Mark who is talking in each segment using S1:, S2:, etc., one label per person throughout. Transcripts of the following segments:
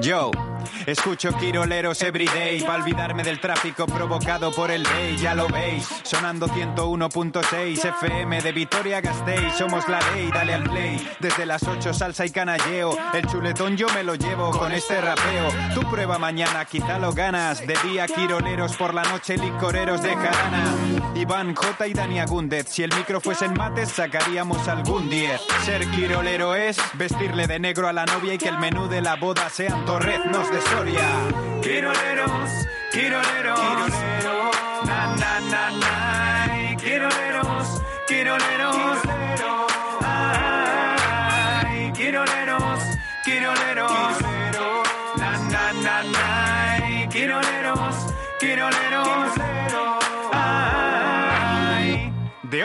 S1: Yo escucho quiroleros everyday para olvidarme del tráfico provocado por el ley, ya lo veis, sonando 101.6 FM de Vitoria Gasteiz, somos la ley, dale al play, desde las 8 salsa y canalleo, el chuletón yo me lo llevo con este rapeo, tu prueba mañana quizá lo ganas, de día quiroleros, por la noche licoreros de jarana, Iván J y Dani Agúndez, si el micro fuese en mates sacaríamos algún 10, ser quirolero es vestirle de negro a la novia y que el menú de la boda sean torreznos de Soria. Quiroleros, quiroleros, quiroleros, na na na na, quiroleros, quiroleros, ay, quiroleros, quiroleros, na na na na, quiroleros, quiroleros,
S2: Ah,
S1: ay. De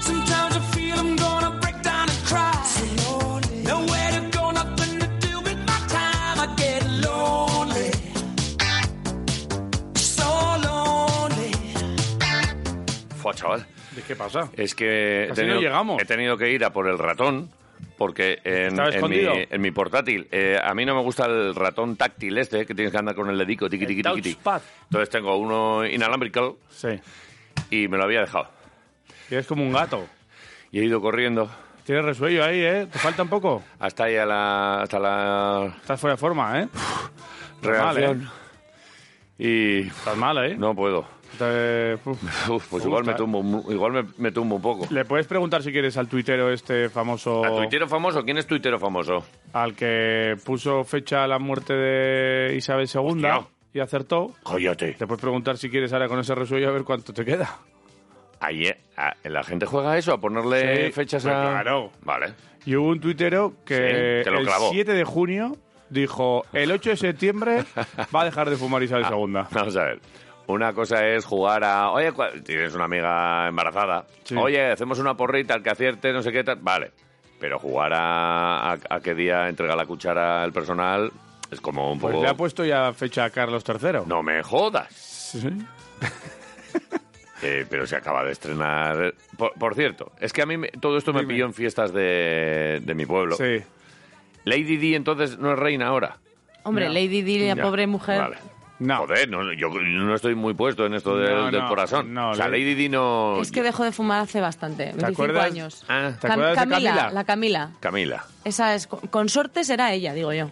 S2: Sometimes I feel I'm gonna break down and cry. Nowhere to go, nothing to do with my time. I get lonely, so lonely.
S3: Fua, chaval.
S4: ¿De qué pasa?
S3: Es que he
S4: Así no
S3: tenido,
S4: llegamos.
S3: he tenido que ir a por el ratón porque en,
S4: ¿Estaba
S3: en mi,
S4: escondido?
S3: en mi portátil eh, a mí no me gusta el ratón táctil este que tienes que andar con el dedico tiqui
S4: El
S3: tiqui tiqui, tiqui.
S4: touchpad.
S3: Entonces tengo uno inalámbrico
S4: Sí.
S3: y me lo había dejado.
S4: Y eres como un gato.
S3: Y he ido corriendo
S4: Tienes resuello ahí, ¿eh? ¿Te falta un poco?
S3: hasta ahí a la, hasta la
S4: Estás fuera de forma, ¿eh?
S3: redacción y
S4: Estás mal, ¿eh?
S3: no puedo.
S4: Te- uf.
S3: Uf, pues igual
S4: Gusta.
S3: me
S4: ¿eh?
S3: tumbo, un- igual me, me tumbo un poco.
S4: Le puedes preguntar si quieres al tuitero este famoso...
S3: ¿A tuitero famoso? ¿Quién es tuitero famoso?
S4: Al que puso fecha a la muerte de Isabel II
S3: Hostia.
S4: y acertó.
S3: Coyote.
S4: Te puedes preguntar si quieres ahora con ese resuello a ver cuánto te queda.
S3: Ayer, a- eh, ah, ¿La gente juega a eso? ¿A ponerle
S4: Sí,
S3: fechas
S4: pues
S3: a...?
S4: claro.
S3: Vale.
S4: Y hubo un tuitero que
S3: Sí, te lo
S4: el
S3: clavó.
S4: 7 de junio dijo, el 8 de septiembre va a dejar de fumar Isabel II.
S3: Ah, Vamos a ver. Una cosa es jugar a. Oye, cua- tienes una amiga embarazada.
S4: Sí.
S3: Oye, hacemos una porrita, al que acierte, no sé qué tal. Vale. Pero jugar a, a, a qué día entrega la cuchara al personal es como un
S4: Pues
S3: poco.
S4: le ha puesto ya fecha a Carlos III.
S3: No me jodas.
S4: Sí.
S3: Eh, pero se acaba de estrenar. eh, Por, por cierto, es que a mí me- todo esto me
S4: Dime.
S3: pilló en fiestas de, de mi pueblo.
S4: Sí.
S3: Lady D entonces no es reina ahora.
S5: Hombre,
S4: No.
S5: Lady Di, la
S3: Ya,
S5: pobre mujer.
S3: Vale.
S4: No.
S3: Joder, no, yo no estoy muy puesto en esto del,
S4: No,
S3: del
S4: no,
S3: corazón.
S4: no,
S3: o sea,
S4: Lady-
S3: Lady Di no.
S5: Es que dejó de fumar hace bastante, 25
S4: acuerdas?
S5: años.
S3: Ah.
S4: ¿Te
S5: Cam-
S4: acuerdas de
S5: Camila,
S4: Camila?
S5: la Camila.
S3: Camila.
S5: Esa es, con- consorte será ella, digo yo.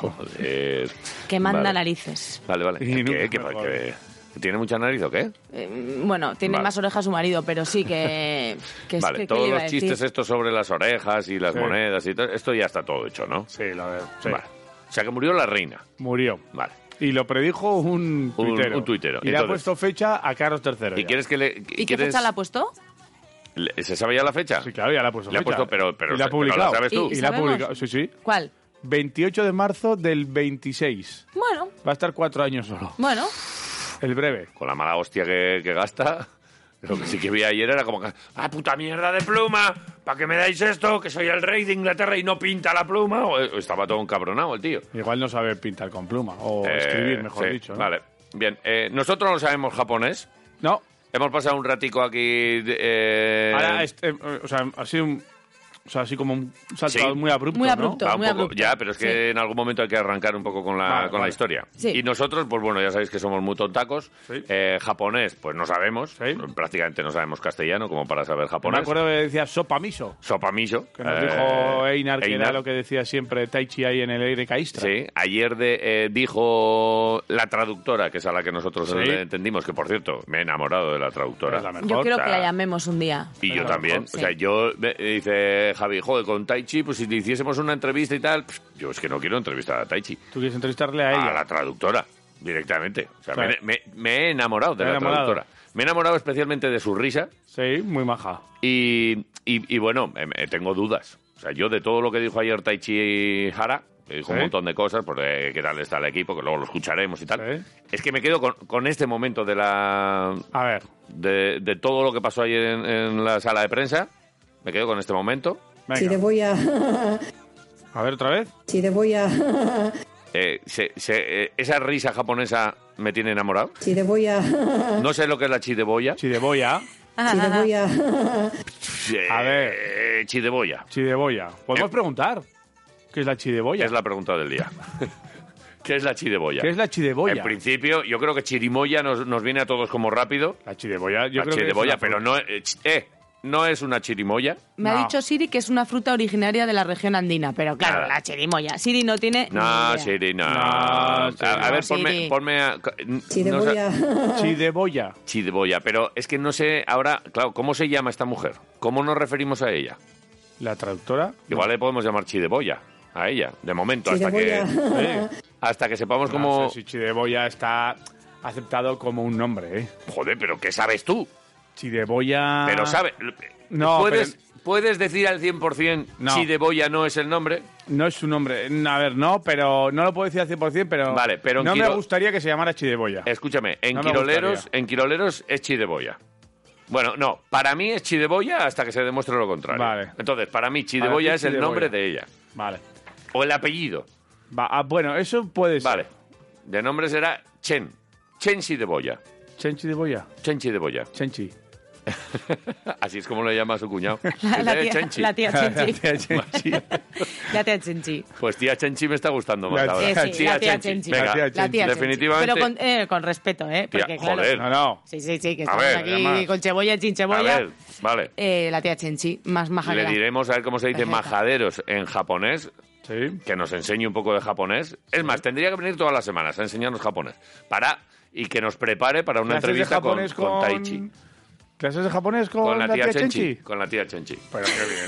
S3: Joder.
S5: Que manda
S3: Vale.
S5: narices.
S3: Vale, vale.
S4: Y
S3: ¿Qué,
S4: nunca
S3: ¿Qué-
S4: mejor.
S3: qué- tiene mucha nariz o qué?
S5: Eh, bueno, tiene
S3: Vale.
S5: más orejas su marido, pero sí que. que es
S3: vale,
S5: que- ¿qué
S3: todos
S5: le iba
S3: los
S5: a decir?
S3: chistes estos sobre las orejas y las
S4: Sí.
S3: monedas y todo, esto ya está todo hecho, ¿no?
S4: Sí, la verdad. Sí.
S3: Vale. O sea que murió la reina.
S4: Murió.
S3: Vale.
S4: Y lo predijo un tuitero.
S3: un tuitero.
S4: Y le ha
S3: Entonces-
S4: puesto fecha a Carlos III.
S3: ¿Y
S4: ya.
S3: quieres que le
S5: ¿Y qué
S3: quieres-
S5: fecha le ha puesto?
S3: le- ¿Se sabe ya la fecha?
S4: Sí, claro, ya la ha puesto
S3: Le ha
S4: fecha.
S3: puesto, pero- pero-
S4: y la ha
S3: pero la
S4: publicado.
S3: sabes tú.
S4: Y,
S5: ¿Y
S4: la ha
S5: sabemos?
S4: publicado, sí, sí.
S5: ¿Cuál?
S4: 28 de marzo del 26.
S5: Bueno,
S4: Va a estar cuatro años solo.
S5: bueno.
S4: El breve.
S3: Con la mala hostia que, que gasta. Lo que sí que vi ayer era como que, ¡ah, puta mierda de pluma! ¿Para qué me dais esto? Que soy el rey de Inglaterra y no pinta la pluma. O- o estaba todo encabronado el tío.
S4: Igual no sabe pintar con pluma. O
S3: Eh,
S4: escribir, mejor
S3: sí,
S4: dicho. ¿no?
S3: Vale. Bien, eh, nosotros no sabemos japonés.
S4: No.
S3: Hemos pasado un ratico aquí. eh,
S4: Ahora, este, eh, o sea, ha sido un. O sea, así como un salto
S3: Sí.
S4: muy abrupto.
S5: Muy
S4: ¿no?
S5: abrupto.
S3: va un
S5: muy
S3: poco-
S5: abrupto.
S3: Ya, pero es que
S5: Sí.
S3: en algún momento hay que arrancar un poco con la,
S4: Vale,
S3: con la
S4: vale.
S3: historia.
S5: Sí.
S3: Y nosotros, pues bueno, ya sabéis que somos muy tontacos.
S4: Sí.
S3: Eh, japonés, pues no sabemos.
S4: Sí.
S3: Prácticamente no sabemos castellano como para saber
S4: Me
S3: japonés.
S4: acuerdo que decía sopa miso.
S3: Sopamillo.
S4: Que nos
S3: eh,
S4: dijo Einar, que era
S3: Einar.
S4: lo que decía siempre Taichi ahí en el aire caístra.
S3: Sí, ayer de- eh, dijo la traductora, que es a la que nosotros
S4: Sí.
S3: entendimos, que por cierto, me he enamorado de la traductora.
S4: Es la mejor.
S5: Yo creo
S3: o sea,
S5: que la llamemos un día.
S3: Y yo
S4: Claro,
S3: también.
S5: mejor,
S3: O sea,
S5: sí.
S3: yo, me- me dice Javi, joder, con Tai Chi, pues si le hiciésemos una entrevista y tal, pff, yo es que no quiero entrevistar a Tai Chi,
S4: Tú quieres entrevistarle a ella.
S3: a la traductora, directamente. O sea,
S4: Claro.
S3: me, me- me he enamorado de
S4: Te
S3: la
S4: has enamorado.
S3: traductora. Me he enamorado especialmente de su risa
S4: Sí, muy maja.
S3: y, y- y, bueno, em, eh, tengo dudas. O sea, yo de todo lo que dijo ayer Tai Chi Hara, que dijo un
S4: Sí.
S3: montón de cosas, porque qué tal está el equipo, que luego lo escucharemos y tal.
S4: Sí.
S3: Es que me quedo con, con este momento de la,
S4: A ver,
S3: de, de todo lo que pasó ayer en, en la sala de prensa. Me quedo con este momento.
S4: venga.
S6: Si te voy a
S4: A ver, otra vez.
S6: Si te voy a.
S3: Eh, se- se- eh, esa risa japonesa me tiene enamorado.
S6: Si te voy a.
S3: No sé lo que es la chideboya.
S4: Chideboya.
S6: Si te voy a.
S3: Eh,
S4: A ver.
S3: eh, Chideboya.
S4: Chideboya. Podemos
S3: Eh.
S4: preguntar. ¿Qué es la chideboya?
S3: Es la pregunta del día. ¿Qué es la chideboya?
S4: ¿Qué es la chideboya?
S3: En principio, yo creo que chirimoya nos, nos viene a todos como rápido.
S4: La chideboya, yo
S3: la
S4: creo que es
S3: chideboya,
S4: una
S3: pero
S4: fruta.
S3: no, eh, ch- eh, no es una chirimoya.
S5: Me
S4: No.
S5: ha dicho Siri que es una fruta originaria de la región andina, pero claro,
S3: Nada.
S5: la chirimoya. Siri no tiene. ni
S3: No,
S5: idea.
S3: Siri, no.
S4: No,
S3: a,
S4: Siri.
S3: a ver,
S5: No,
S3: ponme,
S5: Siri.
S3: ponme a-
S6: Si te
S3: no
S6: voy
S3: sé-
S6: a.
S4: Chideboya.
S3: Chideboya, pero es que no sé ahora, claro, ¿cómo se llama esta mujer? ¿Cómo nos referimos a ella?
S4: La traductora.
S3: Igual le podemos llamar Chideboya a ella, de momento, hasta que,
S6: Chideboya.
S4: Eh,
S3: hasta que sepamos cómo...
S4: No sé si chideboya está aceptado como un nombre, ¿eh?
S3: Joder, pero ¿qué sabes tú?
S4: Chideboya.
S3: Pero sabes...
S4: Ah. No,
S3: ¿Puedes, ¿Puedes decir al 100%
S4: No.
S3: Chideboya no es el nombre?
S4: No es su nombre. A ver, no, pero no lo puedo decir al 100%, pero.
S3: Vale, pero en
S4: No me
S3: Quiro-
S4: gustaría que se llamara Chideboya.
S3: Escúchame, en
S4: No me
S3: Quiroleros,
S4: gustaría.
S3: en Quiroleros es Chideboya. Bueno, no, para mí es Chideboya hasta que se demuestre lo contrario.
S4: Vale.
S3: Entonces, para mí
S4: ti,
S3: Chideboya es el
S4: Chideboya.
S3: nombre de ella.
S4: Vale.
S3: O el apellido.
S4: Va, ah, bueno, eso puede ser.
S3: Vale. De nombre será Chen. Chen Chideboya.
S4: Chenchi de Boya.
S3: Chen Chideboya.
S4: Chenchi.
S3: Así es como lo llama su cuñado.
S5: La, la
S3: Eh,
S5: tía,
S3: Chenchi.
S5: la tía Chenchi.
S4: Chenchi.
S5: La tía Chenchi.
S3: Pues tía Chenchi me está gustando más
S4: La
S3: ahora.
S5: Eh,
S4: tía-
S5: sí, la tía Chenchi.
S3: Venga,
S4: La tía Chenchi.
S5: La tía Chenchi.
S3: Definitivamente.
S5: Pero con, eh, con respeto, ¿eh?
S3: Tía,
S5: Porque, claro,
S3: joder.
S4: No, no.
S5: Sí, sí, sí, que
S3: A
S5: estamos
S3: ver,
S5: aquí
S3: además.
S5: con cebolla, y
S3: A
S5: chinchebolla.
S3: ver, vale.
S5: Eh, la tía Chenchi, más maja que
S3: Le
S5: la-
S3: diremos a ver cómo se dice
S5: Perfecto.
S3: majaderos en japonés.
S4: Sí.
S3: que nos enseñe un poco de japonés. Es más, tendría que venir todas las semanas a enseñarnos japonés. Para y que nos prepare para una
S4: Clases de
S3: entrevista con,
S4: japonés
S3: con Taichi.
S4: ¿Clases de japonés con,
S3: Con la tía Chenchi. Con la tía Chenchi.
S4: Pero qué bien.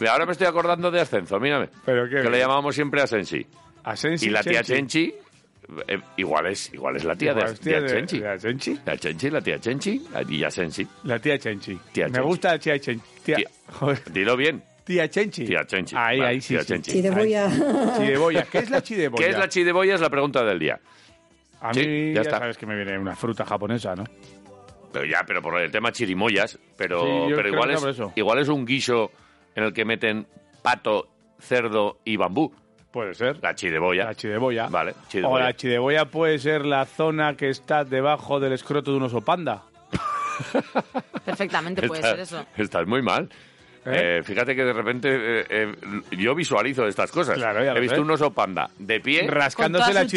S3: Mira, ahahora me estoy acordando de Ascenso, mírame.
S4: Pero qué
S3: que
S4: bien.
S3: le llamábamos siempre a Senshi.
S4: A Sensi
S3: y la tía
S4: Chenchi.
S3: Chenchi, eh, igual, es, igual es la tía de
S4: Igual, tía
S3: tía Chenchi.
S4: ¿La Chenchi?
S3: La Chenchi, la tía Chenchi y ya Senshi.
S4: La tía Chenchi.
S3: Tía
S4: Me
S3: Chenchi.
S4: gusta la tía Chenchi. Tía,
S3: Tía-
S4: joder,
S3: Dilo bien.
S4: tía Chenchi.
S3: Tía Chenchi.
S4: Ahí,
S3: Vale,
S4: ahí sí.
S3: tía
S4: sí.
S3: Chenchi.
S6: Si te voy a.
S4: Chideboya. ¿Qué es la chideboya?
S3: ¿Qué es la chideboya? Es la pregunta del día.
S4: A mí
S3: Sí, ya
S4: ya,
S3: está.
S4: sabes que me viene una fruta japonesa, ¿no?
S3: Pero ya, pero por el tema chirimoyas, pero,
S4: Sí, yo
S3: pero
S4: creo
S3: igual,
S4: que
S3: es,
S4: por eso.
S3: igual es un guiso en el que meten pato, cerdo y bambú.
S4: Puede ser.
S3: La chideboya.
S4: La chideboya.
S3: Vale,
S4: O
S3: chideboya.
S4: la chideboya puede ser la zona que está debajo del escroto de un oso panda.
S5: Perfectamente puede
S3: Está-
S5: ser eso.
S3: Estás muy mal.
S4: ¿Eh?
S3: Eh, fíjate que de repente eh, eh, yo visualizo estas cosas.
S4: Claro, ya
S3: He
S4: lo
S3: visto
S4: sé.
S3: un oso panda de pie,
S4: Rascándose
S5: Con toda
S4: la
S5: su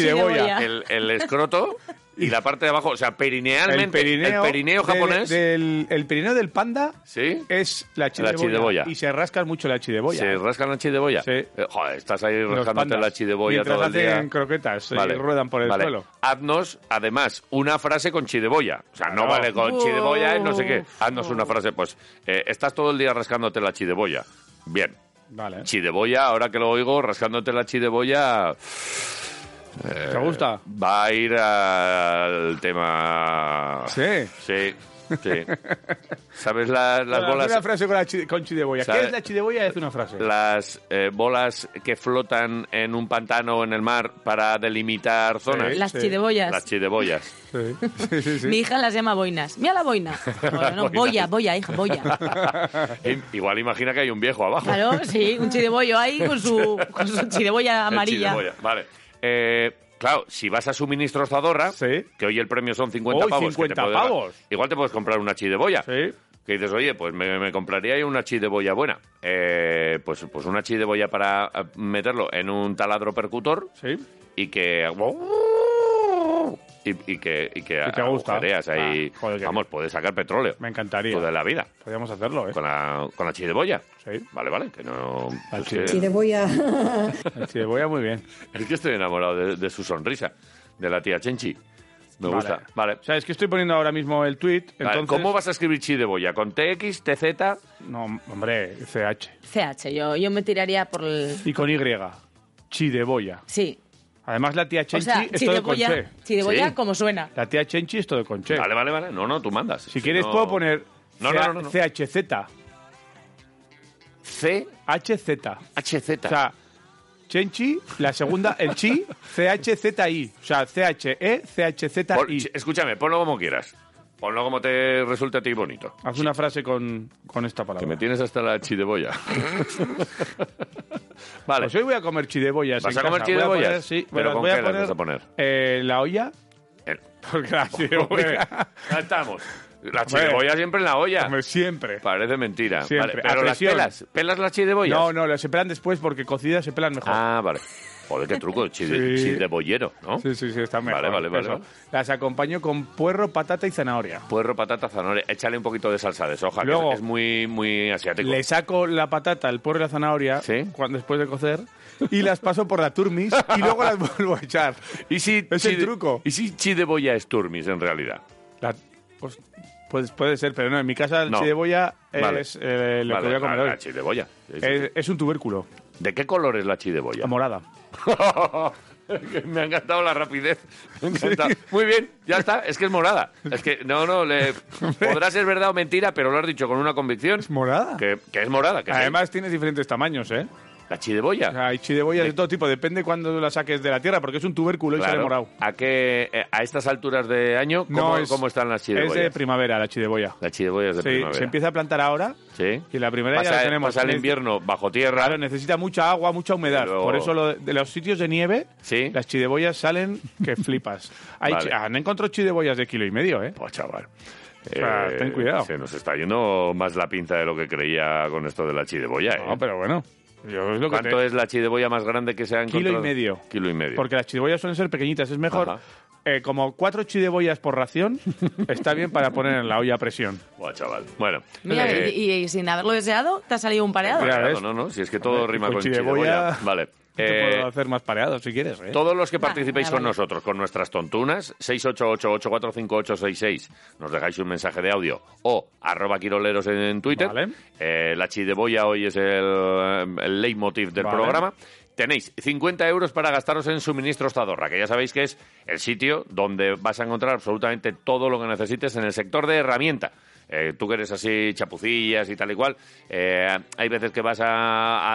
S5: chideboya.
S4: chideboya.
S3: el, el escroto y la parte de abajo, o sea, perinealmente,
S4: El perineo,
S3: perineo
S4: del-
S3: japonés,
S4: del- el perineo del panda
S3: ¿sí?
S4: es la chideboya.
S3: chideboya.
S4: Y se rascan mucho la chideboya.
S3: ¿Se rascan la chideboya?
S4: ¿eh? Sí.
S3: Eh, joder, estás ahí
S4: Los
S3: rascándote
S4: pandas.
S3: la chideboya
S4: Mientras
S3: todo el día.
S4: hacen croquetas eh, y ruedan por el
S3: vale.
S4: suelo.
S3: Haznos, además, una frase con chideboya. O sea, no
S4: Claro.
S3: vale con
S5: Uf.
S3: chideboya, es no sé qué. Haznos una frase, pues, eh, estás todo el día rascándote la chideboya. Bien.
S4: Vale.
S3: Chideboya, ahora que lo oigo, rascándote la chideboya,
S4: ¿Te gusta?
S3: va a ir al tema...
S4: Sí.
S3: Sí, sí. ¿Sabes la- las
S4: Bueno,
S3: bolas...?
S4: Una frase con, la chi- con chideboya.
S3: ¿Sabe?
S4: ¿Qué es la chideboya? Es una frase.
S3: Las eh, bolas que flotan en un pantano o en el mar para delimitar zonas.
S4: Sí,
S5: Las
S4: sí.
S5: chideboyas.
S3: Las chideboyas.
S4: Sí. Sí, sí, sí.
S5: Mi hija las llama boinas. Mira la boina. Bueno, no,
S3: Boinas.
S5: boya, boya, hija, boya.
S3: Eh, Igual imagina que hay un viejo abajo.
S5: Claro, sí, un chideboyo ahí con su, con su chideboya
S3: El
S5: amarilla.
S3: chideboya, Vale. Eh, claro, si vas a suministros Zadorra,
S4: Sí.
S3: que hoy el premio son 50
S4: Hoy
S3: pavos. que
S4: 50
S3: te puede-
S4: pavos.
S3: Igual te puedes comprar una chideboya.
S4: Sí.
S3: Que dices, oye, pues me, me compraría ahí una chideboya buena. Eh, pues, pues una chideboya para eh, meterlo en un taladro percutor
S4: Sí.
S3: y que... Y, y que, y que
S4: Y te gusta.
S3: agujereas ahí.
S4: Ah, joder, qué
S3: Vamos, puedes sacar petróleo.
S4: Me encantaría.
S3: Toda la vida.
S4: Podríamos hacerlo, ¿eh?
S3: Con la, con la chideboya.
S4: Sí.
S3: Vale, vale, que no...
S4: La
S3: es
S4: chide-
S3: que-
S6: Si te voy a.
S4: La chideboya muy bien.
S3: Es que estoy enamorado de, de su sonrisa, de la tía Chenchi. Me
S4: Vale.
S3: gusta. Vale.
S4: O sea, es que estoy poniendo ahora mismo el tweet.
S3: Vale,
S4: Entonces...
S3: ¿Cómo vas a escribir chideboya? ¿Con TX, TZ?
S4: No, hombre, CH.
S5: CH, yo, yo me tiraría por el...
S4: Y con Y. Chideboya.
S5: Sí,
S4: Además, la tía
S5: o
S4: Chenchi
S5: sea,
S4: es todo de conché.
S5: chideboya, chideboya
S3: Sí.
S5: como suena.
S4: La tía Chenchi es todo de conché.
S3: Vale, vale, vale. No, no, tú mandas.
S4: Si quieres,
S3: no-
S4: puedo poner
S3: No, no, no, no.
S4: CHZ.
S3: CHZ.
S4: HZ. O sea, Chenchi, la segunda, el chi, CHZI. O sea, E, CHE,
S3: Pon-
S4: CHZI.
S3: ch- escúchame, ponlo como quieras. Ponlo como te resulte a ti bonito.
S4: Haz una frase con, con esta
S3: Que me
S4: palabra.
S3: tienes hasta la chideboya. Vale.
S4: Pues hoy voy a comer chiribollas.
S3: ¿Vas
S4: en
S3: a comer
S4: casa. Voy
S3: chiribollas?
S4: poner- sí, me
S3: ¿Pero
S4: las
S3: con
S4: voy
S3: qué
S4: a
S3: las
S4: poner,
S3: vas a poner? Eh.
S4: eh, la olla.
S3: El-
S4: Porque las chiribollas.
S3: Ya estamos. La chirimoya siempre en la olla.
S4: Hombre, siempre.
S3: Parece mentira.
S4: Siempre,
S3: Vale,
S4: a
S3: pero las
S4: presión.
S3: pelas. ¿Pelas las chirimoyas?
S4: No, no, las se pelan después porque cocidas se pelan mejor.
S3: Ah, vale. Joder, qué truco. Chir
S4: Sí.
S3: Chirimoyero, ¿no?
S4: Sí, sí, sí, está mejor.
S3: Vale, vale, vale,
S4: Eso.
S3: vale.
S4: Las acompaño con puerro, patata y zanahoria.
S3: Puerro, patata, zanahoria. Échale un poquito de salsa de soja,
S4: Luego-
S3: que es- es muy, muy asiático.
S4: Le saco la patata, el puerro y la zanahoria
S3: Sí.
S4: cuando después de cocer y las paso por la turmis y luego las vuelvo a echar.
S3: ¿Y si
S4: Es el truco.
S3: ¿Y si chirimoya es turmis, en realidad?
S4: La- pues, pues puede ser, pero no, en mi casa el
S3: No.
S4: chirebolla
S3: Vale.
S4: es eh, lo
S3: Vale, Ah,
S4: que voy a comer
S3: la-
S4: hoy.
S3: la chirimoya. Sí, sí.
S4: Es, es un tubérculo,
S3: ¿De qué color es la chirimoya?
S4: la morada.
S3: Que me ha encantado la rapidez. Me ha encantado. Muy bien, ya está. Es que es morada. Es que, no, no, le... podrá ser verdad o mentira, pero lo has dicho con una convicción
S4: ¿Morada?
S3: que, que es morada. Que es
S4: Además tienes diferentes tamaños, ¿eh?
S3: la chirimoya.
S4: O sea, hay chiribollas de todo tipo, depende cuándo la saques de la tierra porque es un tubérculo y sale
S3: Claro.
S4: morado.
S3: ¿A, qué, eh, a estas alturas de año, ¿cómo,
S4: No, es-
S3: cómo están las
S4: Es
S3: chirimoyas?
S4: de primavera la chirebolla.
S3: Las chirimoyas de
S4: Sí,
S3: primavera.
S4: se empieza a plantar ahora
S3: Sí.
S4: y la primera ya
S3: Pasa-
S4: la tenemos. este
S3: Pasa el invierno bajo tierra.
S4: Claro, necesita mucha agua, mucha humedad.
S3: Y luego-
S4: Por eso lo de, de los sitios de nieve,
S3: Sí.
S4: las chidebollas salen que flipas. Hay
S3: Vale.
S4: chi- Han encontrado chidebollas de kilo y medio, ¿eh?
S3: Pues chaval.
S4: sea, ten cuidado.
S3: eh, Se nos está yendo más la pinza de lo que creía con esto de la chirimoya. ¿eh?
S4: No, pero bueno. Yo es lo que
S3: ¿Cuánto
S4: te-
S3: es la chirimoya más grande que se ha
S4: Kilo
S3: encontrado?
S4: y medio.
S3: Kilo y medio.
S4: Porque las chidebollas suelen ser pequeñitas. Es mejor
S3: Ajá.
S4: eh, como cuatro chidebollas por ración. está bien para poner en la olla a presión.
S3: Buah, chaval. Bueno.
S5: Mira,
S3: eh,
S5: y, y- y sin haberlo deseado, te ha salido un pareado.
S4: Mira, ¿ves?
S3: No, no, si es que todo
S4: Hombre,
S3: rima
S4: con
S3: con
S4: chirimoya-
S3: chirimoya. Vale.
S4: Te
S3: Eh,
S4: puedo hacer más pareados si quieres, ¿eh?
S3: Todos los que
S5: Vale,
S3: participéis
S5: vale,
S3: con
S5: vale.
S3: nosotros, con nuestras tontunas, 688-845-866, nos dejáis un mensaje de audio o arroba quiroleros en Twitter.
S4: Vale.
S3: Eh, la chideboya hoy es el, eh, el leitmotiv del
S4: Vale.
S3: programa. Tenéis 50 euros para gastaros en suministros Zadorra, que ya sabéis que es el sitio donde vas a encontrar absolutamente todo lo que necesites en el sector de herramienta. Eh, tú que eres así chapucillas y tal y cual, eh, hay veces que vas a,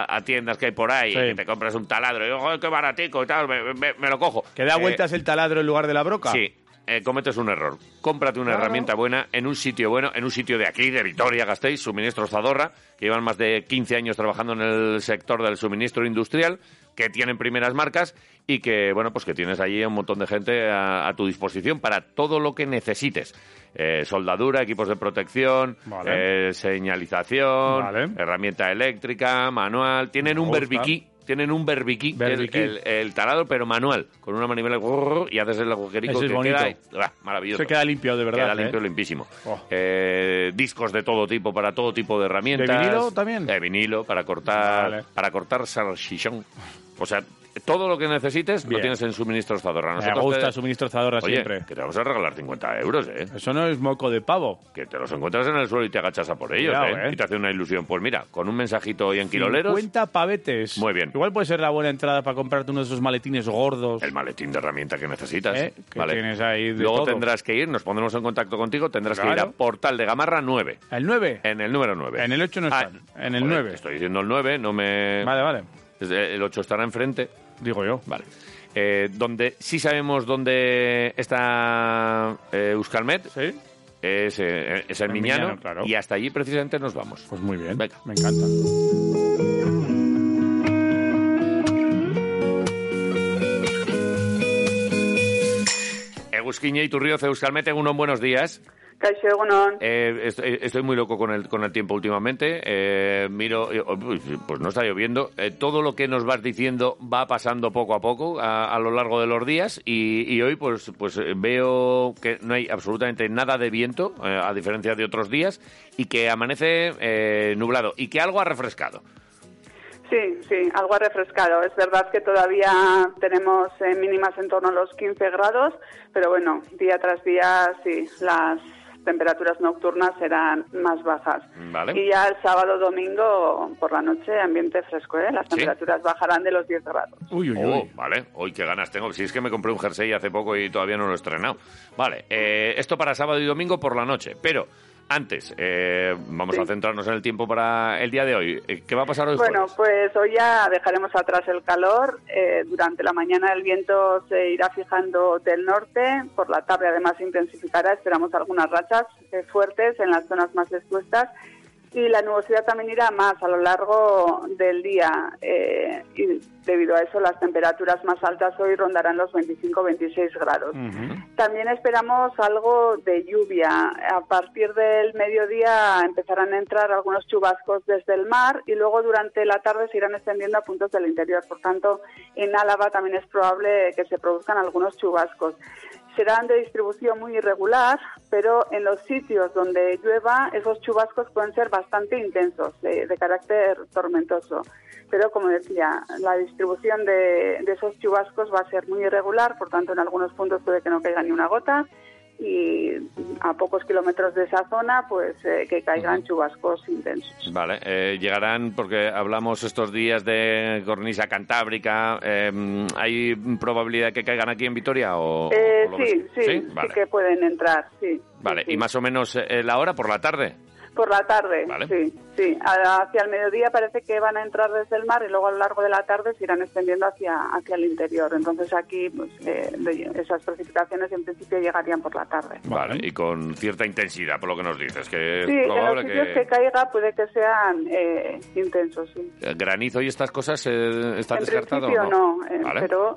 S3: a- a tiendas que hay por ahí,
S4: Sí.
S3: que te compras un taladro y "Joder, qué baratico y tal, me, me- me lo cojo.
S4: Que da
S3: Eh,
S4: vueltas el taladro en lugar de la broca.
S3: Sí, eh, cometes un error. Cómprate una
S4: Claro.
S3: herramienta buena en un sitio bueno, en un sitio de aquí, de Vitoria, Gasteiz, Suministros Zadorra, que llevan más de 15 años trabajando en el sector del suministro industrial, que tienen primeras marcas y que, bueno, pues que tienes allí un montón de gente a, a tu disposición para todo lo que necesites. Eh, soldadura, equipos de protección,
S4: Vale.
S3: eh, señalización,
S4: Vale.
S3: herramienta eléctrica, manual. Tienen
S4: Me
S3: un
S4: gusta.
S3: berbiquí, tienen un berbiquí, que es
S4: Berbiquí.
S3: el, el taladro, pero manual, con una manivela grrr, y haces el agujerito
S4: Ese es
S3: que
S4: bonito.
S3: queda y- ah, maravilloso.
S4: Se queda limpio, de verdad.
S3: Queda
S4: ¿eh?
S3: limpio, limpísimo.
S4: Oh.
S3: Eh, discos de todo tipo, para todo tipo de herramientas.
S4: ¿De vinilo también?
S3: De vinilo, para cortar,
S4: Vale.
S3: para cortar salchichón. O sea, todo lo que necesites
S4: Bien.
S3: lo tienes en Suministros Zadorra.
S4: Me
S3: Nosotros
S4: gusta
S3: te-
S4: suministrozadora
S3: Oye,
S4: siempre.
S3: que te vamos a regalar 50 euros, ¿eh?
S4: Eso no es moco de pavo.
S3: Que te los encuentras en el suelo y te agachas a por ellos,
S4: Cuidado,
S3: ¿eh?
S4: ¿eh?
S3: Y te hace una ilusión. Pues mira, con un mensajito hoy en Quiroleros,
S4: 50 pavetes.
S3: Muy bien.
S4: Igual puede ser la buena entrada para comprarte uno de esos maletines gordos.
S3: el maletín de herramienta que necesitas.
S4: ¿Eh? Que tienes ahí de
S3: Luego
S4: todo.
S3: tendrás que ir, nos pondremos en contacto contigo, tendrás que ir
S4: Claro.
S3: a Portal de Gamarra 9.
S4: ¿El 9?
S3: En el número 9.
S4: En el ocho no están, en el nueve.
S3: Estoy diciendo el 9, no me...
S4: Vale, vale.
S3: Es- El 8 estará enfrente.
S4: Digo yo.
S3: Vale. Eh, donde sí sabemos dónde está eh, Euskalmet,
S4: ¿Sí?
S3: es, eh, es el
S4: En
S3: Miñano,
S4: Miñano, claro.
S3: y hasta allí precisamente nos vamos.
S4: Pues muy bien.
S3: Venga.
S4: Me encanta.
S3: Egusquiñe y Turrioz, Euskalmet, unos buenos días.
S7: Kaixo egunon.
S3: Eh, est- eh, estoy muy loco con el, con el tiempo últimamente. Eh, miro, eh, uy, pues no está lloviendo. Eh, todo lo que nos vas diciendo va pasando poco a poco a, a lo largo de los días y, y hoy pues, pues eh, veo que no hay absolutamente nada de viento, eh, a diferencia de otros días, y que amanece eh, nublado y que algo ha refrescado.
S7: Sí, sí, algo ha refrescado. Es verdad que todavía tenemos eh, mínimas en torno a los 15 grados, pero bueno, día tras día sí, las temperaturas nocturnas serán más bajas.
S3: Vale.
S7: Y ya el sábado, domingo, por la noche, ambiente fresco, ¿eh? Las
S3: Sí.
S7: temperaturas bajarán de los 10 grados.
S4: Uy, uy, uy.
S3: Oh, vale, hoy qué ganas tengo. Si es que me compré un jersey hace poco y todavía no lo he estrenado. Vale, eh, esto para sábado y domingo por la noche. Pero antes, eh, vamos
S7: Sí.
S3: a centrarnos en el tiempo para el día de hoy. Eh, ¿Qué va a pasar hoy?
S7: Bueno,
S3: jueves?
S7: pues hoy ya dejaremos atrás el calor. Eh, durante la mañana el viento se irá fijando del norte. Por la tarde además se intensificará. Esperamos algunas rachas eh, fuertes en las zonas más expuestas. y la nubosidad también irá más a lo largo del día eh, y debido a eso las temperaturas más altas hoy rondarán los 25-26 grados. También esperamos algo de lluvia. A partir del mediodía empezarán a entrar algunos chubascos desde el mar y luego durante la tarde se irán extendiendo a puntos del interior. Por tanto, en Álava también es probable que se produzcan algunos chubascos. Serán de distribución muy irregular, pero en los sitios donde llueva esos chubascos pueden ser bastante intensos, eh, de carácter tormentoso. Pero como decía, la distribución de, de esos chubascos va a ser muy irregular, por tanto en algunos puntos puede que no caiga ni una gota y a pocos kilómetros de esa zona pues eh, que caigan chubascos intensos.
S3: Vale, eh, llegarán porque hablamos estos días de cornisa cantábrica. eh, ¿Hay probabilidad que caigan aquí en Vitoria? O,
S7: Eh,
S3: o lo
S7: sí,
S3: ves?
S7: sí, sí
S3: vale.
S7: que pueden entrar, sí.
S3: vale. ¿Y más o menos eh, la hora por la tarde?
S7: Por la tarde,
S3: Vale.
S7: sí, sí. A- Hacia el mediodía parece que van a entrar desde el mar y luego a lo largo de la tarde se irán extendiendo hacia, hacia el interior. Entonces aquí pues, eh, de- esas precipitaciones en principio llegarían por la tarde.
S3: Vale. y con cierta intensidad, por lo que nos dices, que
S7: sí,
S3: es
S7: en los
S3: probable
S7: sitios que... caiga puede que sean eh, intensos, sí.
S3: Eh, ¿Granizo y estas cosas eh, están
S7: en
S3: descartadas?
S7: principio
S3: o
S7: no, eh,
S3: Vale.
S7: pero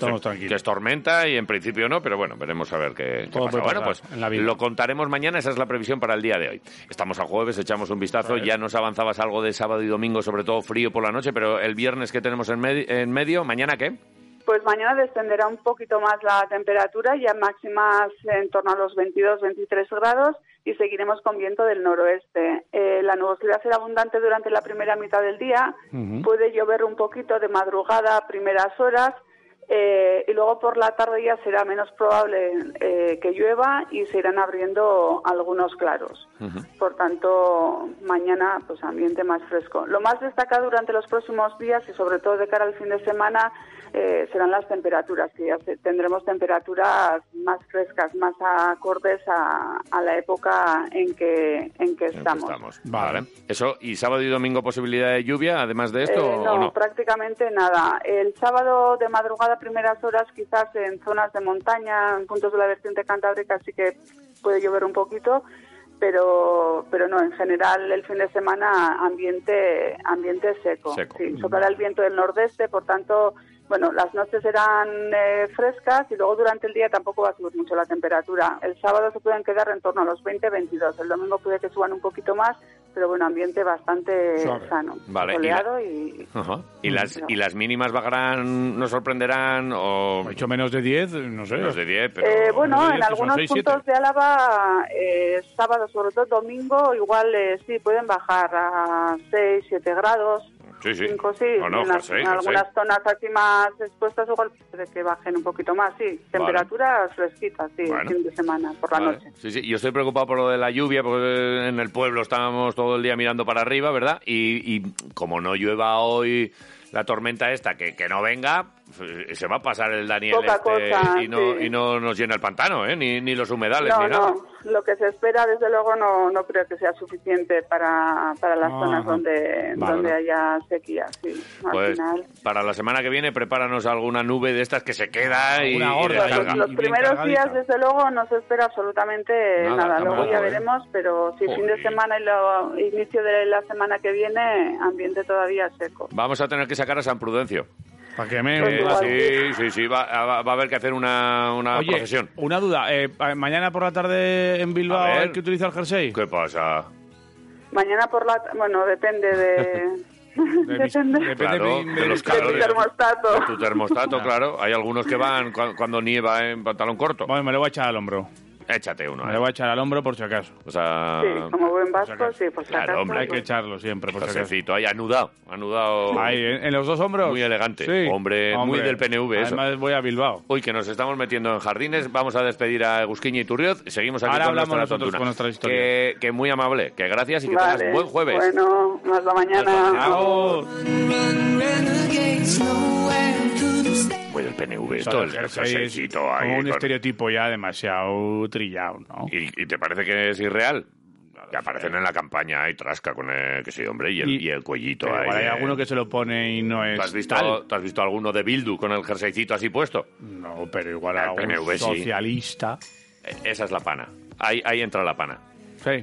S3: Estamos tranquilos. Que es tormenta y en principio no, pero bueno, veremos a ver qué, qué
S4: Todo
S3: pasa.
S4: puede
S3: Bueno,
S4: pasar
S3: pues
S4: en la vida.
S3: lo contaremos mañana, esa es la previsión para el día de hoy. Estamos a jueves, echamos un vistazo, ya nos avanzabas algo de sábado y domingo, sobre todo frío por la noche, pero el viernes que tenemos en, medi- en medio, ¿mañana qué?
S7: Pues mañana descenderá un poquito más la temperatura, ya máximas en torno a los 22-23 grados y seguiremos con viento del noroeste. Eh, la nubosidad será abundante durante la primera mitad del día,
S8: Mm-hmm.
S9: Ujú.
S7: puede llover un poquito de madrugada a primeras horas eh, y luego por la tarde ya será menos probable eh, que llueva y se irán abriendo algunos claros. Por tanto, mañana pues ambiente más fresco. Lo más destacado durante los próximos días y sobre todo de cara al fin de semana eh, serán las temperaturas, que ya se- tendremos temperaturas más frescas, más acordes a, a la época en que, en que estamos.
S3: Vale. Eso, ¿y sábado y domingo posibilidad de lluvia, además de esto,
S7: Eh,
S3: o
S7: no,
S3: no?
S7: prácticamente nada. El sábado de madrugada, primeras horas, quizás en zonas de montaña, en puntos de la vertiente cantábrica, sí que puede llover un poquito, pero pero no, en general el fin de semana ambiente ambiente seco.
S3: Seco. Mm.
S7: Sí, soplará el viento del nordeste, por tanto, bueno, las noches serán eh, frescas y luego durante el día tampoco va a subir mucho la temperatura. El sábado se pueden quedar en torno a los 20-22, el domingo puede que suban un poquito más, pero bueno, ambiente bastante
S3: Suave.
S7: sano,
S3: Vale, y la-
S7: soleado y
S3: Ajá. ¿Y,
S7: Mm,
S3: las,
S7: no.
S3: ¿Y las mínimas bajarán, nos sorprenderán? o
S4: hecho menos de 10, no sé.
S3: Menos de 10, pero...
S7: Eh, bueno,
S4: Bueno,
S7: en
S4: ya son
S7: algunos
S4: seis, siete.
S7: puntos de Álava, eh, sábado, sobre todo domingo, igual eh, sí pueden bajar a 6, 7 grados.
S3: Sí, sí.
S7: 5, sí.
S3: No, no,
S7: en, las-
S3: José,
S7: en
S3: José.
S7: algunas zonas aquí más expuestas, igual puede que bajen un poquito más, sí. Temperaturas fresquitas, sí,
S3: Bueno.
S7: el fin de semana, por la
S3: Vale.
S7: noche.
S3: Sí, sí, yo estoy preocupado por lo de la lluvia, porque en el pueblo estábamos todo el día mirando para arriba, ¿verdad? Y, y como no llueva hoy la tormenta esta, que, que no venga, eh, se va a pasar el Daniel
S7: Poca
S3: este
S7: cosa,
S3: y, no,
S7: sí.
S3: y no nos llena el pantano, ¿eh? Ni, ni los humedales,
S7: No,
S3: ni nada.
S7: no, lo que se espera, desde luego, no, no creo que sea suficiente para, para las
S3: Ah, Ajá.
S7: zonas donde,
S3: Vale,
S7: donde
S3: no.
S7: haya sequía, sí. Al
S3: Pues
S7: final.
S3: para la semana que viene prepáranos alguna nube de estas que se queda y,
S4: Una
S3: y
S4: horda
S3: descarga.
S4: ahí,
S7: Los primeros días, desde luego, no se espera absolutamente
S3: Nada,
S7: nada. Luego
S3: tampoco,
S7: ya
S3: ¿eh?
S7: veremos, pero si fin de semana y lo, inicio de la semana que viene, ambiente todavía seco.
S3: Vamos a tener que sacar a San Prudencio.
S4: Para que me...
S3: Eh, sí, sí, sí, va, va- va a haber que hacer una, una
S4: Oye,
S3: procesión.
S4: una duda. eh, pa- mañana por la tarde en Bilbao
S3: A ver.
S4: hay que utilizar el jersey.
S3: ¿Qué pasa?
S7: Mañana por la... t- Bueno, depende de... depende
S3: Claro, de
S7: del
S3: los calores.
S7: termostato.
S3: Tu termostato, claro. Hay algunos que van cu- cuando nieva en pantalón corto.
S4: Bueno, me lo voy a echar al hombro.
S3: Échate uno. eh.
S4: Me lo voy a echar al hombro por si acaso.
S3: O sea,
S7: Sí, como buen vasco, sí, por si acaso,
S3: Ah, claro, hombre.
S4: Hay que echarlo siempre, por si acaso.
S3: Josecito, ahí anudado. Anudado.
S4: Ahí, ¿en, en los dos hombros.
S3: Muy elegante.
S4: Sí.
S3: Hombre, muy del PNV eso.
S4: Además, voy a Bilbao.
S3: Hoy que nos estamos metiendo en jardines, vamos a despedir a Gusquiña y Turrioz. Seguimos aquí
S4: Ahora
S3: con
S4: hablamos
S3: nuestra
S4: nosotros
S3: tontuna.
S4: con nuestra historia.
S3: Que, que muy amable, que gracias y que
S7: Vale.
S3: tengas buen jueves.
S7: Bueno, hasta mañana.
S3: Muy del PNV
S4: O sea,
S3: esto,
S4: el
S3: el
S4: jersey es
S3: jerseycito ahí.
S4: como un
S3: con-
S4: estereotipo ya demasiado trillado, ¿no?
S3: ¿Y, y te parece que es irreal? Que aparecen en la campaña y trasca con el, que sí, hombre, y el,
S4: Y-
S3: y el cuellito
S4: Pero
S3: ahí.
S4: igual hay
S3: eh.
S4: alguno que se lo pone y no es
S3: ¿Tú has,
S4: tal.
S3: visto, tú has visto alguno de Bildu con el jerseycito así puesto? Ah,
S4: No, pero igual
S3: El
S4: algún
S3: PNV sí.
S4: socialista.
S3: Eh, Esa es la pana. Ahí, ahí entra la pana.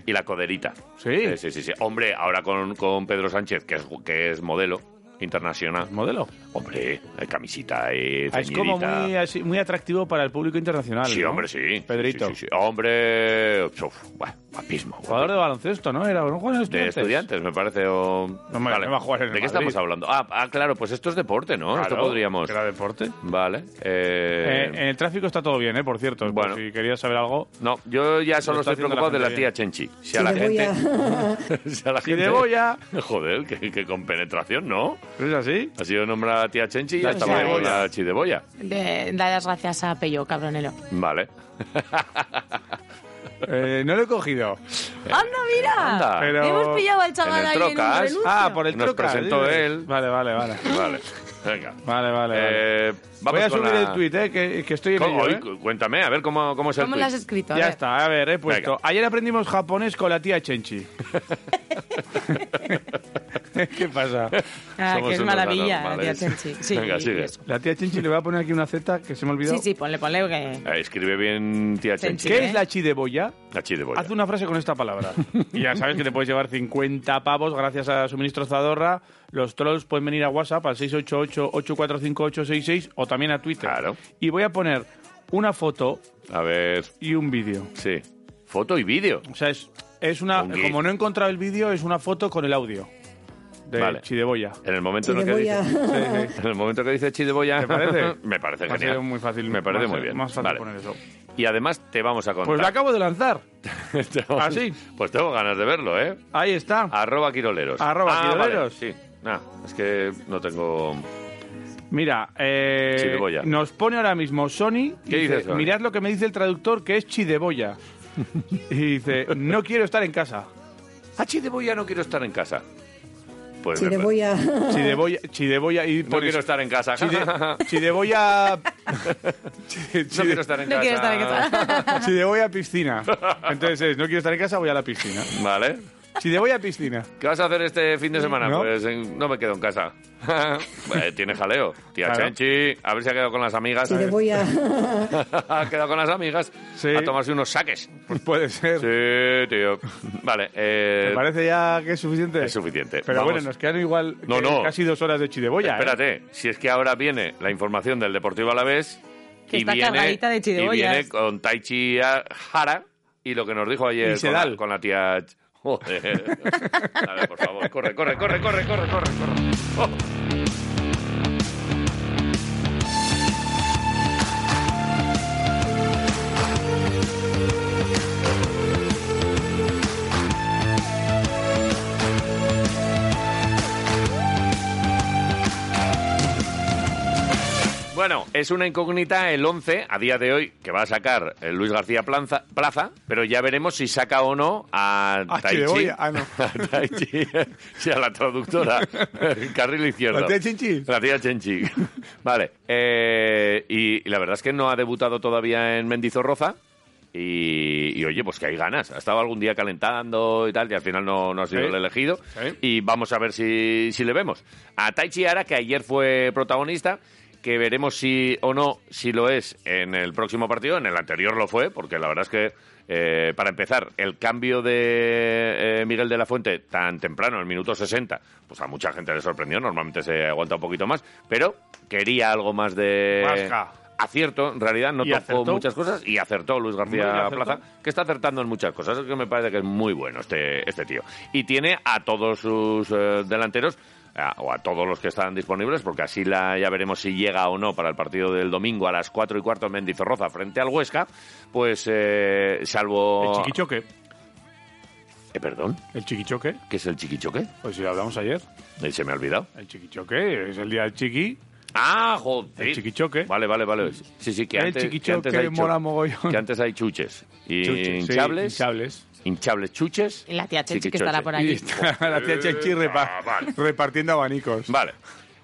S3: y la coderita. ¿Sí? sí, sí, sí. Hombre, ahora con, con Pedro Sánchez, que es, que es modelo internacional.
S4: ¿Modelo?
S3: Hombre, eh, camisita y
S4: Ah, Es como
S3: ceñidita.
S4: muy, así- muy atractivo para el público internacional.
S3: Sí,
S4: ¿no?
S3: hombre, sí.
S4: Pedrito.
S3: Sí, sí, sí. Hombre, uf, bueno, guapismo.
S4: Jugador de baloncesto, ¿no? Era ¿no jugaba en
S3: De estudiantes, me parece. o- Vale.
S4: no va a jugar en el
S3: ¿De qué
S4: Madrid.
S3: estamos hablando? Ah, ah, claro, pues esto es deporte, ¿no? esto
S4: Claro,
S3: podríamos.
S4: era deporte.
S3: Vale.
S4: Eh,
S3: eh,
S4: en el tráfico está todo bien, ¿eh? Por cierto. Bueno. Si querías saber algo.
S3: No, yo ya solo
S4: Lo está
S3: estoy
S4: haciendo la
S3: preocupado de la
S4: gente
S3: tía
S4: bien.
S3: Chenchi. Si
S4: Si
S3: a la
S4: le voy
S3: gente.
S4: a-
S3: si a la
S4: Si le
S3: gente-
S4: voy a-
S3: Joder, qué, qué compenetración, ¿no?
S4: ¿Es así?
S3: Ha sido nombrada la tía Chenchi y
S5: La
S3: ya estamos
S5: chideboya.
S3: con la chideboya.
S5: De- da las gracias a Pello, cabronelo.
S3: Vale.
S4: Eh, no lo he cogido.
S5: ¡Anda, mira!
S3: Eh, Anda. Pero-
S5: Hemos pillado al chaval ahí en un renuncio.
S4: ah, por el
S3: Nos
S4: trocas.
S3: presentó
S4: dime.
S3: él.
S4: Vale, vale, vale.
S3: Vale. Venga.
S4: Vale, vale.
S3: Eh, vamos
S4: Voy a
S3: con
S4: subir
S3: la-
S4: el tuit, ¿eh? Que, que estoy en
S3: ¿Cómo?
S4: ello,
S3: Oye,
S4: ¿eh?
S3: cu- Cuéntame, a ver cómo, cómo es el tuit.
S4: Ya está, a ver, he puesto.
S3: Venga.
S4: Ayer aprendimos japonés con la tía Chenchi. ¿Qué pasa?
S5: Ah, que es
S4: unos
S5: maravilla, la tía
S4: anormales.
S5: Chenchi. Sí,
S3: Venga, sigue.
S4: La tía Chenchi le voy a poner aquí una Z que se me olvidó.
S5: Sí, sí, ponle, ponle. Que...
S3: Eh, Escribe bien tía Chenchi.
S4: ¿Qué es la chideboya? Ah,
S3: La chideboya.
S4: Haz una frase con esta palabra. Y ya sabes que te puedes llevar 50 pavos gracias a Suministro Zadorra. Los trolls pueden venir a WhatsApp al 688-845866 o también a Twitter. Y voy a poner una foto
S3: A ver.
S4: y un vídeo.
S3: Sí. Foto y vídeo.
S4: O sea, es, es una...
S3: Un gif.
S4: Como no he encontrado el vídeo, es una foto con el audio. De
S3: Vale.
S4: Chideboya.
S3: En el momento en el que dice.
S4: Chideboya.
S3: En el momento que dice Chideboya.
S4: ¿Te parece?
S3: Me parece
S4: Me ha
S3: genial.
S4: sido muy fácil.
S3: Me parece
S4: más-
S3: muy bien.
S4: Más fácil
S3: Vale.
S4: poner eso.
S3: Y además te vamos a contar.
S4: Pues la acabo de lanzar. ¿Ah,
S3: Tengo-
S4: ¿Así?
S3: Pues tengo ganas de verlo, ¿eh?
S4: Ahí está.
S3: Arroba Quiroleros.
S4: Arroba
S3: Ah,
S4: Quiroleros.
S3: vale, Sí. Nah, es que no tengo...
S4: Mira, eh,
S3: Chideboya.
S4: nos pone ahora mismo Sony.
S3: ¿Qué dice Sony?
S4: Mirad lo que me dice el traductor, que es chideboya. y dice, no quiero estar en casa.
S3: Ah, Chideboya no quiero estar en casa. Pues me-
S6: Chideboya.
S4: Chideboya, chideboya y
S3: No quiero estar en casa.
S4: Chide- chideboya...
S3: No quiero estar en No quiero casa. estar en casa.
S4: Chideboya piscina. Entonces es, no quiero estar en casa, voy a la piscina.
S3: Vale.
S4: Chideboya piscina.
S3: ¿Qué vas a hacer este fin de semana?
S4: ¿No?
S3: Pues en- no me quedo en casa. Eh, Tiene jaleo. Tía
S4: Claro.
S3: Chenchi, a ver si ha quedado con las amigas. ¿eh? ha quedado con las amigas a tomarse unos saques.
S4: Pues puede ser.
S3: Sí, tío. Vale. eh,
S4: ¿Te parece ya que es suficiente?
S3: es suficiente.
S4: Pero
S3: Vamos.
S4: bueno, nos quedan igual
S3: No,
S4: que
S3: no.
S4: casi dos horas de chideboya. ¿eh?
S3: Espérate, si es que ahora viene la información del Deportivo Alavés
S5: Que
S3: y
S5: está
S3: viene,
S5: cargadita de
S3: y
S5: chirigollas.
S3: viene con Taichi Hara y lo que nos dijo ayer
S4: Y
S3: con
S4: Sedal.
S3: la, con la tía... Joder. A ver, por favor, corre, corre, corre, corre, corre, corre, corre. Oh. Bueno, es una incógnita el 11 a día de hoy que va a sacar eh, Luis García Planza- Plaza, pero ya veremos si saca o no a
S4: Ah,
S3: Taichi.
S4: chideboya. Ah, no.
S3: A Taichi, sí, a la traductora, el carril izquierdo.
S4: ¿La tía Chenchi?
S3: La tía Chenchi. Vale. eh, y, y la verdad es que no ha debutado todavía en Mendizorroza. Y, y, oye, pues que hay ganas. Ha estado algún día calentando y tal, y al final no, no ha sido
S4: Sí.
S3: el elegido.
S4: Sí.
S3: Y vamos a ver si, si le vemos. A Taichi Ara, que ayer fue protagonista, que veremos si o no si lo es en el próximo partido. En el anterior lo fue, porque la verdad es que, eh, para empezar, el cambio de eh, Miguel de la Fuente tan temprano, en el minuto 60, pues a mucha gente le sorprendió. Normalmente se aguanta un poquito más, pero quería algo más de.
S4: Vasca.
S3: Acierto, en realidad no
S4: Y
S3: tocó
S4: acertó.
S3: muchas cosas y acertó Luis García.
S4: Hombre,
S3: García
S4: ¿le acertó?
S3: Plaza, que está acertando en muchas cosas. Es que me parece que es muy bueno este, este tío. Y tiene a todos sus eh, delanteros, a- o a todos los que están disponibles, porque así la, ya veremos si llega o no para el partido del domingo a las 4 y cuarto en Mendizorroza frente al Huesca. Pues eh,
S4: El
S3: salvo.
S4: chiquichoque.
S3: Eh, ¿Perdón?
S4: ¿El chiquichoque?
S3: ¿Qué es el chiquichoque?
S4: Pues si lo hablamos ayer.
S3: Eh, se me ha olvidado.
S4: El chiquichoque es el día del chiqui.
S3: Ah, joder.
S4: El chiquichoque.
S3: Vale, vale, vale. Sí, sí, que
S4: El
S3: antes, que
S4: chiquichoque
S3: antes hay cho-
S4: mola mogollón.
S3: que antes hay chuches. Y
S4: Chuches, sí,
S3: hinchables.
S4: hinchables.
S3: hinchables chuches.
S5: Y la tía Chenchi, que
S3: chiquichoches.
S5: estará por
S4: Y
S5: allí.
S4: está la tía Chenchi repa- repartiendo abanicos.
S3: Ah, Vale.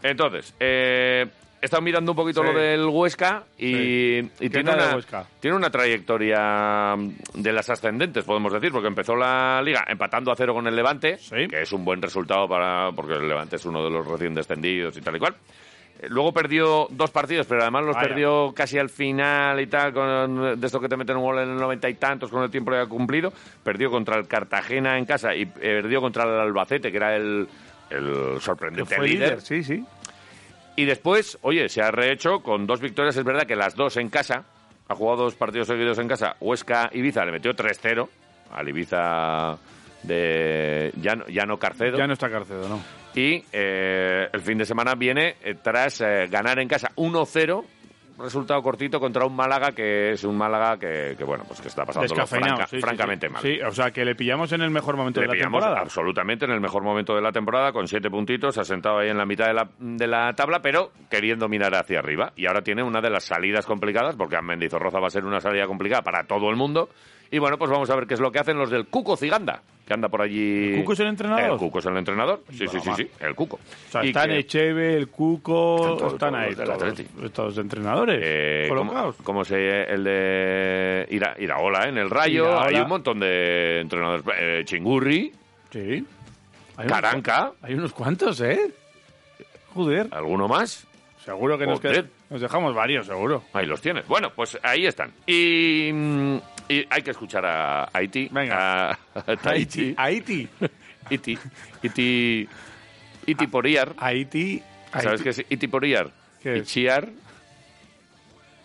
S3: Entonces, eh, he estado mirando un poquito
S4: Sí.
S3: lo del Huesca y, y
S4: ¿Qué
S3: tiene,
S4: tal el
S3: una,
S4: Huesca?
S3: tiene una trayectoria mm, de las ascendentes, podemos decir, porque empezó la liga empatando a cero con el Levante, que es un buen resultado para porque el Levante es uno de los recién descendidos y tal y cual. Eh, Luego perdió dos partidos, pero además los
S4: Vaya.
S3: perdió casi al final y tal, con, de esto que te meten un gol en el noventa y tantos con el tiempo ya cumplido. Perdió contra el Cartagena en casa y perdió contra el Albacete, que era el, el sorprendente
S4: Fue
S3: líder.
S4: líder, sí, sí.
S3: Y después, oye, se ha rehecho con dos victorias. Es verdad que las dos en casa. Ha jugado dos partidos seguidos en casa. Huesca, Ibiza, le metió 3-0 al Ibiza de Llano, Llano Carcedo.
S4: Ya no está Carcedo, no.
S3: Y eh, el fin de semana viene eh, tras eh, ganar en casa 1-0. Resultado cortito contra un Málaga que es un Málaga que, que, bueno, pues que está pasando
S4: Descafeinado, sí, sí, sí.
S3: francamente mal.
S4: Sí, o sea, que le pillamos en el mejor momento
S3: Le
S4: de la
S3: pillamos
S4: temporada.
S3: absolutamente en el mejor momento de la temporada, con siete puntitos, ha sentado ahí en la mitad de la, de la tabla, pero queriendo mirar hacia arriba. Y ahora tiene una de las salidas complicadas, porque a Mendizorroza va a ser una salida complicada para todo el mundo. Y bueno, pues vamos a ver qué es lo que hacen los del Cuco Ciganda, que anda por allí. ¿El
S4: Cuco es el entrenador?
S3: El Cuco es el entrenador. Sí, sí, sí, sí, el Cuco.
S4: O sea,
S3: Y
S4: están
S3: que-
S4: Echeve, el Cuco,
S3: todos,
S4: están
S3: todos
S4: ahí.
S3: los del
S4: todos,
S3: Atleti.
S4: estos entrenadores.
S3: eh,
S4: colocados.
S3: Como, como se el de Ira- Iraola, ¿eh? en el Rayo,
S4: Iraola.
S3: hay un montón de entrenadores. Eh, Chingurri,
S4: Sí. Hay unos-
S3: Caranca, Ah.
S4: hay unos cuantos, ¿eh? Joder.
S3: ¿alguno más?
S4: Seguro que nos,
S3: Joder.
S4: qued- nos dejamos varios, seguro.
S3: Ahí los tienes. Bueno, pues ahí están. Y, mm, y hay que escuchar a Haití.
S4: Venga.
S3: A, a Tahiti.
S4: Haití.
S3: Iti. Iti. Iti Poriar.
S4: Haití.
S3: ¿Sabes
S4: Haití.
S3: qué es Iti Poriar?
S4: ¿Qué es?
S3: Ichiar. No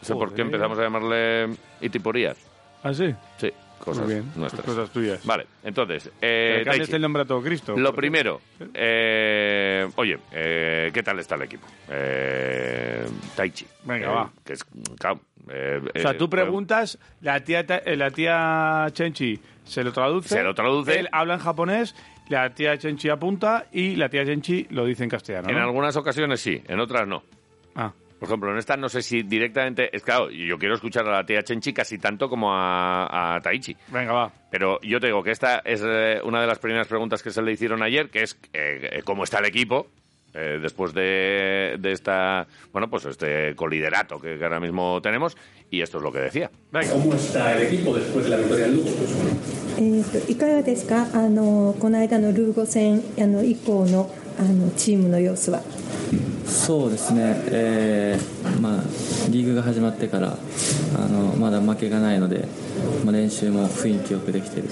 S3: sé por qué
S4: Joder.
S3: empezamos a llamarle Iti Poriar.
S4: Ah, sí.
S3: Sí, cosas
S4: Muy bien.
S3: nuestras.
S4: Cosas tuyas.
S3: Vale, entonces. Eh,
S4: Le cambias
S3: Tahiti.
S4: el nombre a todo Cristo.
S3: Lo
S4: porque-
S3: primero, eh, oye, eh, ¿qué tal está el equipo? Eh, Taichi.
S4: Venga,
S3: Eh,
S4: va.
S3: Que es, claro, eh,
S4: O sea,
S3: eh,
S4: tú
S3: fue-
S4: preguntas, la tía, ta- eh, la tía Chenchi se lo traduce.
S3: Se lo traduce.
S4: Él habla en japonés, la tía Chenchi apunta y la tía Chenchi lo dice en castellano.
S3: En
S4: ¿no?
S3: algunas ocasiones sí, en otras no.
S4: Ah,
S3: Por ejemplo, en esta no sé si directamente... Es claro, yo quiero escuchar a la tía Chenchi casi tanto como a, a Taichi.
S4: venga, va.
S3: Pero yo te digo que esta es eh, una de las primeras preguntas que se le hicieron ayer, que es eh, cómo está el equipo eh, después de, de esta bueno pues este coliderato que, que ahora mismo tenemos y esto es lo que decía.
S9: ¿Cómo está el equipo después de la victoria en Lugo?
S6: えーといかがですかあのこの間のルーゴ戦あの以降のあのチームの様子は
S10: そうですね、えーまあ、リーグが始まってからあのまだ負けがないので、まあ、練習も雰囲気よくできてる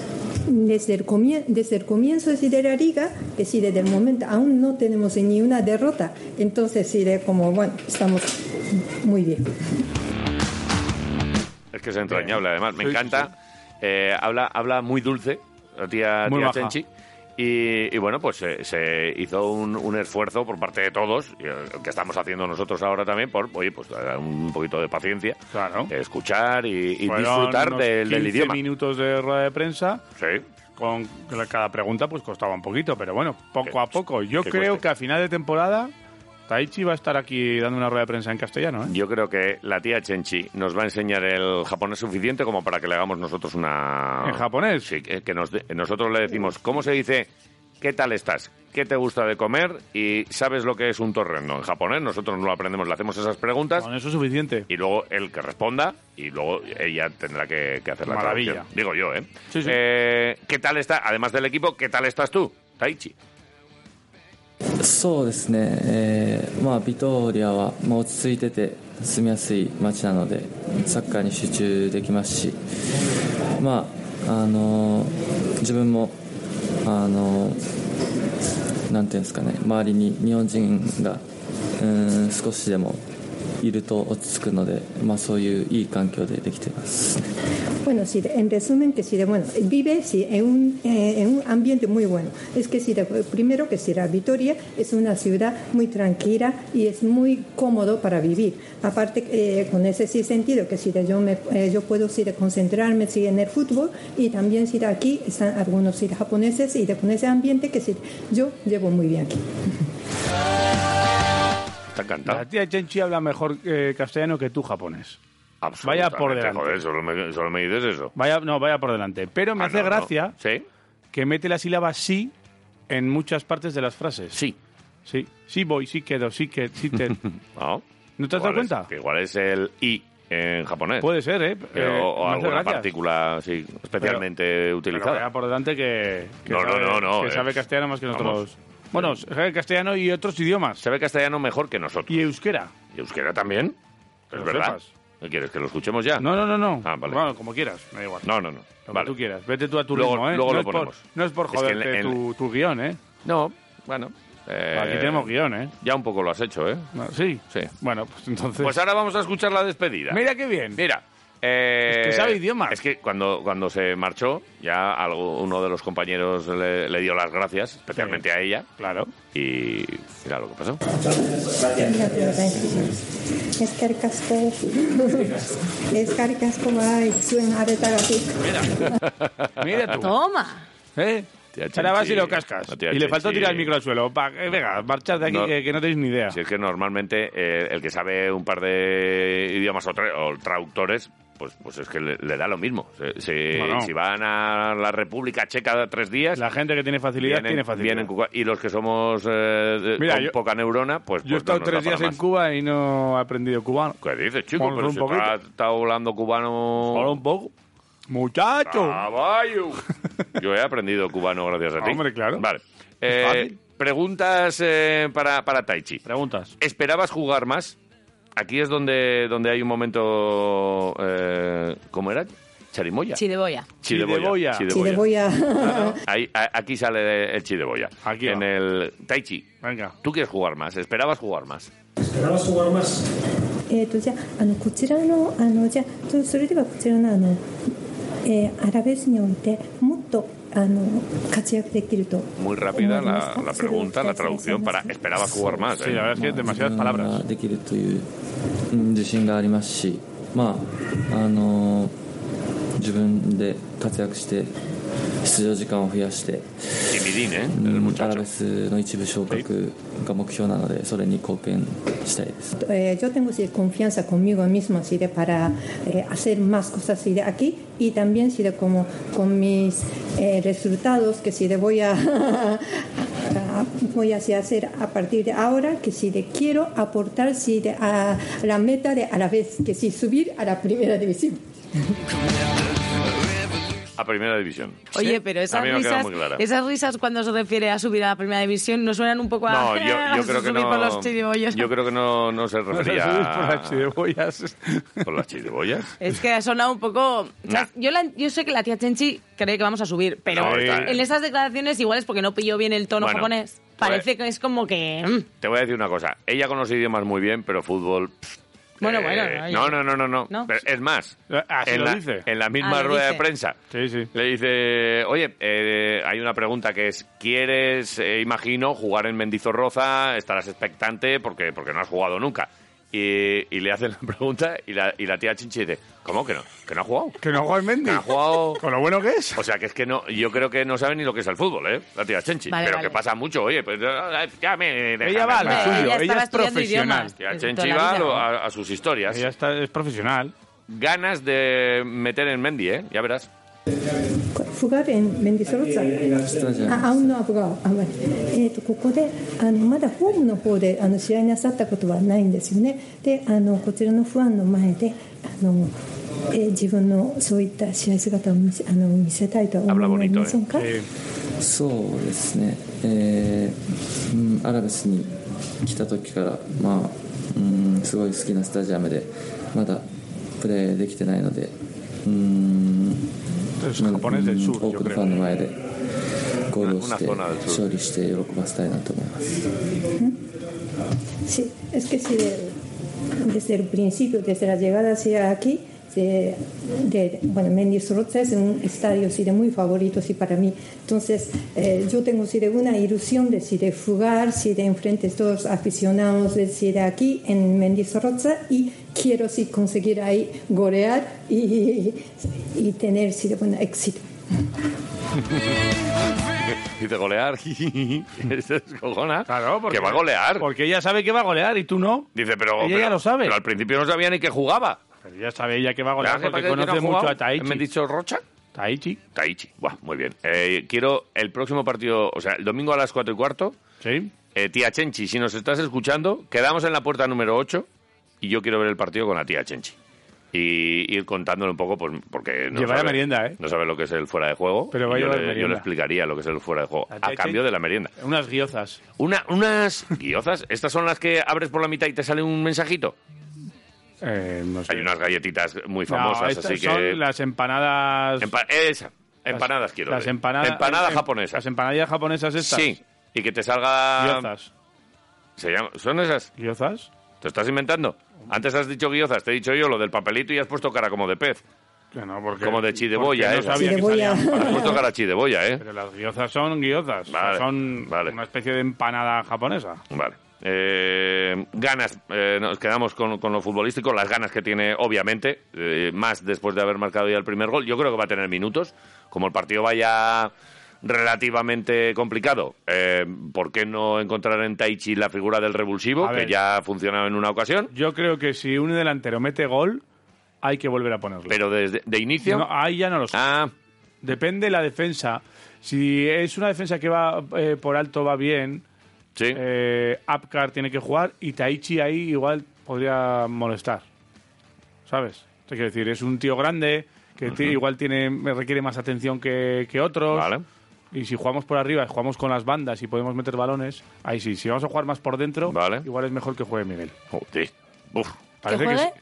S6: Desde el, comien- desde el comienzo si de la liga, que si desde el momento aún no tenemos ni una derrota, entonces sí, de como bueno, estamos muy bien.
S3: Es que es entrañable, además, me
S4: Sí,
S3: encanta. Eh, habla, habla muy dulce, la tía,
S4: Muy
S3: tía
S4: baja.
S3: Chenchi. Y, y bueno, pues eh, se hizo un, un esfuerzo por parte de todos, y, eh, que estamos haciendo nosotros ahora también, por, oye, pues dar un poquito de paciencia,
S4: Claro.
S3: escuchar y, y
S4: Fueron
S3: disfrutar
S4: unos
S3: del, del
S4: 15
S3: idioma.
S4: minutos de rueda de prensa.
S3: Sí,
S4: Con cada pregunta pues costaba un poquito, pero bueno, poco
S3: Que-
S4: a poco. Yo
S3: que
S4: creo
S3: cueste.
S4: que a final de temporada Taichi va a estar aquí dando una rueda de prensa en castellano, ¿eh?
S3: yo creo que la tía Chenchi nos va a enseñar el japonés suficiente como para que le hagamos nosotros una...
S4: ¿En japonés?
S3: Sí, que, que nos de- nosotros le decimos, ¿cómo se dice? ¿Qué tal estás? ¿Qué te gusta de comer? ¿Y sabes lo que es un torreno? En japonés nosotros no lo aprendemos, le hacemos esas preguntas
S4: Con eso es suficiente.
S3: y luego el que responda y luego ella tendrá que, que hacer la
S4: Maravilla.
S3: traducción. Digo yo, ¿eh?
S4: Sí, sí.
S3: Eh, ¿Qué tal está? Además del equipo, ¿qué tal estás tú, Taichi?
S10: そうですね、えーまあ、ビトーリアは、まあ、落ち着いてて住みやすい街なのでサッカーに集中できますし、まああの自分も、あのなんていうんですかね周りに日本人がうーん少しでもいると落ち着くので、まあ、そういういい環境でできてます。
S6: Bueno, sí, de- en resumen, que sí, de bueno, vive sí, en, un, eh, en un ambiente muy bueno. Es que sí, de- primero que sí, la Vitoria es una ciudad muy tranquila y es muy cómodo para vivir. Aparte, eh, con ese sí sentido, que sí, de yo, me, eh, yo puedo sí, de concentrarme sí, en el fútbol y también sí, de aquí están algunos sí, de japoneses y de, con ese ambiente que sí, yo llevo muy bien aquí.
S3: Está encantado.
S4: La tía Chenchi habla mejor eh, castellano que tú japonés.
S3: Absolutamente,
S4: por delante.
S3: Joder, solo me, solo me dices eso.
S4: Vaya, no, vaya por delante. Pero me
S3: Ah,
S4: hace
S3: no, no.
S4: gracia
S3: Sí,
S4: que mete la sílaba sí en muchas partes de las frases.
S3: sí.
S4: Sí, sí voy, sí quedo, sí que, sí te...
S3: No.
S4: ¿No te has dado
S3: Igual es-
S4: cuenta?
S3: que igual es el I en japonés.
S4: Puede ser, ¿eh?
S3: Pero-
S4: Eh,
S3: o
S4: me hace
S3: alguna
S4: gracia.
S3: partícula sí, especialmente
S4: Pero
S3: utilizada.
S4: vaya por delante que, que
S3: No, no,
S4: sabe,
S3: no, no,
S4: que
S3: eh.
S4: sabe castellano más que nosotros.
S3: Vamos, Eh.
S4: Bueno, sabe castellano y otros idiomas.
S3: Sabe castellano mejor que nosotros.
S4: Y euskera.
S3: ¿Y euskera también?
S4: Que
S3: Es
S4: lo
S3: verdad.
S4: sepas.
S3: ¿Quieres que lo escuchemos ya?
S4: No, no, no, no.
S3: Ah, vale.
S4: Bueno, como quieras, me da igual.
S3: No, no, no.
S4: Como
S3: Vale.
S4: tú quieras. Vete tú a tu
S3: Luego-
S4: ritmo, ¿eh?
S3: luego
S4: no
S3: lo
S4: es por-
S3: ponemos.
S4: no es por
S3: Es que en
S4: joderte
S3: la- en la-
S4: tu, tu guión, ¿eh?
S3: No, bueno. eh,
S4: Aquí tenemos guión, ¿eh?
S3: Ya un poco lo has hecho, ¿eh?
S4: No, Ah, sí.
S3: Sí.
S4: Bueno, pues entonces...
S3: Pues ahora vamos a escuchar la despedida.
S4: Mira qué bien.
S3: Mira. eh,
S4: Es que sabe idiomas.
S3: Es que cuando, cuando se marchó, ya algo, uno de los compañeros le, le dio las gracias, especialmente a ella.
S4: Claro.
S3: Y mira lo que pasó.
S6: Eskerrik asko. Eskerrik asko bai, zuen aretagatik.
S4: Mira tú.
S5: Toma.
S4: ¿Eh?
S3: Tía Chenchi.
S4: Ahora vas y lo cascas.
S3: La
S4: Y
S3: tía
S4: le faltó
S3: Chenchi.
S4: tirar el micro al suelo. Pa- eh, venga, marchad de aquí,
S3: No.
S4: que, que no tenéis ni idea.
S3: Si es que normalmente eh, el que sabe un par de idiomas o, tre- o traductores, pues, pues es que le, le da lo mismo. Se- se-
S4: Bueno.
S3: Si van a la República Checa tres días,
S4: La gente que tiene facilidad
S3: vienen-
S4: tiene facilidad.
S3: vienen cuca- y los que somos eh, de-
S4: Mira,
S3: con
S4: yo-
S3: poca neurona, pues,
S4: Yo he
S3: pues no
S4: estado
S3: nos da
S4: tres días
S3: para
S4: en
S3: más.
S4: Cuba y no he aprendido cubano.
S3: ¿Qué dices, chico?
S4: Vamos
S3: Pero
S4: un
S3: si
S4: poquito.
S3: está, está hablando cubano...
S4: Hola un poco. Muchacho.
S3: ¡Caballo! Yo he aprendido cubano gracias a ti.
S4: Hombre, claro.
S3: Vale. Eh,
S4: fácil.
S3: preguntas eh, para, para Taichi.
S4: Preguntas.
S3: ¿Esperabas jugar más? Aquí es donde, donde hay un momento... eh, ¿Cómo era? ¿Charimoya?
S5: Chireboya.
S4: Chideboya.
S6: Si le voy a...
S3: Ahí- a- aquí sale el chideboya.
S4: Aquí va.
S3: En el... Taichi,
S4: Venga.
S3: tú quieres jugar más. ¿Esperabas jugar más?
S9: ¿Esperabas jugar más?
S6: えー、とじゃああのこちらのあのじゃあそそれではこちらのあの、えーアラベスにおいてもっとあの活躍できると
S3: Muy
S6: 思
S3: rápida
S6: いま
S3: la,
S6: す
S3: la
S6: かそれを期
S3: pregunta,
S6: 待
S3: la
S6: されています
S3: traducción para esperabas jugar más.
S4: Sí,
S3: ¿eh?
S4: la verdad es que
S10: まあ
S4: demasiadas
S10: 自分
S4: palabras.
S10: ができるといううん自信がありますし、まああの自分で活躍して出場時間を増やして、
S3: Timidín, ¿eh?
S10: うん
S3: El
S10: ア
S3: muchacho.
S10: ラベスの一部昇格が目標なのでそれに貢献したいです。
S6: Eh, yo tengo sí, confianza conmigo mismo así de, para eh, hacer más cosas así de aquí y también sí, de, como con mis eh, resultados que si de, voy a, a- voy a sí, hacer a partir de ahora que si de, quiero aportar sí, de, a la meta de a la vez que si subir a la primera división.
S3: A primera división.
S5: Oye, pero
S3: A
S5: esas
S3: mí me ha quedado
S5: risas,
S3: muy clara.
S5: esas risas cuando se refiere a subir a la primera división, ¿no suenan un poco a,
S3: No, yo,
S5: a
S3: yo creo que
S5: subir por los
S3: no.
S5: chiribollos?
S3: Yo creo que no, no se refería
S4: Por
S3: a-
S4: las chidebollas.
S3: por las chiribollas.
S5: Es que ha sonado un poco... o sea,
S3: Nah.
S5: yo, la- yo sé que la tía Chenchi cree que vamos a subir, pero
S3: No, está-
S5: en esas declaraciones igual es porque no pilló bien el tono
S3: Bueno,
S5: japonés.
S3: pues-
S5: Parece que es como que... mm,
S3: Te voy a decir una cosa. Ella con los idiomas muy bien, pero fútbol. pff,
S5: Bueno,
S3: eh,
S5: bueno, no, yo-
S3: No, no, no, no. no.
S5: ¿No?
S3: Pero es más.
S4: Así
S3: en,
S4: lo
S3: la,
S4: dice.
S3: en la misma
S5: Ah, lo
S3: rueda de
S5: dice.
S3: prensa.
S4: Sí, sí.
S3: Le dice, oye, eh, hay una pregunta que es, ¿quieres, eh, imagino, jugar en Mendizorroza? Estarás expectante porque, porque no has jugado nunca. Y, y le hacen la pregunta y la, y la tía Chinchi dice, ¿cómo que no? ¿Que no ha jugado?
S4: Que no juega Mendy.
S3: ¿Que ha jugado?
S4: Con lo bueno que es.
S3: O sea, que es que no, yo creo que no sabe ni lo que es el fútbol, ¿eh? La tía Chenchi.
S5: Vale,
S3: pero
S5: vale.
S3: que pasa mucho, oye, pues eh, ya me... déjame
S4: Ella va a
S3: en
S4: lo
S5: Hombre,
S3: paz.
S4: suyo.
S5: ella estaba
S4: Ella es
S5: estudiando
S4: profesional.
S5: idiomas.
S3: Tía
S5: Toda
S3: Chenchi
S5: la
S3: va
S5: vida.
S3: a, lo- a- a sus historias.
S4: Ella está, es profesional.
S3: Ganas de meter en Mendy, ¿eh? Ya verás.
S6: jugar en Mendizorrozaあ青のアフガあまり、えー、とここであのまだホームの方であの試合なさったことはないんですよねであのこちらのファンの前であの、えー自分のそういった試合姿を見せあの見せたいとは思いませんか、
S10: そうですね、えーうん、アラベスに来た時から、まあうん、すごい好きなスタジアムでまだプレーできてないので、うん、
S4: Entonces, japonés del sur,
S10: 多
S4: yo
S10: くのファン
S4: creo.
S10: の前でゴールをして
S3: Una zona del sur.
S10: 勝利して喜ばせたいなと思います。
S6: Sí, es que sí, desde el principio, desde la llegada hacia aquí, de, de- bueno, Mendizorroza es un estadio sí, de muy favorito sí, para mí. Entonces, eh, yo tengo sí, de una ilusión de, sí, de jugar, sí, de enfrente a todos aficionados de, sí, de aquí en Mendizorroza y quiero sí, conseguir ahí golear y, y tener sí, de, bueno, éxito.
S3: Dice golear. Esto es cojona.
S4: Claro, porque.
S3: Que va a golear.
S4: Porque ella sabe que va a golear y tú no.
S3: Dice, pero...
S4: Ella ya
S3: pero-
S4: lo sabe.
S3: Pero al principio no sabía ni que jugaba.
S4: Pero ya sabe ella que va a
S3: ¿Verdad
S4: golear
S3: que
S4: porque
S3: para que no
S4: conoce
S3: ha
S4: mucho
S3: jugado?
S4: a
S3: ¿Me han
S4: Taichi.
S3: dicho Rocha?
S4: Taichi.
S3: Taichi. Buah, muy bien. Eh, quiero el próximo partido, o sea, el domingo a las cuatro y cuarto.
S4: Sí.
S3: Eh, tía Chenchi, si nos estás escuchando, quedamos en la puerta número 8 y yo quiero ver el partido con la tía Chenchi. y ir contándole un poco, pues, porque no
S4: Llevará
S3: sabe,
S4: merienda, ¿eh?
S3: no sabe lo que es el fuera de juego.
S4: Pero va a
S3: Y yo,
S4: llevar
S3: le, yo le
S4: merienda.
S3: explicaría lo que es el fuera de juego, a
S4: Echen-
S3: cambio de la merienda.
S4: Unas guiozas.
S3: Una, unas guiozas, estas son las que abres por la mitad y te sale un mensajito. Hay unas galletitas muy
S4: Eh,
S3: famosas,
S4: No, estas
S3: así que...
S4: son las empanadas...
S3: Empa- esa, empanadas quiero.
S4: Las
S3: ver.
S4: empanadas...
S3: Empanada
S4: em-
S3: japonesa.
S4: Las empanadillas japonesas estas.
S3: Sí, y que te salga...
S4: Guiozas.
S3: Se llama- ¿Son esas?
S4: ¿Guiozas?
S3: ¿Te estás inventando? Antes has dicho guiozas, te he dicho yo lo del papelito y has puesto cara como de pez.
S4: Que no, porque...
S3: Como de chi de
S4: porque
S3: boya,
S4: no
S3: ¿eh?
S4: sabía que
S6: Chideboya.
S4: salían.
S3: Has puesto cara chi de boya, ¿eh?
S4: Pero las guiozas son guiozas. o sea,
S3: Vale,
S4: son una especie de empanada japonesa.
S3: Vale. Eh, ganas, eh, nos quedamos con, con lo futbolístico, las ganas que tiene, obviamente, eh, más después de haber marcado ya el primer gol. Yo creo que va a tener minutos. Como el partido vaya relativamente complicado, eh, ¿por qué no encontrar en Taichi la figura del revulsivo,
S4: A
S3: que
S4: ver.
S3: ya ha funcionado en una ocasión?
S4: Yo creo que si un delantero mete gol, hay que volver a ponerlo.
S3: Pero desde de inicio, Ah.
S4: No, ahí ya no lo sé. Depende la defensa. Si es una defensa que va eh, por alto, va bien.
S3: Sí.
S4: Eh, Apcar tiene que jugar y Taichi ahí igual podría molestar. ¿Sabes? Te quiero decir, es un tío grande que ti- igual tiene me requiere más atención que, que otros. Y si jugamos por arriba, jugamos con las bandas y podemos meter balones, ahí sí. Si vamos a jugar más por dentro, igual es mejor que juegue Miguel.
S3: Joder. Uf.
S4: Parece
S5: ¿Que
S4: que
S5: juegue? Ah.
S4: sí.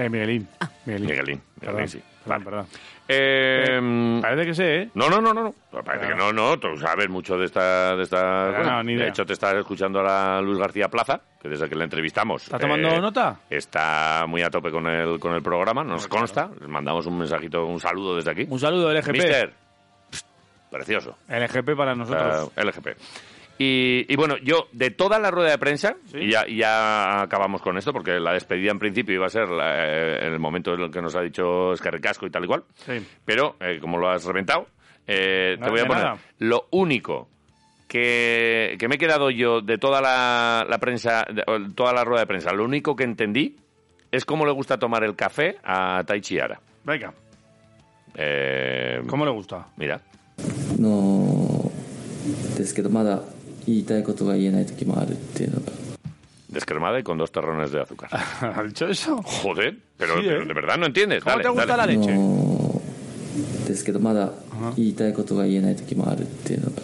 S4: Eh, Miguelín. Miguelín.
S3: Miguelín,
S4: Perdón,
S3: Miguelín, sí.
S4: Perdón, perdón.
S3: Eh,
S4: Parece que sé, ¿eh?
S3: No, no, no, no, no. Parece que no, no. Tú sabes mucho de esta... De, esta...
S4: Claro, Ah, no, ni
S3: de
S4: idea.
S3: hecho, te estás escuchando ahora a Luis García Plaza, que desde que la entrevistamos...
S4: ¿Está tomando
S3: eh,
S4: nota? Ah,
S3: Está muy a tope con el, con el programa, nos consta. Les mandamos un mensajito, un saludo desde aquí.
S4: Un saludo del EGP.
S3: Mister, pst, precioso.
S4: El EGP para nosotros.
S3: Ah, LGP. Y, y bueno, yo de toda la rueda de prensa, y ya, y ya acabamos con esto, porque la despedida en principio iba a ser la- eh, en el momento en el que nos ha dicho Escarricasco y tal y cual,
S4: Sí.
S3: pero eh, como lo has reventado, eh, te
S4: No,
S3: voy a
S4: de
S3: poner
S4: nada.
S3: lo único que, que me he quedado yo de toda la, la prensa, de- o toda la rueda de prensa, lo único que entendí es cómo le gusta tomar el café a Tai Chi Ara.
S4: Venga.
S3: Eh,
S4: ¿Cómo le gusta?
S3: Mira.
S10: のですけどまだ言いたいことが言えない時もあるっていうのが
S3: Descremada y con dos terrones de azúcar.
S4: ¿Ha dicho eso?
S3: Joder, pero,
S4: Sí, ¿eh?
S3: pero de verdad no entiendes.
S4: ¿Cómo
S3: dale,
S4: te gusta
S3: dale.
S4: la leche?
S10: ですけどまだ言いたいことが言えない時もあるっていうのが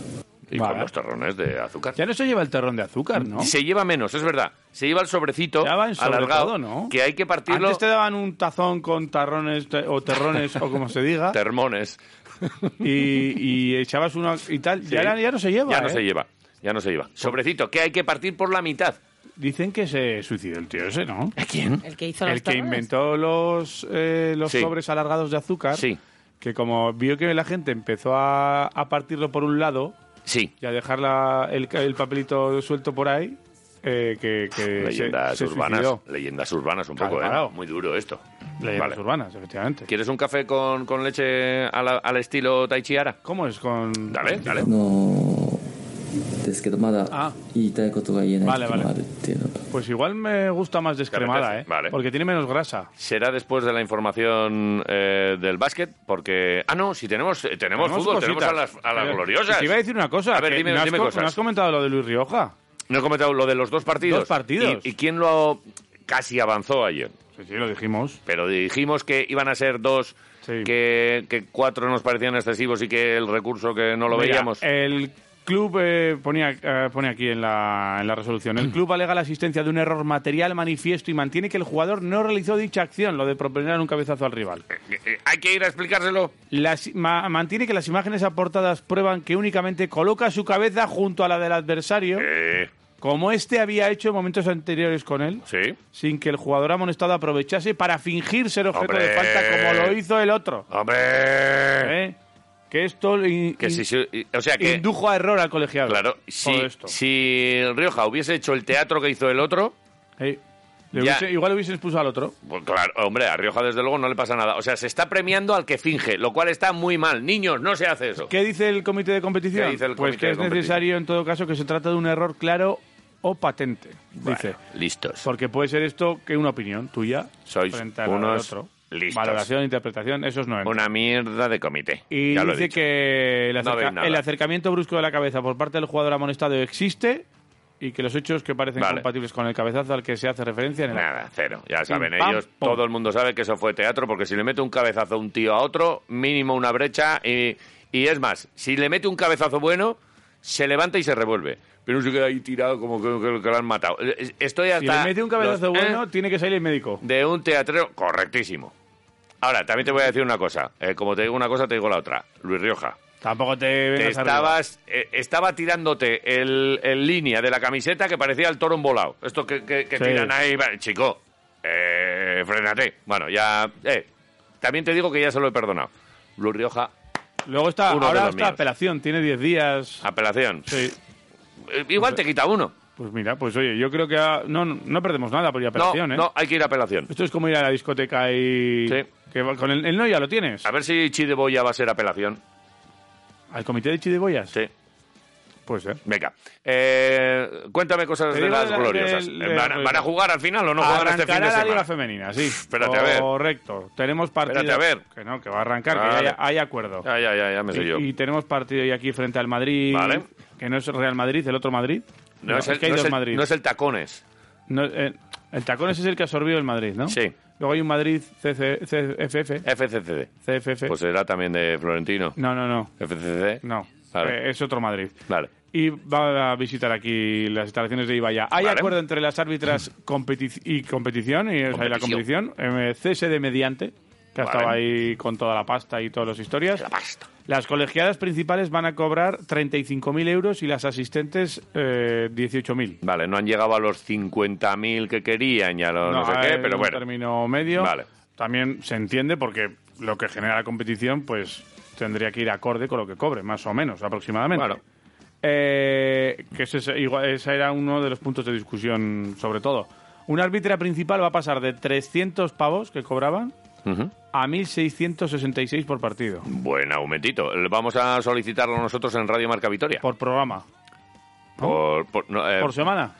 S3: Y con
S4: Vale.
S3: los terrones de azúcar.
S4: Ya no se lleva el terrón de azúcar, ¿no?
S3: Se lleva menos, es verdad. Se lleva el sobrecito
S4: Ya va en sobre
S3: alargado
S4: todo, ¿no?
S3: que hay que partirlo.
S4: Antes te daban un tazón con tarrones te- o terrones o como se diga
S3: Termones.
S4: y, y echabas uno y tal.
S3: Sí.
S4: Ya, era- ya no se lleva.
S3: Ya no
S4: ¿eh?
S3: se lleva. Ya no se lleva. Sobrecito que hay que partir por la mitad.
S4: Dicen que se suicidó el tío ese, ¿no?
S3: ¿A quién?
S5: El que hizo los
S4: El que
S5: terrones.
S4: inventó los, eh, los
S3: Sí.
S4: sobres alargados de azúcar,
S3: Sí,
S4: que como vio que la gente empezó a, a partirlo por un lado
S3: sí.
S4: y a dejar la- el, el papelito suelto por ahí, eh, que, que se,
S3: Leyendas
S4: se
S3: urbanas.
S4: suicidó.
S3: Leyendas urbanas un
S4: Claro,
S3: poco,
S4: claro.
S3: ¿eh? Muy duro esto.
S4: Leyendas
S3: Vale.
S4: urbanas, efectivamente.
S3: ¿Quieres un café con, con leche a la- al estilo Taichiara?
S4: ¿Cómo es con...?
S3: Dale, dale.
S10: のですけどまだ
S4: あ
S10: 言いたいことが言えない
S4: Ah. Vale,
S10: 時
S4: vale.
S10: もあるっていうのが
S4: Pues igual me gusta más descremada, ¿eh?
S3: apetece? Vale.
S4: Porque tiene menos grasa.
S3: Será después de la información eh, del básquet, porque... Ah, no, si tenemos, eh, tenemos, fútbol,
S4: cositas.
S3: tenemos a las, a las
S4: Pero
S3: gloriosas.
S4: Te iba a decir una cosa.
S3: A ver,
S4: que
S3: dime,
S4: no has
S3: dime
S4: co-
S3: cosas.
S4: ¿No has comentado lo de Luis Rioja?
S3: No he comentado lo de los dos partidos.
S4: Dos partidos.
S3: ¿Y, y quién lo casi avanzó ayer?
S4: Sí, sí, lo dijimos.
S3: Pero dijimos que iban a ser dos,
S4: Sí.
S3: que, que cuatro nos parecían excesivos y que el recurso que no lo
S4: Mira, eh,
S3: veíamos.
S4: El club eh, ponía, eh, pone aquí en la, en la resolución. El club alega la existencia de un error material manifiesto y mantiene que el jugador no realizó dicha acción, lo de proponer un cabezazo al rival.
S3: Eh, eh, Hay que ir a explicárselo.
S4: Las- ma- mantiene que las imágenes aportadas prueban que únicamente coloca su cabeza junto a la del adversario,
S3: Eh,
S4: como este había hecho en momentos anteriores con él.
S3: sí.
S4: sin que el jugador amonestado aprovechase para fingir ser objeto
S3: Hombre.
S4: de falta como lo hizo el otro.
S3: Hombre.
S4: ¿eh? Que esto le in-
S3: Que si,
S4: in-
S3: se- o sea que...
S4: indujo a error al colegiado.
S3: Claro, si,
S4: Todo esto.
S3: si el Rioja hubiese hecho el teatro que hizo el otro,
S4: Sí. Le
S3: Ya.
S4: hubiese- igual le hubiesen expulsado al otro.
S3: Pues claro, hombre, a Rioja desde luego no le pasa nada. O sea, se está premiando al que finge, lo cual está muy mal. Niños, no se hace eso.
S4: ¿Qué dice el comité de competición?
S3: ¿Qué dice el
S4: pues
S3: comité
S4: que
S3: de
S4: es
S3: competición?
S4: necesario en todo caso que se trata de un error claro o patente.
S3: Bueno,
S4: Dice.
S3: listos.
S4: Porque puede ser esto que una opinión tuya
S3: Sois
S4: frente a la del
S3: unos
S4: otro.
S3: listos.
S4: Valoración, interpretación, esos no entran.
S3: Una mierda de comité.
S4: Y
S3: Ya lo he
S4: dice
S3: dicho.
S4: que el,
S3: No
S4: acerca-
S3: veis nada.
S4: el acercamiento brusco de la cabeza por parte del jugador amonestado existe y que los hechos que parecen
S3: Vale.
S4: compatibles con el cabezazo al que se hace referencia en el...
S3: Nada, cero. Ya
S4: Pim,
S3: saben
S4: pam,
S3: ellos,
S4: pum.
S3: todo el mundo sabe que eso fue teatro, porque si le mete un cabezazo un tío a otro, mínimo una brecha y, y es más, si le mete un cabezazo bueno, se levanta y se revuelve. Pero no se queda ahí tirado como que, que- que lo han matado. Eh, Estoy hasta...
S4: Si le mete un cabezazo
S3: los- ¿eh?
S4: bueno, tiene que salir el médico.
S3: de un teatrero correctísimo. Ahora, también te voy a decir una cosa. Eh, como te digo una cosa, te digo la otra. Luis Rioja.
S4: Tampoco te
S3: Te
S4: vengas arriba.
S3: estabas, eh, estaba tirándote el, el línea de la camiseta que parecía el toro embolado. Esto que, que- que
S4: Sí.
S3: tiran ahí, va, chico, eh, frénate. Bueno, ya... eh, también te digo que ya se lo he perdonado. Luis Rioja,
S4: Luego está,
S3: uno de
S4: ahora
S3: los
S4: está
S3: míos.
S4: apelación, tiene 10 días.
S3: apelación.
S4: Sí.
S3: Eh, Igual te quita uno.
S4: Pues mira, pues oye, yo creo que ah, no, no perdemos nada por ir a
S3: No,
S4: apelación, ¿eh?
S3: no, hay que ir a apelación.
S4: Esto es como ir a la discoteca y...
S3: Sí. Ah.
S4: Que va- con el, el no ya lo tienes.
S3: A ver si Chideboya va a ser apelación.
S4: ¿Al comité de chideboyas?
S3: Sí.
S4: Pues, ¿eh?
S3: Venga, eh, cuéntame cosas
S4: Te
S3: de
S4: digo
S3: las
S4: de-
S3: gloriosas. Eh,
S4: del- del-
S3: ¿Van, a- van a jugar al final o no juegan este fin de
S4: Arrancará la
S3: semana?
S4: Liga Femenina, sí.
S3: Espérate a ver.
S4: Correcto. Tenemos partido.
S3: Espérate a ver.
S4: Que no, que va a arrancar,
S3: Vale.
S4: que ya hay, hay acuerdo.
S3: Ya, ya, ya, ya me sé yo.
S4: Y, y tenemos partido ya aquí frente al Madrid.
S3: Vale.
S4: Que no es Real Madrid, el otro Madrid.
S3: no, es el,
S4: que hay
S3: no es
S4: dos
S3: el-
S4: Madrid.
S3: no es el Tacones.
S4: No, eh, el Tacones es el que absorbió el Madrid, ¿no?
S3: Sí.
S4: Luego hay un Madrid CC, CFF.
S3: FCCD.
S4: CFF.
S3: Pues será también de Florentino.
S4: no, no, no.
S3: FCCD.
S4: No.
S3: Vale.
S4: Eh, es otro Madrid.
S3: Vale.
S4: Y va a visitar aquí las instalaciones de Ibaya. Hay
S3: Vale.
S4: acuerdo entre las árbitras competi- y competición, y, o sea, y la
S3: Competición.
S4: competición, eh, CSD mediante, que ha
S3: Vale.
S4: estado ahí con toda la pasta y todas las historias. Las colegiadas principales van a cobrar 35.000 euros y las asistentes eh, 18.000.
S3: Vale, no han llegado a los 50.000 que querían ya no, no sé
S4: hay
S3: qué,
S4: un
S3: pero bueno.
S4: término medio.
S3: Vale.
S4: También se entiende porque lo que genera la competición, pues tendría que ir acorde con lo que cobre, más o menos, aproximadamente.
S3: Claro.
S4: Eh, que ese, es- igual- ese era uno de los puntos de discusión, sobre todo. Un árbitra principal va a pasar de 300 pavos que cobraban
S3: Ujú.
S4: a 1.666 por partido,
S3: Buen aumentito. Vamos a solicitarlo nosotros en Radio Marca Vitoria.
S4: por programa,
S3: Por, por- no, eh,
S4: por semana.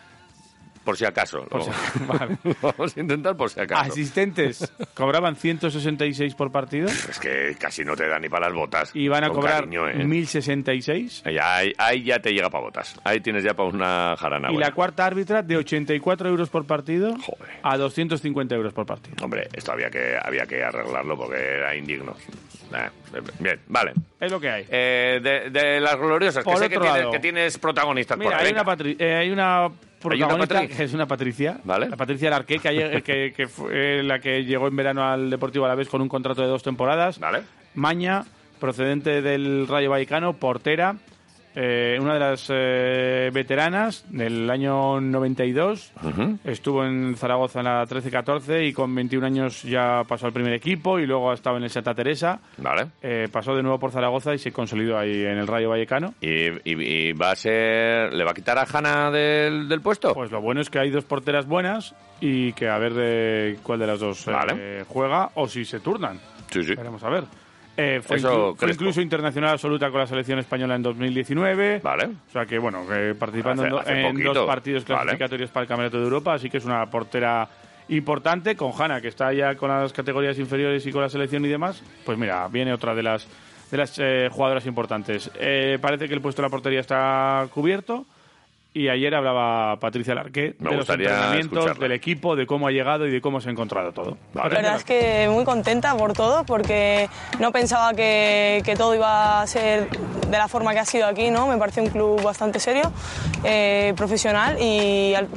S3: por si acaso.
S4: Por
S3: Lo-
S4: si- vale.
S3: Vamos a intentar por si acaso.
S4: Asistentes cobraban 166 por partido
S3: Es que casi no te da ni para las botas.
S4: y van a
S3: Con
S4: cobrar
S3: cariño, ¿eh?
S4: 1.066.
S3: Ahí, ahí- ahí ya te llega para botas. Ahí tienes ya para una jarana.
S4: y
S3: buena.
S4: la cuarta árbitra de 84 euros por partido
S3: Joder.
S4: a 250 euros por partido.
S3: Hombre, esto había que, había que arreglarlo porque era indigno. Nah, bien, vale.
S4: Es lo que hay.
S3: Eh, de, de las gloriosas, que
S4: Por
S3: sé que
S4: otro
S3: tienes,
S4: lado.
S3: que tienes protagonistas por
S4: Mira,
S3: ahí.
S4: hay
S3: venga.
S4: una, patri- eh, hay una protagonista
S3: patri-
S4: que es una Patricia,
S3: Vale.
S4: la Patricia Larqué, que, ayer- que- que fue eh, la que llegó en verano al Deportivo Alavés con un contrato de dos temporadas.
S3: Vale.
S4: Maña, procedente del Rayo Vallecano, portera, eh, una de las eh, veteranas del año 92. Estuvo en Zaragoza en la 13-14 y con 21 años ya pasó al primer equipo y luego ha estado en el Santa Teresa.
S3: Vale.
S4: Eh, pasó de nuevo por Zaragoza y se consolidó ahí en el Rayo Vallecano.
S3: Y, y- y va a ser. ¿Le va a quitar a Hanna del, del puesto?
S4: Pues lo bueno es que hay dos porteras buenas y que a ver de cuál de las dos eh,
S3: Vale.
S4: juega o si se turnan.
S3: sí, sí.
S4: Veremos a ver. Eh, fue,
S3: Eso,
S4: inclu- fue
S3: Crespo.
S4: incluso internacional absoluta con la selección española en 2019.
S3: Vale.
S4: O sea que, bueno, que participando
S3: Hace-
S4: en, do-
S3: hace
S4: en
S3: poquito.
S4: dos partidos
S3: Vale.
S4: clasificatorios para el Campeonato de Europa, así que es una portera importante. Con Hanna, que está ya con las categorías inferiores y con la selección y demás, pues mira, viene otra de las, de las eh, jugadoras importantes. Eh, parece que el puesto de la portería está cubierto. Y ayer hablaba Patricia Larqué de
S3: Me
S4: los
S3: gustaría
S4: entrenamientos,
S3: escucharla.
S4: del equipo, de cómo ha llegado y de cómo se ha encontrado todo.
S11: La
S3: Vale.
S11: verdad es que muy contenta por todo, porque no pensaba que, que todo iba a ser de la forma que ha sido aquí, ¿no? Me parece un club bastante serio, eh, profesional y, al-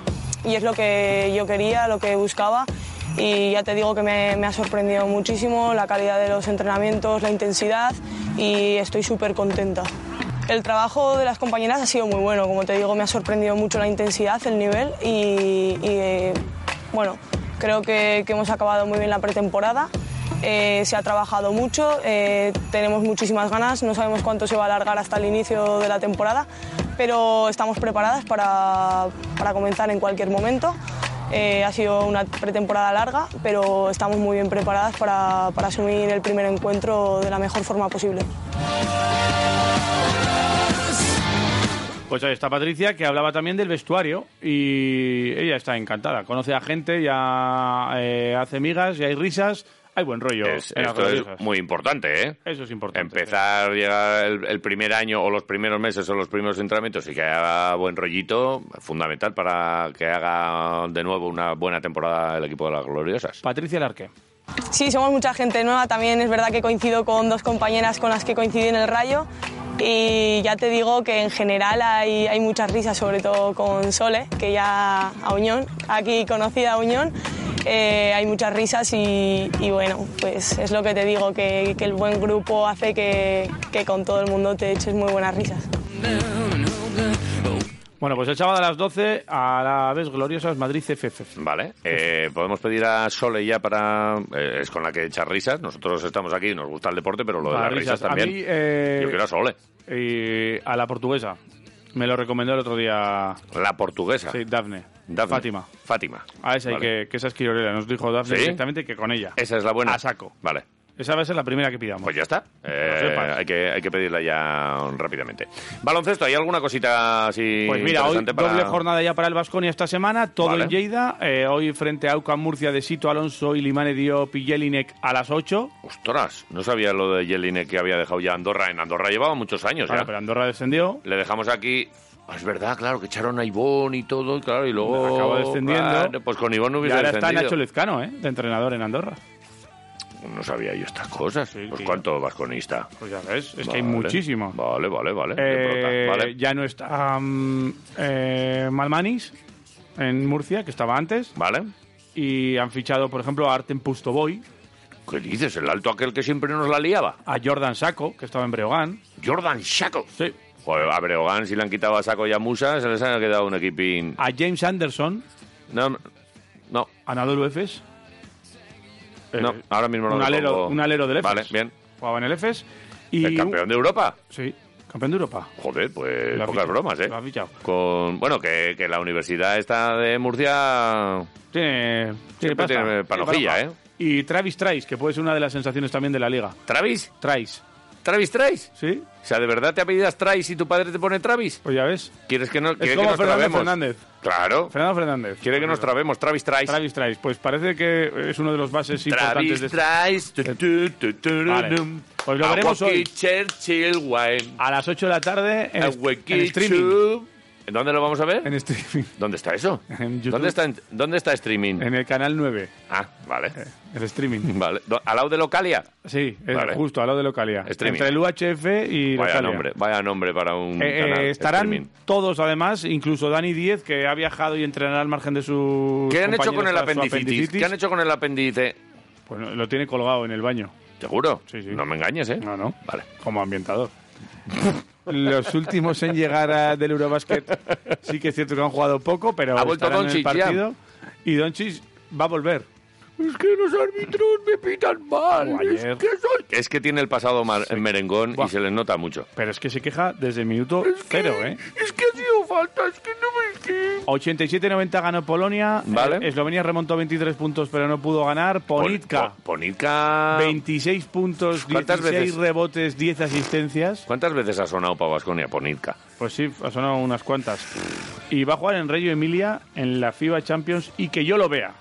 S11: y es lo que yo quería, lo que buscaba. Y ya te digo que me, me ha sorprendido muchísimo la calidad de los entrenamientos, la intensidad y estoy súper contenta. El trabajo de las compañeras ha sido muy bueno, como te digo, me ha sorprendido mucho la intensidad, el nivel y, y, eh, bueno, creo que, que hemos acabado muy bien la pretemporada. Eh, se ha trabajado mucho, eh, tenemos muchísimas ganas, no sabemos cuánto se va a alargar hasta el inicio de la temporada, pero estamos preparadas para, para comenzar en cualquier momento. Eh, ha sido una pretemporada larga, pero estamos muy bien preparadas para- para asumir el primer encuentro de la mejor forma posible.
S4: Pues ahí está Patricia, que hablaba también del vestuario y ella está encantada. Conoce a gente, ya eh, hace migas, ya hay risas, hay buen rollo.
S3: Es-
S4: en las
S3: esto es
S4: gloriosas.
S3: muy importante, ¿eh?
S4: Eso es importante.
S3: Empezar, llegar el, el primer año o los primeros meses o los primeros entrenamientos y que haga buen rollito, fundamental para que haga de nuevo una buena temporada el equipo de las gloriosas.
S4: Patricia Larque.
S11: Sí, somos mucha gente nueva. También es verdad que coincido con dos compañeras con las que coincidí en el Rayo. Y ya te digo que en general hay, hay muchas risas, sobre todo con Sole, que ya a Unión, aquí conocida a Unión, eh, hay muchas risas y, y bueno, pues es lo que te digo, que, que el buen grupo hace que, que con todo el mundo te eches muy buenas risas.
S4: Bueno, pues el sábado a las 12 a la vez gloriosas Madrid CFF.
S3: Vale. Eh, podemos pedir a Sole ya para... eh, es con la que echar risas. Nosotros estamos aquí, nos gusta el deporte, pero lo de
S4: Para
S3: las risas,
S4: risas. A
S3: también.
S4: mí, eh,
S3: Yo quiero a Sole.
S4: Y a la portuguesa. Me lo recomendó el otro día.
S3: La portuguesa.
S4: Sí, Dafne.
S3: Dafne.
S4: Fátima.
S3: Fátima.
S4: A esa, hay
S3: Vale.
S4: que, que esa es Quirolera. Nos dijo Dafne
S3: ¿Sí?
S4: directamente que con ella.
S3: Esa es la buena.
S4: A saco.
S3: Vale.
S4: Esa va a ser la primera que pidamos.
S3: Pues ya está. Eh,
S4: Lo sepas.
S3: hay, que, hay que pedirla ya rápidamente. Baloncesto, ¿hay alguna cosita así
S4: Pues mira, hoy
S3: interesante para...?
S4: doble jornada ya para el Vasconia esta semana, todo
S3: Vale.
S4: en Lleida. Eh, hoy frente a Auca Murcia de Sito Alonso y Limane Dio Pillelinek a las 8.
S3: Ostras, no sabía lo de Jelinek que había dejado ya Andorra. En Andorra llevaba muchos años
S4: Ahora,
S3: ya.
S4: pero Andorra descendió.
S3: Le dejamos aquí... Ah, Es verdad, claro, que echaron a Ivón y todo, claro, y luego...
S4: Acabó descendiendo.
S3: Claro, pues con Ivón no
S4: Y
S3: hubiese
S4: ahora está
S3: descendido.
S4: Nacho Lezcano, ¿eh? De entrenador en Andorra.
S3: Pues No sabía yo estas cosas. pues cuánto vasconista.
S4: Pues ya ves, es que hay muchísimo.
S3: Vale, vale, vale.
S4: Eh,
S3: De prota, vale.
S4: Ya no está mm, eh, Malmanis en Murcia, que estaba antes.
S3: Vale.
S4: Y han fichado, por ejemplo, a Artem Pustoboy,
S3: ¿Qué dices? El alto aquel que siempre nos la liaba.
S4: a Jordan Saco, que estaba en Breogán.
S3: Jordan Shaco.
S4: Sí.
S3: Joder, a Breogán, si le han quitado a Saco y a Musa, se les han quedado un equipín.
S4: A James Anderson,
S3: No, no,
S4: a Nadal Efes.
S3: no,
S4: Eh,
S3: ahora mismo no
S4: un
S3: lo
S4: alero-
S3: pongo.
S4: un alero del Efes.
S3: Vale, bien.
S4: Jugaba en el Efes. Y
S3: ¿El campeón de Europa?
S4: Sí, campeón de Europa.
S3: Joder, pues
S4: Lo ha
S3: pocas
S4: fichado,
S3: bromas, ¿eh?
S4: lo ha fichado.
S3: Con, bueno, que, que la universidad esta de Murcia...
S4: Tiene, tiene,
S3: Siempre
S4: pasta,
S3: tiene
S4: tiene
S3: panojilla,
S4: panoja.
S3: ¿eh?
S4: Y Travis Trice, que puede ser una de las sensaciones también de la liga.
S3: ¿Travis?
S4: Trice,
S3: ¿Travis Travis?
S4: ¿sí?
S3: O sea, ¿de verdad te apellidas Travis y tu padre te pone Travis?
S4: Pues ya ves.
S3: ¿Quieres que, no,
S4: Es
S3: quieres que
S4: como
S3: nos
S4: Fernando
S3: trabemos?
S4: Fernández.
S3: Claro.
S4: Fernando Fernández.
S3: Quiere que nos trabemos. Travis Travis.
S4: Travis Trice, pues parece que es uno de los bases importantes
S3: Travis
S4: de este-
S3: Trice. tu, tu, tu, tu,
S4: Vale.
S3: dum.
S4: Pues lo
S3: A
S4: veremos
S3: walkie
S4: hoy.
S3: Churchill wine.
S4: A las 8 de la tarde en,
S3: A
S4: est-
S3: walkie
S4: en streaming.
S3: tube. ¿Dónde lo vamos a ver?
S4: En streaming.
S3: ¿Dónde está eso?
S4: En YouTube.
S3: ¿Dónde está, en- ¿Dónde está streaming?
S4: En el canal 9.
S3: Ah, vale.
S4: El streaming.
S3: vale. Do- ¿Al lado de Localia?
S4: Sí, es
S3: Vale.
S4: justo al lado de Localía.
S3: Streaming.
S4: Entre el UHF y
S3: Vaya
S4: Localia.
S3: nombre, vaya nombre para un
S4: Eh, eh,
S3: canal
S4: estarán
S3: streaming.
S4: todos además, incluso Dani Díez, que ha viajado y entrenará al margen de su.
S3: ¿Qué han hecho con el apendicitis? ¿Qué han hecho con el apendicitis?
S4: Pues no, lo tiene colgado en el baño.
S3: ¿Seguro?
S4: Sí, sí.
S3: No me engañes, ¿eh?
S4: No, no.
S3: Vale.
S4: Como ambientador. Los últimos en llegar a- del Eurobasket sí que es cierto que han jugado poco, pero
S3: Ha vuelto
S4: estarán en el
S3: Doncic ya.
S4: partido. Y Doncic va a volver.
S3: Es que los árbitros me pitan mal.
S4: Como ayer. es que
S3: Es que tiene el pasado mar- merengón
S4: Buah.
S3: y se les nota mucho.
S4: Pero es que se queja desde el minuto cero, ¿eh?
S3: Es que ha sido falta, es que no
S4: 87-90 ganó Polonia.
S3: Vale.
S4: Eh, Eslovenia remontó 23 puntos, pero no pudo ganar. Ponitka,
S3: Ponitka.
S4: 26 puntos,
S3: ¿Cuántas
S4: 16
S3: veces?
S4: rebotes, 10 asistencias.
S3: ¿Cuántas veces ha sonado para Vasconia Ponitka?
S4: Pues sí, ha sonado unas cuantas. Y va a jugar en Reggio Emilia en la FIBA Champions y que yo lo vea.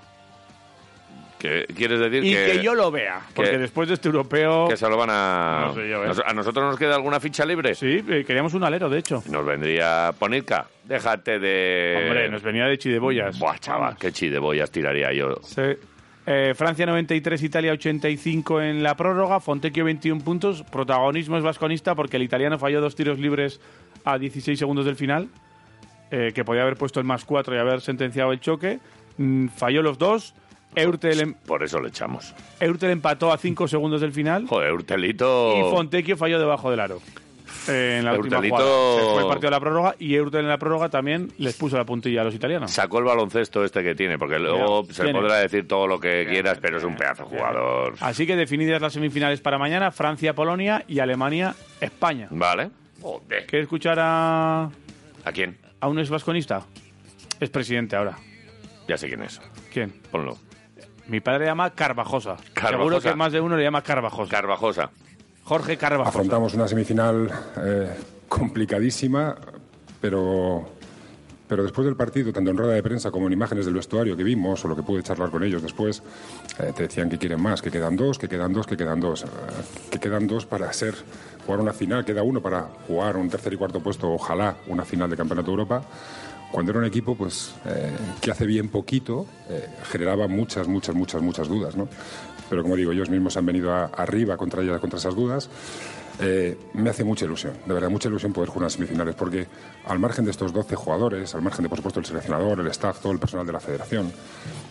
S3: ¿Qué quieres decir?
S4: Y que, yo lo vea. Porque después de este europeo.
S3: que se lo van a.
S4: No sé yo, ¿eh?
S3: Nos- ¿A nosotros nos queda alguna ficha libre?
S4: Sí, eh, queríamos un alero, de hecho.
S3: Nos vendría Ponitka. Déjate de.
S4: Hombre, nos venía de Chideboyas.
S3: Buah, chaval, qué chideboyas tiraría yo.
S4: Sí. Eh, Francia 93, Italia 85 en la prórroga, Fontecchio 21 puntos, protagonismo es vasconista porque el italiano falló dos tiros libres a 16 segundos del final, eh, que podía haber puesto el más 4 y haber sentenciado el choque, Mm, falló los dos, Eurte le,
S3: Pues Por eso le echamos.
S4: Eurte le empató a 5 segundos del final
S3: Joder, Urtelito.
S4: y Fontecchio falló debajo del aro. eh, en la última
S3: Eurtelito-
S4: jugada. Se fue el partido de la prórroga y Eurte en la prórroga también les puso la puntilla a los italianos.
S3: Sacó el baloncesto este que tiene, porque luego se
S4: tiene.
S3: podrá decir todo lo que quieras, pero es un pedazo de jugador.
S4: Así que definidas las semifinales para mañana, Francia, Polonia y Alemania, España.
S3: Vale. Joder.
S4: ¿Quieres escuchar a,
S3: ¿A quién?
S4: a un ex vasconista? Es presidente ahora.
S3: Ya sé quién es.
S4: ¿Quién?
S3: Ponlo.
S4: Mi padre le llama Carvajosa.
S3: Carvajosa.
S4: Seguro que más de uno le llama Carvajosa.
S3: Carvajosa.
S4: Jorge Carvajosa.
S12: Afrontamos una semifinal eh, complicadísima, pero Pero después del partido, tanto en rueda de prensa como en imágenes del vestuario que vimos o lo que pude charlar con ellos después, eh, te decían que quieren más, que quedan dos, que quedan dos, que quedan dos, eh, que quedan dos para ser jugar una final, queda uno para jugar un tercer y cuarto puesto, ojalá una final de Campeonato de Europa. Cuando era un equipo pues, eh, que hace bien poquito eh, generaba muchas, muchas, muchas, muchas dudas. ¿no? Pero como digo, ellos mismos han venido a- arriba contra ellas, contra esas dudas. Eh, me hace mucha ilusión, de verdad, mucha ilusión poder jugar unas semifinales, porque al margen de estos 12 jugadores, al margen de, por supuesto, el seleccionador, el staff, todo el personal de la federación,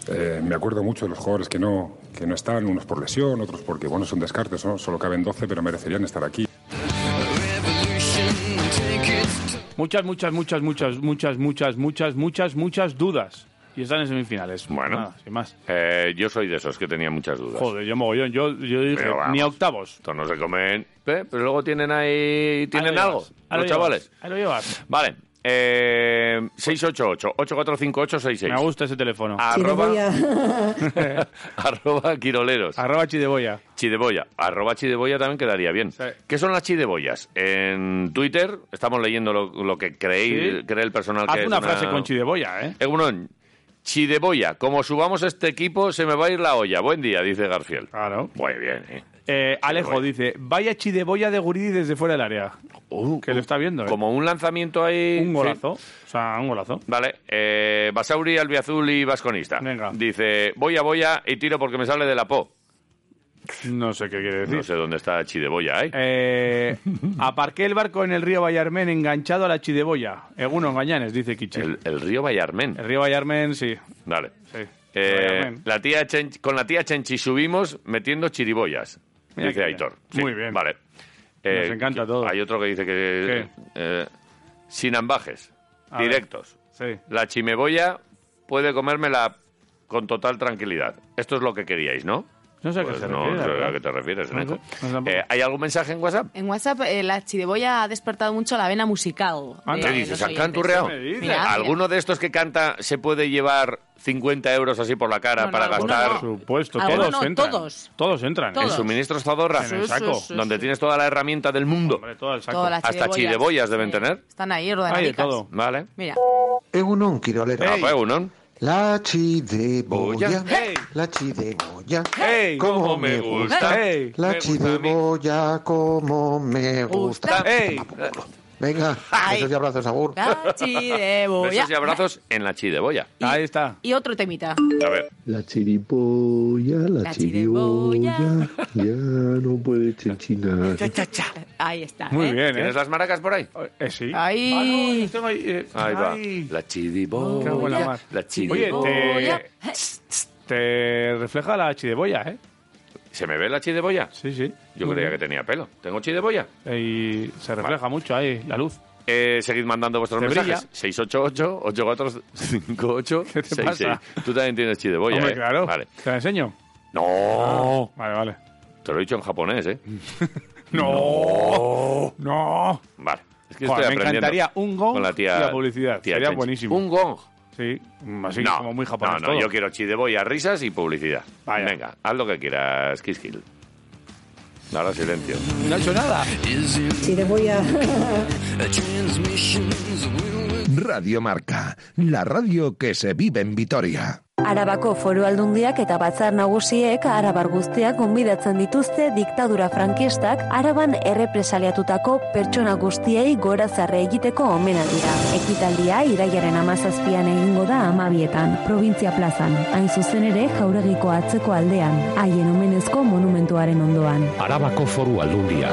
S12: eh, me acuerdo mucho de los jugadores que no, que no están, unos por lesión, otros porque, bueno, son descartes, ¿no? solo caben 12, pero merecerían estar aquí.
S4: Muchas, muchas, muchas, muchas, muchas, muchas, muchas, muchas, muchas dudas. Y están en semifinales.
S3: Bueno.
S4: Nada, sin más.
S3: Eh, yo soy de esos que tenía muchas dudas.
S4: Joder, yo mogollón. Yo, yo dije,
S3: Pero vamos.
S4: ni a octavos.
S3: Esto no se comen. Eh, Pero luego tienen ahí. ¿Tienen
S4: Ahí lo
S3: algo?
S4: llevas, ahí lo
S3: Los
S4: llevas,
S3: chavales.
S4: Ahí lo llevas.
S3: Vale. Eh, 688-845866.
S4: Me gusta ese teléfono.
S3: Arroba, arroba quiroleros.
S4: Arroba chideboya.
S3: Chideboya. Arroba chideboya también quedaría bien. ¿Qué son las chideboyas? En Twitter estamos leyendo lo, lo que creéis,
S4: Sí.
S3: cree el personal que
S4: Haz
S3: es
S4: una frase con chideboya, ¿eh?
S3: Egunon, chideboya. Como subamos este equipo, se me va a ir la olla. Buen día, dice Garfield.
S4: Claro.
S3: Muy bien. ¿eh?
S4: Eh, Alejo dice, vaya chideboya de Guridi desde fuera del área. que lo está viendo, ¿eh?
S3: Uh, Como un lanzamiento ahí...
S4: Un golazo. O sea, un golazo.
S3: Vale, eh, Basauri, Albiazul y Vasconista.
S4: Venga.
S3: Dice, voy a boya y tiro porque me sale de la po.
S4: No sé qué quiere decir.
S3: No sé dónde está Chideboya, ¿eh?
S4: Eh, aparqué el barco en el río Vallarmen enganchado a la chideboya. Eguno engañanes, dice Kichi.
S3: El, el río Vallarmen.
S4: El río Vallarmen, sí.
S3: Vale.
S4: Sí.
S3: Eh,
S4: Vallarmen.
S3: la tía Chen- con la tía Chenchi subimos metiendo chiriboyas,
S4: Mira
S3: dice
S4: qué
S3: Aitor.
S4: bien.
S3: Muy bien. Vale.
S4: Nos encanta
S3: que- Hay otro que dice que... eh, sin ambajes,
S4: A ver.
S3: directos.
S4: Sí.
S3: La chimeboya puede comérmela con total tranquilidad. Esto es lo que queríais, ¿no?
S4: No sé a qué
S3: Pues
S4: se
S3: no,
S4: refiere, la
S3: sé
S4: verdad.
S3: a qué te refieres,
S4: No sé,
S3: Eneco.
S4: no sé tampoco.
S3: Eh, ¿Hay algún mensaje en WhatsApp?
S5: En WhatsApp, eh, la chideboya ha despertado mucho la vena musical. de
S3: ¿Qué dices?
S5: los
S3: ¿Han
S5: oyentes.
S3: canturreado?
S5: Mira,
S3: ¿Alguno de estos que canta se puede llevar 50 euros así por la cara
S5: No, no,
S3: para
S5: alguno
S3: gastar?
S5: no.
S4: Por supuesto,
S5: Alguno
S4: todos
S5: no,
S4: entran.
S5: todos.
S4: Todos entran.
S3: En suministros Zadorra,
S4: En el saco.
S3: donde tienes toda la herramienta del mundo.
S5: Todas las
S3: Hasta
S5: chiriboyas.
S3: chiriboyas deben tener.
S5: Están ahí ordenadicas.
S3: Vale.
S5: Mira.
S13: Egunon, Kirolero.
S3: Ah, pues, Egunon.
S13: La chideboya,
S5: ¡Eh!
S3: Hey.
S13: la chideboya,
S3: Hey, cómo me gusta. Hey,
S13: la
S3: me gusta
S13: chideboya, como me gusta.
S3: Hey.
S13: Venga,
S5: Ay.
S13: besos y abrazos, agur.
S5: La chideboya.
S3: Besos y abrazos en la chiriboya.
S4: Ahí está.
S5: Y otro temita.
S3: A ver.
S14: La chiriboya, la,
S5: La
S14: chiriboya,
S5: chiriboya.
S14: ya no puede chinchinar.
S5: Ahí está. ¿eh?
S3: ¿Tienes las maracas por ahí?
S4: Eh, sí.
S5: Ahí.
S3: Ahí va. La
S4: Me cago en la mar.
S3: chiriboya. La
S4: Oye,
S3: chiriboya.
S4: te, te refleja la chideboya, ¿eh?
S3: ¿Se me ve la chiriboya?
S4: Sí, sí.
S3: Yo
S4: Muy
S3: creía
S4: bien.
S3: que tenía pelo. ¿Tengo chiriboya?
S4: Y se refleja mucho ahí la luz.
S3: Eh, seguid mandando vuestros
S4: Te
S3: mensajes. 688-8458-66.
S4: pasa?
S3: Tú también tienes chideboya,
S4: Hombre,
S3: ¿eh?
S4: claro.
S3: Vale.
S4: ¿Te la enseño?
S3: ¡No!
S4: Vale, vale. Mm.
S3: Te lo he dicho en japonés, ¿eh?
S4: ¡No! ¡No!
S3: Vale. Es que
S4: Joder,
S3: estoy
S4: me
S3: aprendiendo
S4: encantaría un gong
S3: con la tía-
S4: y la publicidad.
S3: tía
S4: Sería
S3: Chenchi.
S4: buenísimo.
S3: Un gong.
S4: Sí, así
S3: no,
S4: como muy japonés
S3: No, no,
S4: todo.
S3: yo quiero chideboya, risas y publicidad. Venga, haz lo que quieras, Kiskil. Ahora silencio.
S4: No ha hecho nada.
S6: Chireboya.
S15: Radio Marca, la radio que se vive en Vitoria.
S16: Arabako foru aldundiak eta batzar nagusiek arabar guztiak gonbidatzen dituzte diktadura frankistak araban errepresaliatutako pertsona guztiei gora zarre egiteko omenaldira. Ekitaldia iraiaren amazazpian egingo da amabietan, provintzia plazan, hain zuzen ere jauregiko atzeko aldean, haien omenezko monumentuaren ondoan.
S17: Arabako foru aldundia.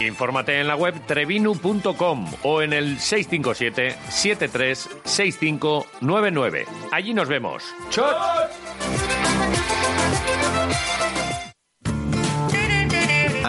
S3: Infórmate en la web trevinu.com o en el 657-736599. Allí nos vemos. ¡Chot!
S2: A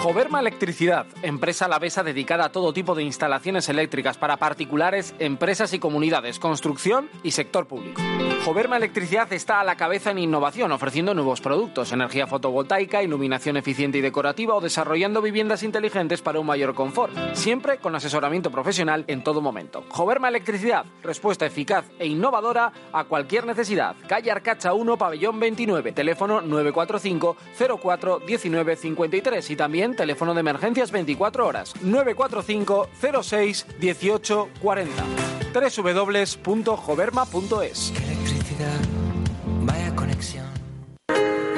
S18: Joverma Electricidad, empresa alavesa dedicada a todo tipo de instalaciones eléctricas para particulares, empresas y comunidades, construcción y sector público. Joverma Electricidad está a la cabeza en innovación, ofreciendo nuevos productos, energía fotovoltaica, iluminación eficiente y decorativa o desarrollando viviendas inteligentes para un mayor confort, siempre con asesoramiento profesional en todo momento. Joverma Electricidad, respuesta eficaz e innovadora a cualquier necesidad. Calle Arcacha 1, pabellón 29, teléfono 945 04 19 53 y también teléfono de emergencias 24 horas 945 06 18 40 www.joverma.es
S17: Vaya conexión.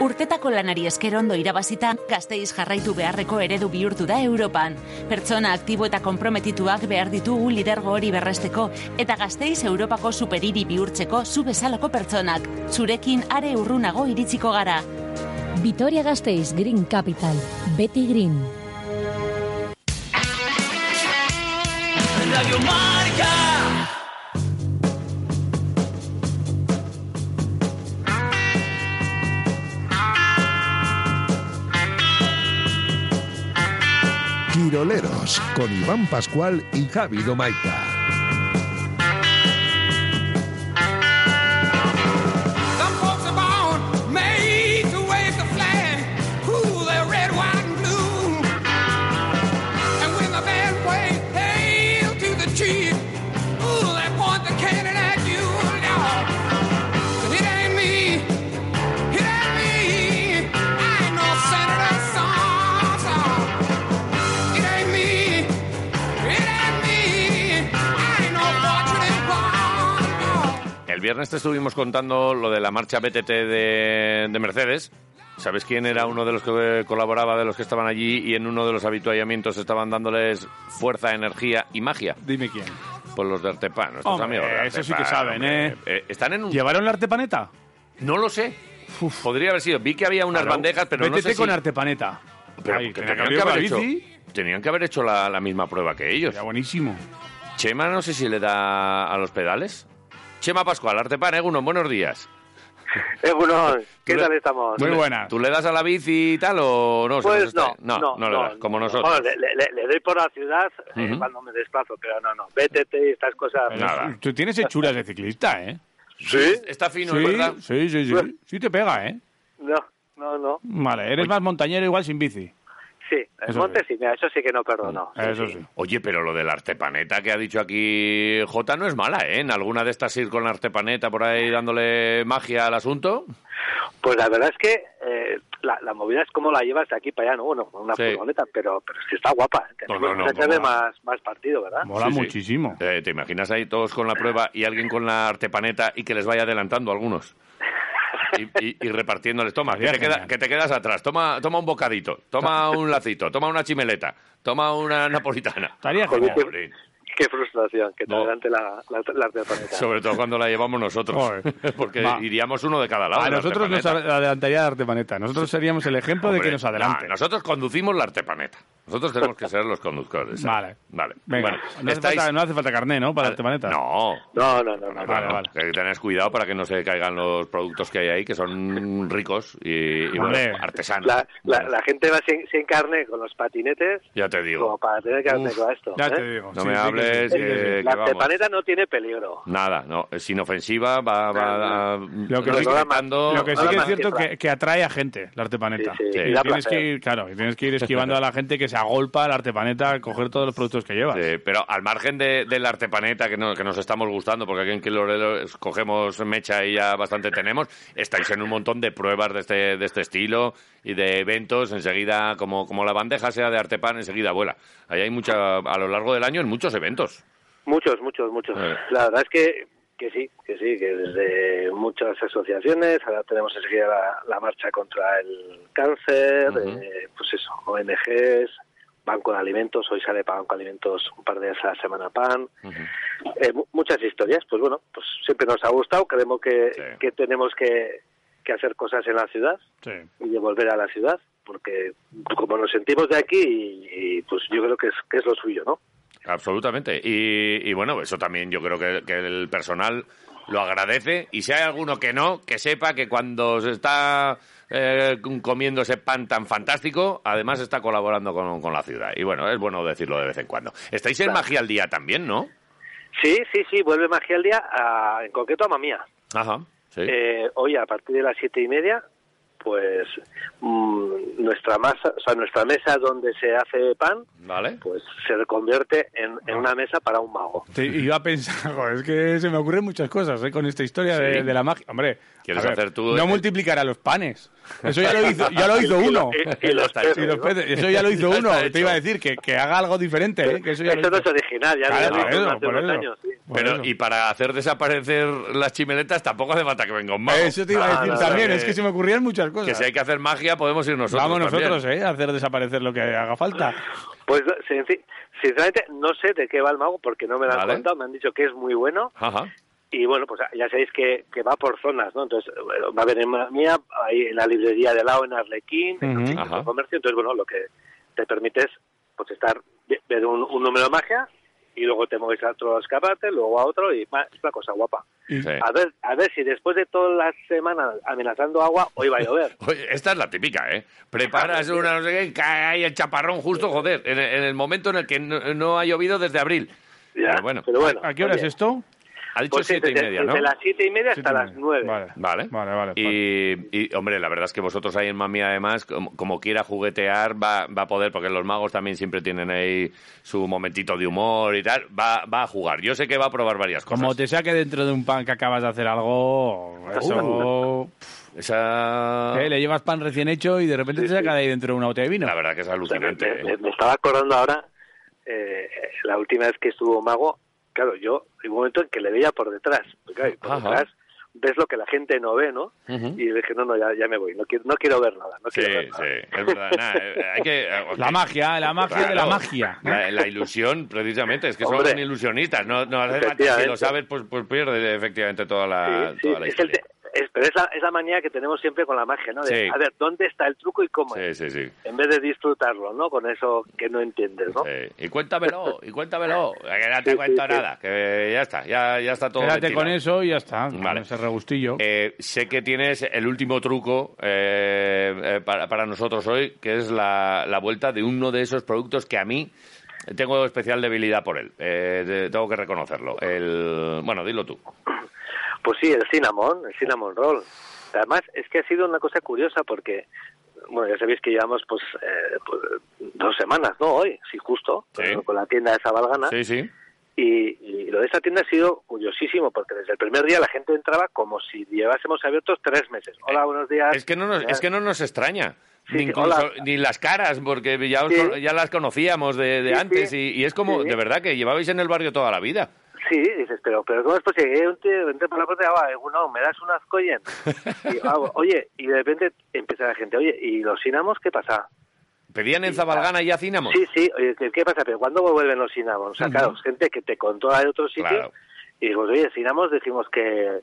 S19: Urtetako lanari esker ondo irabazita, gazteiz jarraitu beharreko eredu bihurtu da Europan. Pertsona aktibo eta konprometituak behar ditugu lidergo hori berresteko, eta gazteiz Europako superiri bihurtzeko zu bezalako pertsonak. Zurekin are urrunago iritsiko gara.
S20: Vitoria Gasteiz Green Capital. Betty Green.
S2: Radio Marca.
S15: Quiroleros con Iván Pascual y Javi Domaica.
S2: Some folks are born made to wave the flag. Ooh, they're red, white, and blue. And when the band plays hail to the chief, ooh, they point the cannon at you now. But it ain't me. It ain't me. I ain't no senator, son, son. It ain't me. It ain't me. I ain't no fortunate one.
S3: El viernes te estuvimos contando lo de la marcha BTT de, de Mercedes. ¿Sabes quién era uno de los que colaboraba, de los que estaban allí y en uno de los habituallamientos estaban dándoles fuerza, energía y magia?
S4: Dime quién.
S3: Pues los de Artepán, nuestros
S4: Hombre,
S3: amigos. de
S4: eso sí que
S3: Artepán,
S4: saben,
S3: hombre.
S4: ¿eh?
S3: Están en un...
S4: ¿Llevaron la artepaneta?
S3: No lo sé. Podría haber sido. Vi que había unas
S4: Claro.
S3: bandejas, pero no
S4: Métete
S3: sé si...
S4: con artepaneta.
S3: Pero
S4: Ahí,
S3: que
S4: en la
S3: tenían, que
S4: camioneta
S3: haber
S4: de
S3: hecho,
S4: bici.
S3: tenían que haber hecho la, la misma prueba que ellos. Era
S4: buenísimo.
S3: Chema, no sé si le da a los pedales. Chema Pascual, Artepan, Egunon, buenos días.
S21: Egunon, ¿qué
S3: Tú le-
S21: tal estamos?
S3: tú le- ¿Tú le das a la bici y tal o no?
S21: Pues no,
S3: no, no, le das, como nosotros.
S21: Bueno, le, le- le doy por la ciudad eh,
S3: Ujú. Pues
S21: cuando me desplazo, pero no, no. BTT y estas cosas.
S4: Tú tienes hechuras de ciclista, ¿eh?
S21: Sí.
S3: Está fino,
S4: sí,
S3: es verdad.
S4: Sí, sí, sí. Sí te pega, ¿eh?
S21: No, no, no.
S4: Vale, eres más montañero igual sin bici.
S21: Sí, el
S3: Eso
S21: monte sí, mira, eso sí que no perdono.
S4: Eso sí.
S3: Oye, pero lo del artepaneta que ha dicho aquí J no es mala, ¿eh? En alguna de estas ir con la artepaneta por ahí dándole magia al asunto.
S21: Pues la verdad es que eh, la, la movida es cómo la llevas de aquí para allá, ¿no? Bueno, con una
S3: Sí. Pues
S21: furgoneta, pero, pero es que está guapa. ¿eh? Tenemos
S3: no, no,
S21: que echarle
S3: mola.
S21: más, más partido, ¿verdad?
S4: muchísimo.
S3: Eh, ¿Te imaginas ahí todos con la prueba y alguien con la artepaneta y que les vaya adelantando algunos? Y, y- y repartiéndoles, toma, que
S4: Sería
S3: te, queda-
S4: genial.
S3: que te quedas atrás, toma, toma un bocadito, toma un lacito, toma una chimeleta, toma una napolitana.
S4: Estaría
S21: Joder,
S4: genial.
S21: qué, qué frustración que te adelante la, la, la artepaneta.
S3: Sobre todo cuando la llevamos nosotros, porque
S4: Va.
S3: iríamos uno de cada lado.
S4: A
S3: de la
S4: nosotros nos
S3: artepaneta.
S4: adelantaría la artepaneta. Nosotros seríamos el ejemplo de que nos adelante.
S3: No, nosotros conducimos la artepaneta. Nosotros tenemos que ser los conductores.
S4: Vale.
S3: Vale.
S4: Venga,
S3: Bueno,
S4: no, hace
S3: estáis-
S4: falta, no hace falta carné, ¿no? Para la artepaneta.
S3: No.
S21: No, no, no.
S4: Vale, vale.
S3: Que Hay que tener cuidado para que no se caigan los productos que hay ahí, que son ricos y, y, bueno,
S21: Hombre.
S3: artesanos.
S21: La, la, la gente va sin, sin carne con los patinetes
S3: Ya te digo.
S21: como para tener que hacer
S3: Uf,
S21: con esto.
S3: ya
S21: ¿eh?
S3: te digo. No Sí, me sí, hables, sí, sí, eh, sí. que
S21: La
S3: vamos.
S21: artepaneta no tiene peligro.
S3: Nada, no, es inofensiva, va, va
S4: Lo que, sí, que-
S3: respetando-
S4: lo que sí que es cierto que, que atrae a gente la artepaneta.
S3: Sí, sí,
S4: Y
S3: y da
S4: tienes
S3: placer.
S4: que ir, claro, y tienes que ir esquivando a la gente que se agolpa a la artepaneta a coger todos los productos que llevas.
S3: Sí, pero al margen de, del artepaneta que, no- que nos estamos gustando, porque aquí en Quilorelo cogemos mecha y ya bastante tenemos, estáis en un montón de pruebas de este, de este estilo y de eventos. Enseguida, como, como la bandeja sea de artepan, enseguida vuela. Ahí hay mucha, a lo largo del año, en muchos eventos.
S21: Muchos, muchos, muchos.
S3: Eh.
S21: La verdad es que, que sí, que sí, que desde much- mucho las asociaciones, ahora tenemos enseguida la, la marcha contra el cáncer, eh, pues eso, ONGs, Banco de Alimentos, hoy sale para Banco de Alimentos un par de días a la semana PAN, eh, mu- muchas historias, pues bueno, pues siempre nos ha gustado, creemos que, que tenemos que, que hacer cosas en la ciudad y devolver a la ciudad, porque como nos sentimos de aquí, y, y, pues yo creo que es, que es lo suyo, ¿no?
S3: Absolutamente. Y, y bueno, eso también yo creo que, que el personal lo agradece. Y si hay alguno que no, que sepa que cuando se está eh, comiendo ese pan tan fantástico, además está colaborando con, con la ciudad. Y bueno, es bueno decirlo de vez en cuando. Estáis en Magia al Día también, ¿no?
S21: Sí, sí, sí, vuelve Magia al Día, a- en concreto a Mamía.
S3: Ajá. Sí.
S21: Eh, hoy a partir de las siete y media, pues mm, nuestra masa, o sea, nuestra mesa donde se hace pan,
S3: vale.
S21: pues se convierte en, en una mesa para un mago.
S4: Te iba a pensar, joder, es que se me ocurren muchas cosas ¿eh? con esta historia de,
S21: Sí.
S4: de la magia. Hombre,
S3: ¿Quieres
S4: a ver,
S3: hacer tú-
S4: no multiplicar a los panes. Eso ya lo hizo, ya lo hizo
S21: Y- y
S4: uno.
S21: lo- y- y los
S4: Sí,
S21: peces,
S4: los
S21: ¿no?
S4: peces. Eso ya lo hizo
S21: Ya
S4: uno.
S21: está
S4: Te iba a decir que, que haga algo diferente. ¿eh? Que eso ya lo
S21: Esto no
S4: hizo.
S21: es original, ya
S3: Ah,
S4: Claro,
S21: lo he
S4: por
S21: visto
S4: eso,
S21: eh, hace
S4: por
S21: unos
S4: eso.
S21: años. sí.
S3: Pero, y para hacer desaparecer las chimeletas tampoco hace falta que venga un mago.
S4: Eso te iba
S3: Ah,
S21: Ah,
S4: a decir también. es que se me ocurrían muchas
S3: que
S4: cosas.
S3: si hay que hacer magia, podemos ir nosotros.
S4: Vamos
S3: también.
S4: nosotros, ¿eh? A hacer desaparecer lo que haga falta.
S21: Pues sinci- sinceramente no sé de qué va el mago porque no me lo han
S4: Vale.
S21: contado, me han dicho que es muy bueno.
S3: Ajá.
S21: Y bueno, pues ya sabéis que, que va por zonas, ¿no? Entonces, bueno, va a haber en Ma- mía, ahí en la librería de lado, en Arlequín, en
S22: Ujú.
S21: el centro
S22: Ajá.
S21: de comercio. Entonces, bueno, lo que te permite es pues, estar, ve- ver un, un número de magia y luego te mueves a otro escaparte, luego a otro y va, es una cosa guapa. A ver, a ver si después de todas las semanas amenazando agua, hoy va a llover.
S3: Oye, esta es la típica, ¿eh? Preparas una, no sé qué, y cae ahí el chaparrón justo, joder, en, el- en el momento en el que no, no ha llovido desde abril. pero, bueno.
S21: Ah, pero bueno,
S4: ¿A qué hora
S21: oye.
S4: es esto?
S3: Ha dicho
S21: Pues sí,
S3: siete y
S21: desde-
S3: media, ¿no?
S21: desde las siete y media hasta
S3: Siete y
S21: las nueve.
S3: Vale. Vale, vale. Y, y, hombre, la verdad es que vosotros ahí en Mami, además, como, como quiera juguetear, va, va a poder, porque los magos también siempre tienen ahí su momentito de humor y tal, va, va a jugar. Yo sé que va a probar varias cosas.
S4: Como te saque dentro de un pan que acabas de hacer algo, eso...
S3: ¿eh? Esa...
S4: Eh, le llevas pan recién hecho y de repente te saca de ahí dentro una botella de vino. La
S3: verdad que es
S4: alucinante.
S21: Me estaba acordando ahora, eh, la última vez que estuvo Mago, claro, yo, hay un momento en que le veía por detrás. porque, claro, por
S3: Ajá.
S21: detrás ves lo que la gente no ve, ¿no? Y le dije, no, no, ya, ya me voy, no quiero, no quiero ver nada. No
S3: Sí,
S21: quiero ver
S3: sí, es verdad. Nah, eh, hay que, eh, ok.
S4: La magia, la magia de la
S3: Claro.
S4: magia.
S3: La, la ilusión, precisamente, es que
S21: Hombre.
S3: son ilusionistas. No, no hace falta, si lo
S21: Efectivamente.
S3: sabes, pues, pues pierde efectivamente toda la, toda
S21: es
S3: la
S21: el
S3: historia.
S21: Es, pero es la, es la manía que tenemos siempre con la magia, ¿no? De,
S3: Sí.
S21: A ver, ¿dónde está el truco y cómo es?
S3: Sí, sí, sí.
S21: En vez de disfrutarlo, ¿no? Con eso que no entiendes, ¿no?
S3: Y cuéntamelo, y cuéntamelo. Que no te
S21: Sí,
S3: cuento
S21: sí, sí.
S3: nada, que ya está, ya, ya está todo.
S4: Quédate
S3: ventilado.
S4: con eso y ya está. Con
S3: Vale.
S4: ese regustillo.
S3: Eh, sé que tienes el último truco eh, eh, para, para nosotros hoy, que es la, la vuelta de uno de esos productos que a mí tengo especial debilidad por él. Eh, de- tengo que reconocerlo. El, bueno, dilo tú.
S21: Pues sí, el cinnamon, el cinnamon roll. Además, es que ha sido una cosa curiosa porque, bueno, ya sabéis que llevamos pues, eh, pues, dos semanas, ¿no? Hoy, sí, justo, con, con la tienda de Sabalgana.
S3: Sí, sí.
S21: Y, y lo de esta tienda ha sido curiosísimo porque desde el primer día la gente entraba como si llevásemos abiertos tres meses. Hola, buenos días.
S3: Eh, Es que no nos, es que no nos extraña.
S21: Sí,
S3: ni,
S21: sí,
S3: incluso-
S21: hola.
S3: ni las caras, porque ya, os
S21: Sí.
S3: con- ya las conocíamos de, de
S21: Sí,
S3: antes
S21: sí.
S3: Y, y es como,
S21: Sí.
S3: de verdad, que llevabais en el barrio toda la vida.
S21: Sí, dices, pero, pero ¿cómo es posible? Eh, un tío entré por la puerta y ah, no, me das unas collen. Y, ah, oye, y de repente empieza la gente, oye, ¿y los cinamos qué pasa?
S3: ¿Pedían en Zabalgana ya cinamos?
S21: Sí, sí, oye, ¿qué qué pasa? ¿Pero cuándo vuelven los cinamos? O sea,
S3: Ujú.
S21: claro, gente que te contó de otro sitio.
S3: Claro.
S21: Y dijimos, oye, cinamos decimos que,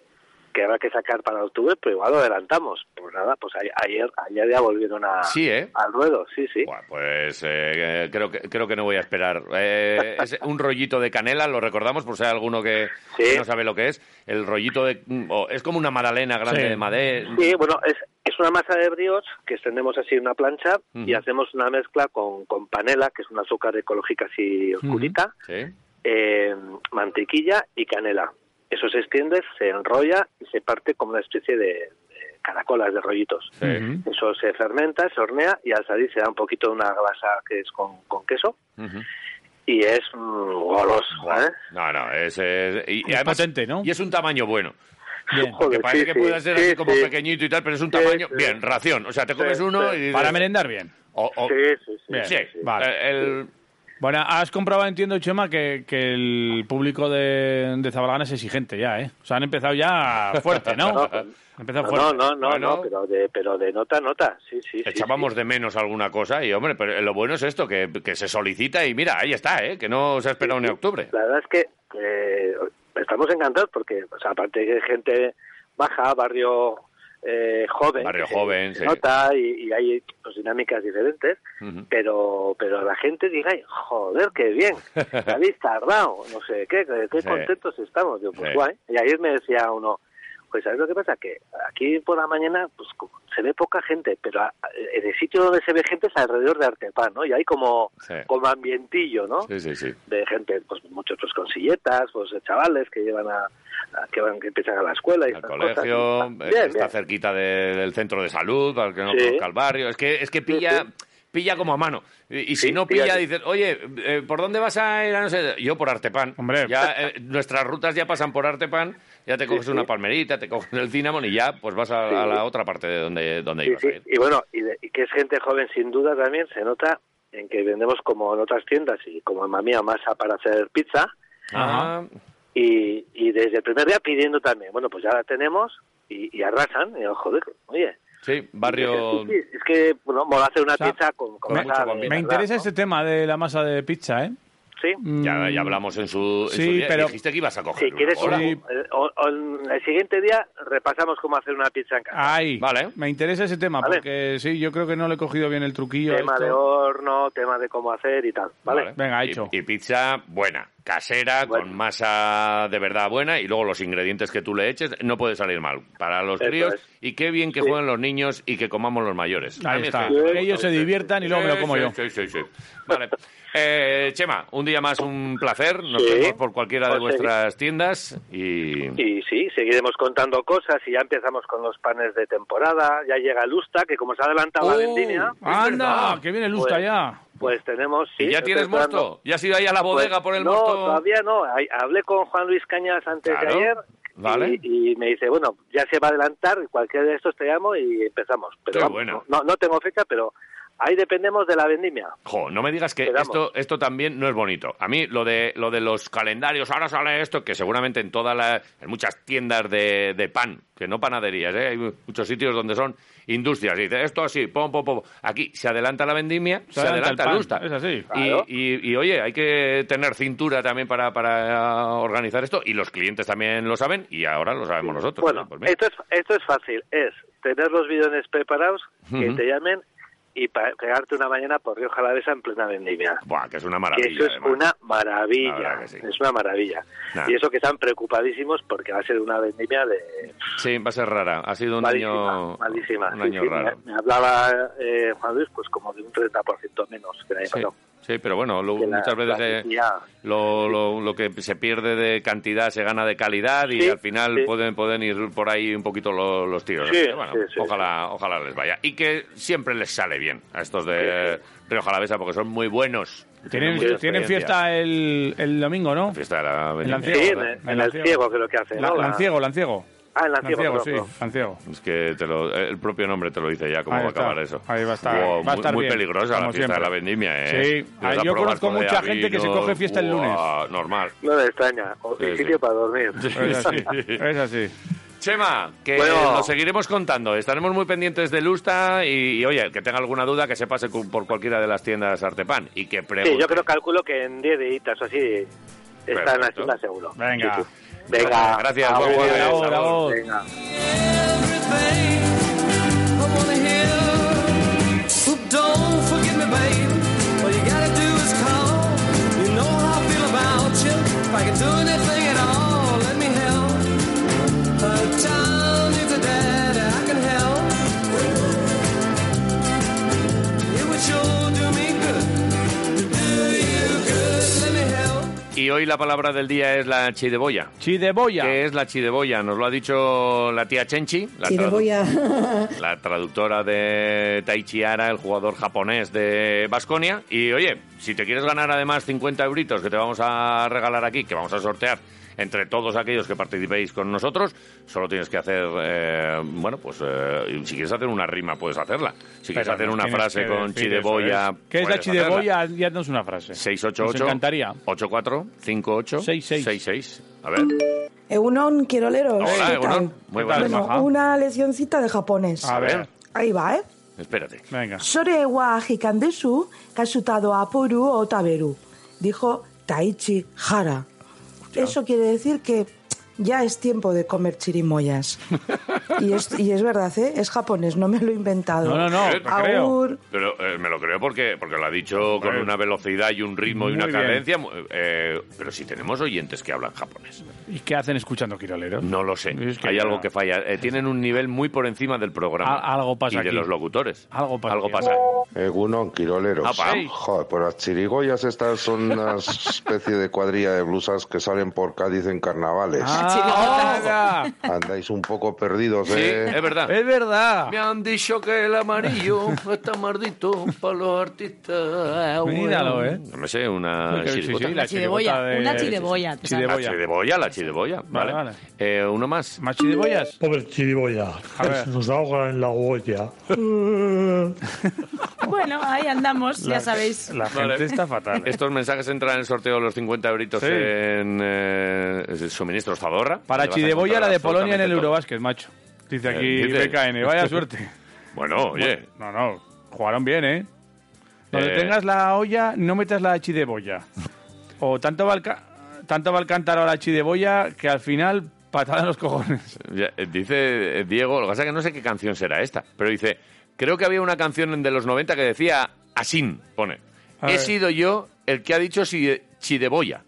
S21: que habrá que sacar para octubre, pero igual lo adelantamos. Pues nada, pues a- ayer, ayer ya volvieron a,
S3: Sí, ¿eh?
S21: al ruedo, sí, sí.
S3: Pues eh, creo, que, creo que no voy a esperar. Eh, es un rollito de canela, lo recordamos por si hay alguno que, que no sabe lo que es. El rollito de... mm, o es como una magdalena grande
S21: Sí.
S3: de madera.
S21: Sí, bueno, es, es una masa de brioche que extendemos así en una plancha y
S3: Ujú.
S21: hacemos una mezcla con, con panela, que es un azúcar ecológica así oscurita,
S3: Sí.
S21: eh, mantequilla y canela. Eso se extiende, se enrolla y se parte como una especie de, de caracolas, de rollitos.
S2: Ujú.
S21: Eso se fermenta, se hornea y al salir se da un poquito de una grasa que es con, con queso y es mm, goloso. ¿eh?
S3: No, no, es... es- y, y
S21: Es
S3: además- Y es un tamaño bueno. Porque parece que pueda ser así como pequeñito y tal, pero es un tamaño... Bien, ración. O sea, te comes uno y... dices-
S4: Para merendar bien.
S3: O- o-
S21: Sí, sí, sí.
S3: Bien,
S21: Sí, sí.
S3: Vale. El,
S4: Eh, Bueno, has comprobado, entiendo, Chema, que, que el público de, de Zabalgana es exigente ya, ¿eh? O sea, han empezado ya Ah, fuerte, ¿no?
S3: No,
S4: Han empezado
S3: no,
S4: fuerte.
S3: no, no,
S4: Bueno,
S3: no,
S21: Pero de, pero de nota a nota, sí, sí. sí,
S3: Echábamos de menos alguna cosa y, hombre, pero lo bueno es esto, que, que se solicita y mira, ahí está, ¿eh? Que no se ha esperado ni a octubre.
S21: La verdad es que eh, estamos encantados porque, o sea, aparte de gente baja, barrio eh, joven,
S3: Barrio
S21: que se-
S3: joven,
S21: se
S3: sí.
S21: nota y, y hay pues, dinámicas diferentes, pero pero la gente diga, "Ay, joder, qué bien, que habéis tardado, no sé qué, que- qué
S22: Sí.
S21: contentos estamos. Yo, pues
S22: Sí.
S21: guay. Y ayer me decía uno, pues ¿sabes lo que pasa? Que aquí por la mañana pues como se ve poca gente, pero a- en el sitio donde se ve gente es alrededor de Artepan, ¿no? Y hay como,
S3: Sí.
S21: como ambientillo, ¿no?
S3: Sí, sí, sí.
S21: de gente, pues muchos pues con silletas, pues de chavales que llevan a, a- que van que empiezan a la escuela y
S3: Al
S21: estas
S3: colegio,
S21: cosas.
S3: eh,
S21: Bien,
S3: está
S21: bien.
S3: cerquita de- del centro de salud, para el que no
S21: Sí.
S3: conozca el barrio. Es que, es que pilla, pilla como a mano. Y, y si no
S21: pilla
S3: pilla,
S21: que-
S3: dices, oye, eh, ¿por dónde vas a ir? a No sé, yo por Artepan. Hombre. Ya, eh, nuestras rutas ya pasan por Artepan, ya te coges
S21: sí.
S3: una palmerita, te coges el cinnamon y ya pues vas a,
S21: Sí.
S3: a la otra parte de donde, donde
S21: Sí,
S3: ibas
S21: sí.
S3: a ir.
S21: Y bueno, y, de- y que es gente joven sin duda también, se nota en que vendemos como en otras tiendas y como en Mamía masa para hacer pizza
S3: Ajá.
S21: y, y desde el primer día pidiendo también, bueno pues ya la tenemos y, y arrasan, y yo, joder, oye,
S3: Sí, barrio...
S21: sí, sí, es que bueno, mola hacer una
S4: O sea,
S21: pizza con, con
S4: me,
S21: masa de
S4: me
S21: verdad,
S4: interesa
S21: ¿no?
S4: este tema de la masa de pizza, ¿eh?
S21: Sí.
S3: Ya, ya hablamos en su, en
S4: Sí,
S3: su día.
S4: pero-
S3: Dijiste que ibas a coger
S21: Si quieres,
S3: una bola.
S21: una- o- o en el siguiente día repasamos cómo hacer una pizza en casa.
S4: Ahí. Vale. Me interesa ese tema,
S21: Vale.
S4: porque sí, yo creo que no le he cogido bien el truquillo. a
S21: tema
S4: esto.
S21: de horno, tema de cómo hacer y tal, ¿vale?
S4: Venga,
S3: Y- Y, pizza buena, casera, con masa de verdad buena y luego los ingredientes que tú le eches, no puede salir mal para los
S4: Eso
S3: críos.
S4: es.
S3: Y qué bien que jueguen los niños y que comamos los mayores. A
S4: Ahí
S3: mí es
S4: está.
S3: que-
S4: Que ellos se diviertan y luego me lo
S3: Sí,
S4: como
S3: sí,
S4: yo.
S3: sí, sí, sí. Vale. Eh, Chema, un día más un placer. Nos
S21: Sí.
S3: vemos por cualquiera de
S21: Pues sí.
S3: vuestras tiendas y...
S21: Y sí, seguiremos contando cosas y ya empezamos con los panes de temporada. Ya llega Lusta, que como se ha adelantado la vendimia...
S4: Oh, ¡Anda!
S21: pues,
S4: ¡Que viene Lusta ya!
S21: Pues tenemos...
S3: ¿Y
S21: sí,
S3: ya tienes
S21: estoy esperando.
S3: mosto? ¿Ya has ido ahí a la bodega
S21: Pues
S3: por el
S21: no,
S3: mosto?
S21: todavía no. Ahí- Hablé con Juan Luis Cañas antes
S3: Claro.
S21: de ayer
S3: Vale.
S21: y, y me dice, bueno, ya se va a adelantar, cualquiera de estos te llamo y empezamos. Pero
S3: Qué
S21: vamos,
S3: buena.
S21: No, no tengo fecha, pero ahí dependemos de la vendimia.
S3: Jo, no me digas que
S21: Esperamos.
S3: esto, esto también no es bonito. A mí lo de, lo de los calendarios, ahora sale esto, que seguramente en todas las, en muchas tiendas de, de pan, que no panaderías, ¿eh? hay muchos sitios donde son industrias, y dice esto así, pom, pom, pom. Aquí se adelanta la vendimia, se, adelanta,
S4: el pan,
S3: Lusta.
S4: Es así.
S3: Y, y- y, oye, hay que tener cintura también para, para organizar esto, y los clientes también lo saben, y ahora lo sabemos nosotros.
S21: Bueno,
S3: Oye, pues mira.
S21: esto es, esto es fácil, es tener los bidones preparados, que
S3: Ujú.
S21: te llamen y pa- pegarte una mañana por Río Jalavesa en plena vendimia.
S3: Buah, que es una
S21: Que
S3: maravilla. ¿eh?
S21: eso es
S3: además.
S21: una
S3: La
S21: maravilla,
S3: verdad que sí.
S21: es una maravilla.
S3: Nah.
S21: Y eso que están preocupadísimos porque va a ser una vendimia de
S3: Sí, va a ser rara. Ha sido un año,
S21: malísima.
S3: un
S21: Sí,
S3: año
S21: sí,
S3: raro.
S21: Me, me hablaba eh, Juan Luis, pues como de un 30% menos que el año
S3: Sí,
S21: pasado.
S3: sí, pero bueno, lo-
S21: Que la-
S3: muchas veces
S21: la
S3: eh,
S21: sequía-
S3: lo, lo- lo que se pierde de cantidad se gana de calidad y
S21: Sí,
S3: al final
S21: sí.
S3: pueden, pueden ir por ahí un poquito lo- los tiros.
S21: Sí,
S3: Así que, bueno,
S21: sí, sí,
S3: ojalá, ojalá les vaya. Y que siempre les sale bien a estos de Río Jalavesa porque son muy buenos.
S4: Tienen,
S3: mucha
S4: tienen
S3: experiencia.
S4: fiesta el, el domingo, ¿no?
S3: Fiesta de la
S4: El
S3: Avenida.
S4: Lanciego.
S21: Sí, en el- en el Lanciego creo que hace,
S4: La-
S21: ¿no? La-
S4: Lanciego, Lanciego.
S21: Ah, en Lanciego,
S4: sí.
S21: perdón,
S4: Lanciego.
S3: Es que te lo- el propio nombre te lo dice ya, cómo
S4: Ahí
S3: va a
S4: está,
S3: acabar eso.
S4: ahí va a estar-
S3: Wow,
S4: va a
S3: muy-
S4: estar
S3: muy,
S4: bien,
S3: peligrosa la
S4: como
S3: fiesta de
S4: siempre.
S3: la vendimia, ¿eh?
S4: Sí.
S3: Vas
S4: Ah,
S3: a
S4: yo
S3: probar
S4: conozco
S3: con
S4: mucha gente que se
S3: vinos,
S4: coge fiesta el lunes.
S3: buah, Normal.
S21: No me extraña, o
S3: Sí, sí.
S21: sitio para dormir.
S3: Es así, es
S4: así.
S3: Chema, que
S21: Bueno.
S3: lo seguiremos contando. Estaremos muy pendientes de Lusta y, y, oye, el que tenga alguna duda que se pase cu- por cualquiera de las tiendas Artepan y que pregunte.
S21: Sí, yo creo, calculo que en 10 días o así están
S3: Perfecto.
S21: haciendo seguro.
S3: Venga.
S21: Sí, sí. Venga.
S3: Gracias,
S21: Agur,
S3: buen jueves.
S21: agur,
S3: Agur.
S21: agur. Venga.
S2: So don't forget me, babe. All you gotta do is call. You know how I feel about you. If I can do anything at all, let me help. A child needs a daddy, I can help. It would sure do me good. Do you good, let me help.
S3: Y hoy la palabra del día es la chideboya.
S4: Chideboya.
S3: ¿Qué es la chideboya? Nos lo ha dicho la tía Chenchi, la,
S6: Si le
S3: tradu-
S6: voy a...
S3: la traductora de Taichi Ara, el jugador japonés de Basconia. Y oye, si te quieres ganar además 50 euritos que te vamos a regalar aquí, que vamos a sortear entre todos aquellos que participéis con nosotros, solo tienes que hacer, eh, bueno, pues eh, si quieres hacer una rima, puedes hacerla. Si quieres
S4: Pero
S3: hacer
S4: nos
S3: una
S4: tienes
S3: frase
S4: que
S3: con
S4: decir
S3: chideboya.
S4: eso, ¿eh? ¿Qué es la
S3: puedes hacerla.
S4: chideboya? Ya no es una frase. Nos
S3: 688
S4: encantaría.
S3: 84 58 66 66 A ver.
S22: Egunon, quiero leeros.
S3: Hola,
S22: ¿Qué
S3: Egunon.
S22: tal?
S3: Muy buenas.
S22: Bueno,
S3: Ajá.
S22: una leccioncita de japonés.
S3: A ver.
S22: Ahí va, ¿eh?
S3: Espérate. Venga.
S22: Sore wa hikandesu, kasutado aporu o taberu. Dijo Taichi Hara. Eso quiere decir que ya es tiempo de comer chirimoyas. y, es, y es verdad, ¿eh? Es japonés, no me lo he inventado.
S3: Eh,
S22: Agur.
S3: Pero eh, me lo creo porque, porque lo ha dicho con una velocidad y un ritmo y
S4: Muy
S3: una
S4: bien.
S3: cadencia. mu- eh, pero si tenemos oyentes que hablan japonés.
S4: ¿Y qué hacen escuchando Quiroleros?
S3: No lo sé. Hay algo que falla. Eh, tienen un nivel muy por encima del programa.
S4: Al- algo pasa
S3: Y de
S4: aquí.
S3: los locutores.
S4: Algo pasa.
S3: Algo pasa.
S7: Egunon, quiroleros.
S3: Apa. Sí.
S7: Joder, pues las chirigollas estas son una especie de cuadrilla de blusas que salen por Cádiz en carnavales.
S3: Ah,
S7: Andáis un poco perdidos, ¿eh?
S3: verdad.
S4: Es verdad.
S3: Me han dicho que el amarillo está maldito para los artistas.
S4: Míralo, ¿eh?
S3: No me sé, una
S4: Sí, sí,
S3: chirigota.
S4: sí, la Una chirigota chirigota de-
S5: Una chirigota, te
S3: La
S5: sale.
S3: chirigota, la chirigota. Vale.
S5: vale.
S3: Eh, uno más.
S4: ¿Más chiribollas?
S8: Pobre chiriboya.
S3: ver.
S8: Nos ahoga en la olla.
S5: Bueno, ahí andamos, ya sabéis.
S3: Vale. Estos mensajes entran en el sorteo de los 50 euritos
S4: Sí.
S3: en eh, suministros Zadorra.
S4: Para
S3: Te vas a
S4: Chideboya, la de
S3: encontrar
S4: Polonia en el
S3: absolutamente todo.
S4: Eurobásquet, macho. Dice aquí
S3: Eh, dice-
S4: BKN, vaya suerte.
S3: Bueno, oye.
S4: No, no, jugaron bien, ¿eh? Donde
S3: Eh.
S4: tengas la olla, no metas la chideboya. O tanto va el, ca- tanto va el cántaro a la chideboya que al final patada en los cojones.
S3: Ya, eh, Dice eh, Diego, lo que pasa es que no sé qué canción será esta, pero dice, creo que había una canción de los 90 que decía Asín, pone.
S4: A
S3: He
S4: ver.
S3: sido yo el que ha dicho si- chideboya.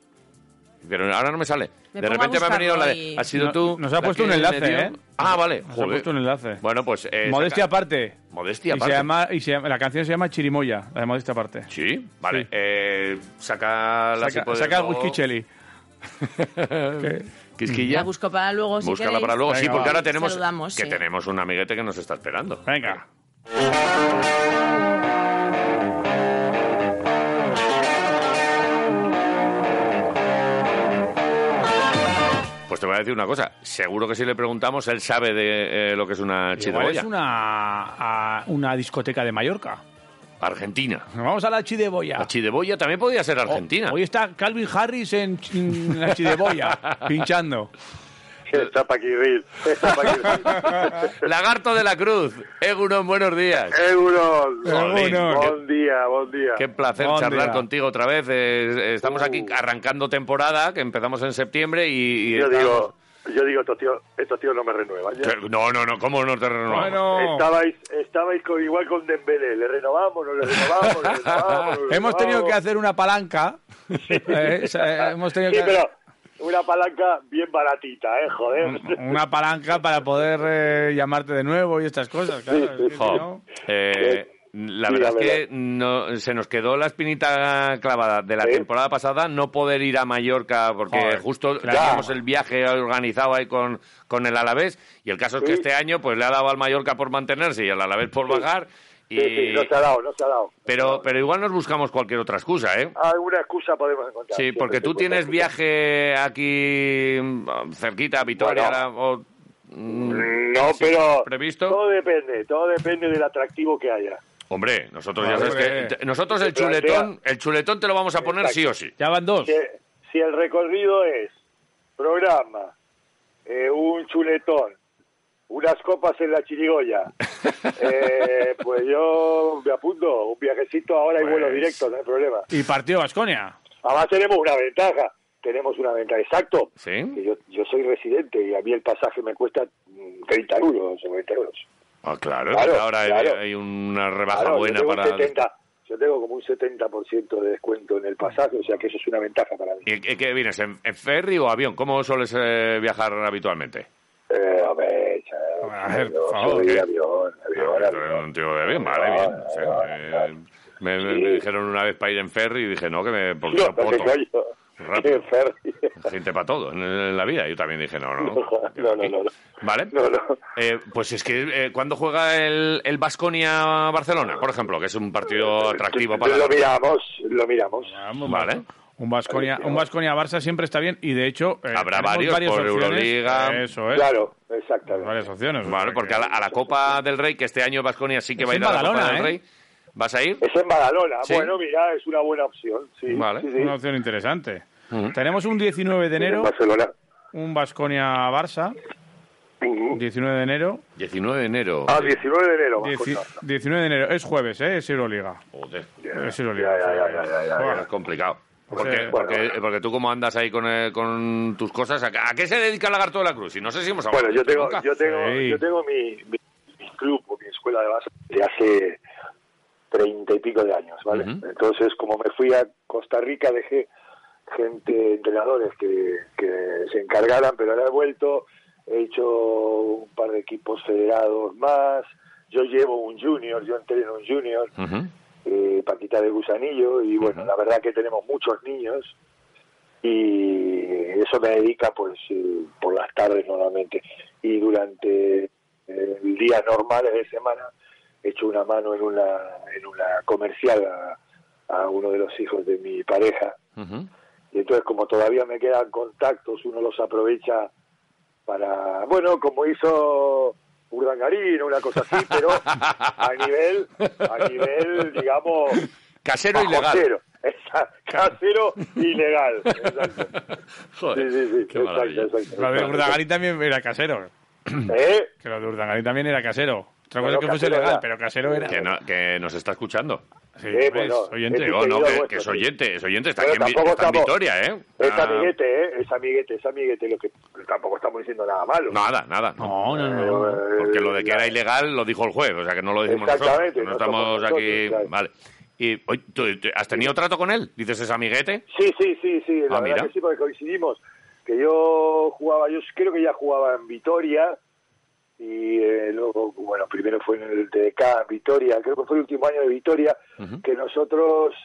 S3: Pero ahora no me sale.
S4: Me
S3: de
S4: pongo a
S3: repente me ha venido la de...
S4: buscarlo y-
S3: ¿Has sido
S4: No-
S3: tú?
S4: nos ha
S3: la
S4: puesto
S3: que
S4: un enlace,
S3: me dio?
S4: ¿eh?
S3: Ah, vale.
S4: Nos ha
S3: joder.
S4: puesto un enlace.
S3: Bueno, pues... eh, esta
S4: Modestia
S3: ca-
S4: aparte.
S3: Modestia
S4: y, se
S3: aparte.
S4: llama, y se llama- la canción se llama Chirimoya, la de Modestia aparte.
S3: Sí, vale. Eh, saca la
S4: Saca, saca el whisky cheli.
S3: Quisquilla.
S5: La busco para luego, si
S3: Búscala
S5: queréis.
S3: para luego. sí,
S5: Venga,
S3: porque ahora
S5: va.
S3: tenemos
S5: Saludamos,
S3: que
S5: sí.
S3: tenemos un amiguete que nos está esperando.
S4: Venga.
S3: Pues te voy a decir una cosa. Seguro que si le preguntamos, él sabe de eh, lo que es una
S4: Igual es
S3: chirimoya.
S4: una, a- una discoteca de Mallorca.
S3: Argentina.
S4: Nos vamos a la chideboya.
S3: La chideboya también podía ser argentina.
S4: Oh, Hoy está Calvin Harris en, ch- en la chideboya, pinchando.
S23: Está paquirril. Está paquirril.
S3: Lagarto de la Cruz. Egunon, buenos días.
S23: Egunon.
S3: Jolín,
S23: Buen día, buen día.
S3: Qué placer
S23: Buen
S3: charlar
S23: día.
S3: contigo otra vez. Eh, estamos aquí arrancando temporada, que empezamos en septiembre y...
S23: Uh.
S3: y
S23: Yo
S3: estamos-
S23: digo, yo digo estos tíos, estos tíos no me renuevan. ya.
S3: Que- No, no, no, ¿cómo no te renovamos?
S23: Estabais, estabais con, igual con Dembélé. Le renovamos, no le renovamos, le renovamos. no le
S4: Hemos tenido que
S23: renovamos.
S4: hacer una palanca. Eh, o sea, hemos tenido
S23: Sí,
S4: que-
S23: pero una palanca bien baratita, ¿eh? Joder.
S4: una palanca para poder eh, llamarte de nuevo y estas cosas. claro, es que si
S3: Jo,
S4: no-
S3: eh, la
S23: Sí,
S3: verdad
S23: la
S3: es que no, se nos quedó la espinita clavada de la temporada pasada, no poder ir a Mallorca porque
S23: Joder,
S3: justo
S23: claro.
S3: teníamos el viaje organizado ahí con, con el Alavés y el caso es que
S23: Sí.
S3: este año pues le ha dado al Mallorca por mantenerse y al Alavés por bajar. Y,
S23: Sí, sí, no se ha dado, no se ha dado.
S3: pero, pero igual nos buscamos cualquier otra excusa, ¿eh?
S23: Alguna excusa podemos encontrar.
S3: Sí,
S23: siempre
S3: porque
S23: se
S3: tú
S23: encuentra
S3: tienes
S23: excusa.
S3: viaje aquí mm, cerquita, a Vitoria,
S23: Bueno.
S3: ahora, o, mm,
S23: No,
S3: sí,
S23: pero
S3: previsto.
S23: todo depende, todo depende del atractivo que haya.
S3: Hombre, nosotros ya
S23: Hombre.
S3: sabes que te- nosotros el
S23: Se plantea-
S3: chuletón, el chuletón te lo vamos a poner sí o sí.
S4: Ya van dos.
S23: Si, si el recorrido es programa, eh, un chuletón, unas copas en la chirigoya, eh, pues yo me apunto, un viajecito ahora y
S3: Pues.
S23: vuelo directo, no hay problema.
S4: Y partido Vasconia.
S23: Además tenemos una ventaja, tenemos una ventaja, exacto.
S3: ¿Sí?
S23: que Yo, yo soy residente y a mí el pasaje me cuesta mm, 30 euros o 20 euros.
S3: Ah, claro,
S23: Claro,
S3: porque ahora hay-
S23: claro.
S3: hay una rebaja
S23: Claro,
S3: buena
S23: yo tengo un
S3: para...
S23: 70, yo tengo como un 70% de descuento en el pasaje, o sea que eso es una ventaja para mí.
S3: ¿Y- y ¿Qué vienes, en, en ferry o avión? ¿Cómo sueles eh, viajar habitualmente?
S23: Eh, a ver, ya, yo
S3: por favor,
S23: soy
S3: ¿eh? ¿qué?
S23: avión, avión, avión.
S3: Un tío de avión, vale, bien. no sé, eh, me, me- me dijeron una vez para ir en ferry y dije, no, que me... Porque
S23: No,
S3: no puedo.
S23: no, coño.
S3: Rápido.
S23: En ferry.
S3: Gente para todo en, en la vida. Yo también dije, no, no.
S23: No, no, no, no, no.
S3: ¿Vale? Eh, pues es que, eh, ¿cuándo juega el, el
S23: Eh,
S3: Basconia Barcelona, por ejemplo? Que es un partido atractivo para.
S23: Lo miramos, lo miramos.
S3: Vale.
S4: Un Vasconia, un Baskonia Barça siempre está bien y de hecho eh,
S3: Habrá
S4: tenemos
S3: varios
S4: varias
S3: por
S4: opciones.
S3: Euroliga.
S4: Eso es.
S3: Claro,
S23: exactamente.
S4: Varias opciones. o
S3: Vale,
S4: sea
S3: porque
S4: que-
S3: a la, a la Copa del Rey, que este año Vasconia sí que
S4: Es
S3: va a ir
S4: en
S3: a la Copa
S4: Badalona,
S3: del
S4: ¿eh?
S3: Rey. ¿Vas a ir?
S23: Es en Badalona.
S3: Sí.
S23: ah, Bueno, mira, es una buena opción. Sí,
S4: Vale,
S23: sí, sí.
S4: una opción interesante. Tenemos un 19 de enero,
S23: Barcelona.
S4: un Vasconia Barça. 19 de enero.
S3: 19 de enero.
S23: Ah, 19 de enero.
S4: Dieci-
S23: Vasconia.
S4: 19 de enero, es jueves, ¿eh? Es Euroliga.
S3: Joder.
S4: Es Euroliga.
S3: Bueno, Es complicado. Porque,
S4: Bueno.
S3: porque, porque tú como andas ahí con, eh, con tus cosas, ¿a, a qué se dedica Lagarto de la Cruz? Y no sé si hemos hablado
S23: Bueno,
S3: de
S23: yo
S3: esto
S23: tengo,
S3: nunca.
S23: yo tengo, yo tengo mi, mi, mi club o mi escuela de base de hace treinta y pico de años, ¿vale? Entonces, como me fui a Costa Rica, dejé gente, entrenadores que, que se encargaran, pero ahora he vuelto, he hecho un par de equipos federados más, yo llevo un junior, yo entreno un junior, eh, para quitar el gusanillo y bueno, la verdad que tenemos muchos niños y eso me dedica pues eh, por las tardes normalmente y durante eh, el día normales de semana echo una mano en una en una comercial a, a uno de los hijos de mi pareja y entonces como todavía me quedan contactos uno los aprovecha para bueno como hizo Urdangarín una cosa así pero a nivel a nivel digamos
S3: Casero
S23: bajo
S3: ilegal.
S23: cero. Esa- casero ilegal exacto.
S3: Joder,
S23: sí, sí, sí,
S3: qué
S23: exacto,
S3: maravilla.
S23: exacto,
S4: Lo de
S23: exacto.
S4: Urdangarín también era casero.
S23: ¿Eh?
S4: Que lo de Urdangarín también era casero. Otra cosa
S23: Bueno,
S4: es que fuese
S23: casero
S4: legal,
S23: era.
S4: pero casero era.
S3: Que, no- que nos está escuchando.
S4: Sí,
S23: Eh, bueno,
S4: es oyente.
S23: es un
S3: Digo, no,
S23: seguidor
S3: que,
S23: vuestro,
S3: que es
S23: sí.
S3: oyente, es oyente, está
S23: Pero
S3: aquí en, Vi-
S23: tampoco
S3: está en
S23: estamos-
S3: Vitoria, ¿eh?
S23: Es
S3: Ah,
S23: amiguete, ¿eh? Es amiguete, es amiguete. Lo que tampoco estamos diciendo nada malo.
S3: Nada, nada. No,
S23: no, no, no.
S3: Porque lo de que era ilegal lo dijo el juez, o sea que no lo decimos
S23: Exactamente,
S3: nosotros.
S23: no somos
S3: estamos
S23: nosotros,
S3: aquí.
S23: claro.
S3: Vale. Y, oye, ¿tú- tú- ¿Has tenido trato con él? ¿Dices es amiguete?
S23: Sí, sí, sí, sí. La
S3: Ah,
S23: verdad
S3: mira.
S23: que sí, porque coincidimos. Que yo jugaba, yo creo que ya jugaba en Vitoria. Y eh, luego, bueno, primero fue en el TDK, en Vitoria. Creo que fue el último año de Vitoria. Que nosotros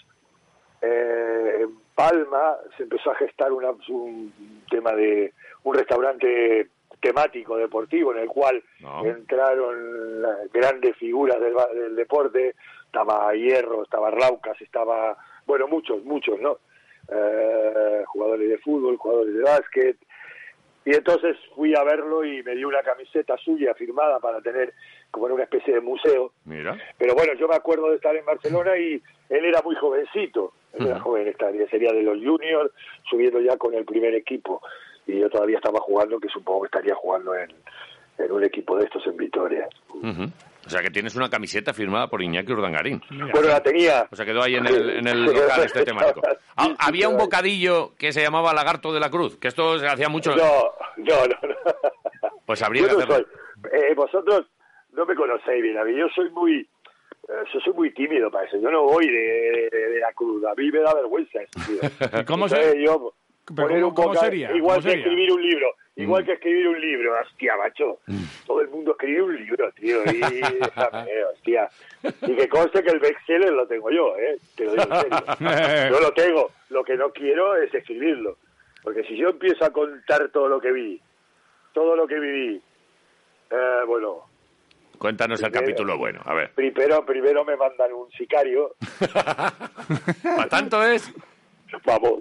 S23: eh, en Palma se empezó a gestar una- un tema de un restaurante temático deportivo en el cual
S2: No.
S23: entraron las grandes figuras del, ba- del deporte estaba Hierro estaba Raucas estaba bueno muchos muchos no Eh, jugadores de fútbol jugadores de básquet y entonces fui a verlo y me dio una camiseta suya firmada para tener como en una especie de museo
S3: Mira.
S23: pero bueno, yo me acuerdo de estar en Barcelona y él era muy jovencito. Él
S2: Ah.
S23: era
S3: Ujú.
S23: joven, estaría, sería de los juniors, subiendo ya con el primer equipo. Y yo todavía estaba jugando, que supongo que estaría jugando en, en un equipo de estos en Vitoria.
S3: Ujú. O sea que tienes una camiseta firmada por Iñaki Urdangarín.
S23: Bueno, la tenía.
S3: O sea, quedó ahí en el, en el local este temático. Ah, Había un bocadillo que se llamaba Lagarto de la Cruz, que esto se hacía mucho.
S23: No, no, no. no.
S3: Pues habría
S23: Yo
S3: que
S23: no
S3: hacerlo.
S23: soy- eh, vosotros no me conocéis bien a mí. Yo soy muy, eh, yo soy muy tímido para eso. Yo no voy de, de- de la cruz. A mí me da vergüenza eso, tío.
S4: ¿Y cómo
S23: Entonces
S4: se-
S23: yo
S4: pero
S23: poner
S4: cómo-
S23: un
S4: cómo
S23: boca-
S4: sería?
S23: Igual
S4: ¿Cómo
S23: que
S4: sería? Mm.
S23: escribir un libro. Igual que escribir un libro. Hostia, macho. Todo el mundo escribe un libro, tío. Y, déjame, hostia. y que conste que el bestseller lo tengo yo, ¿eh? Te lo digo en serio. Yo lo tengo. Lo que no quiero es escribirlo. Porque si yo empiezo a contar todo lo que vi, todo lo que viví, eh, bueno,
S3: Cuéntanos el
S23: Primero.
S3: capítulo bueno. A ver.
S23: primero, primero me mandan un sicario.
S3: ¿Para tanto es?
S23: Vamos.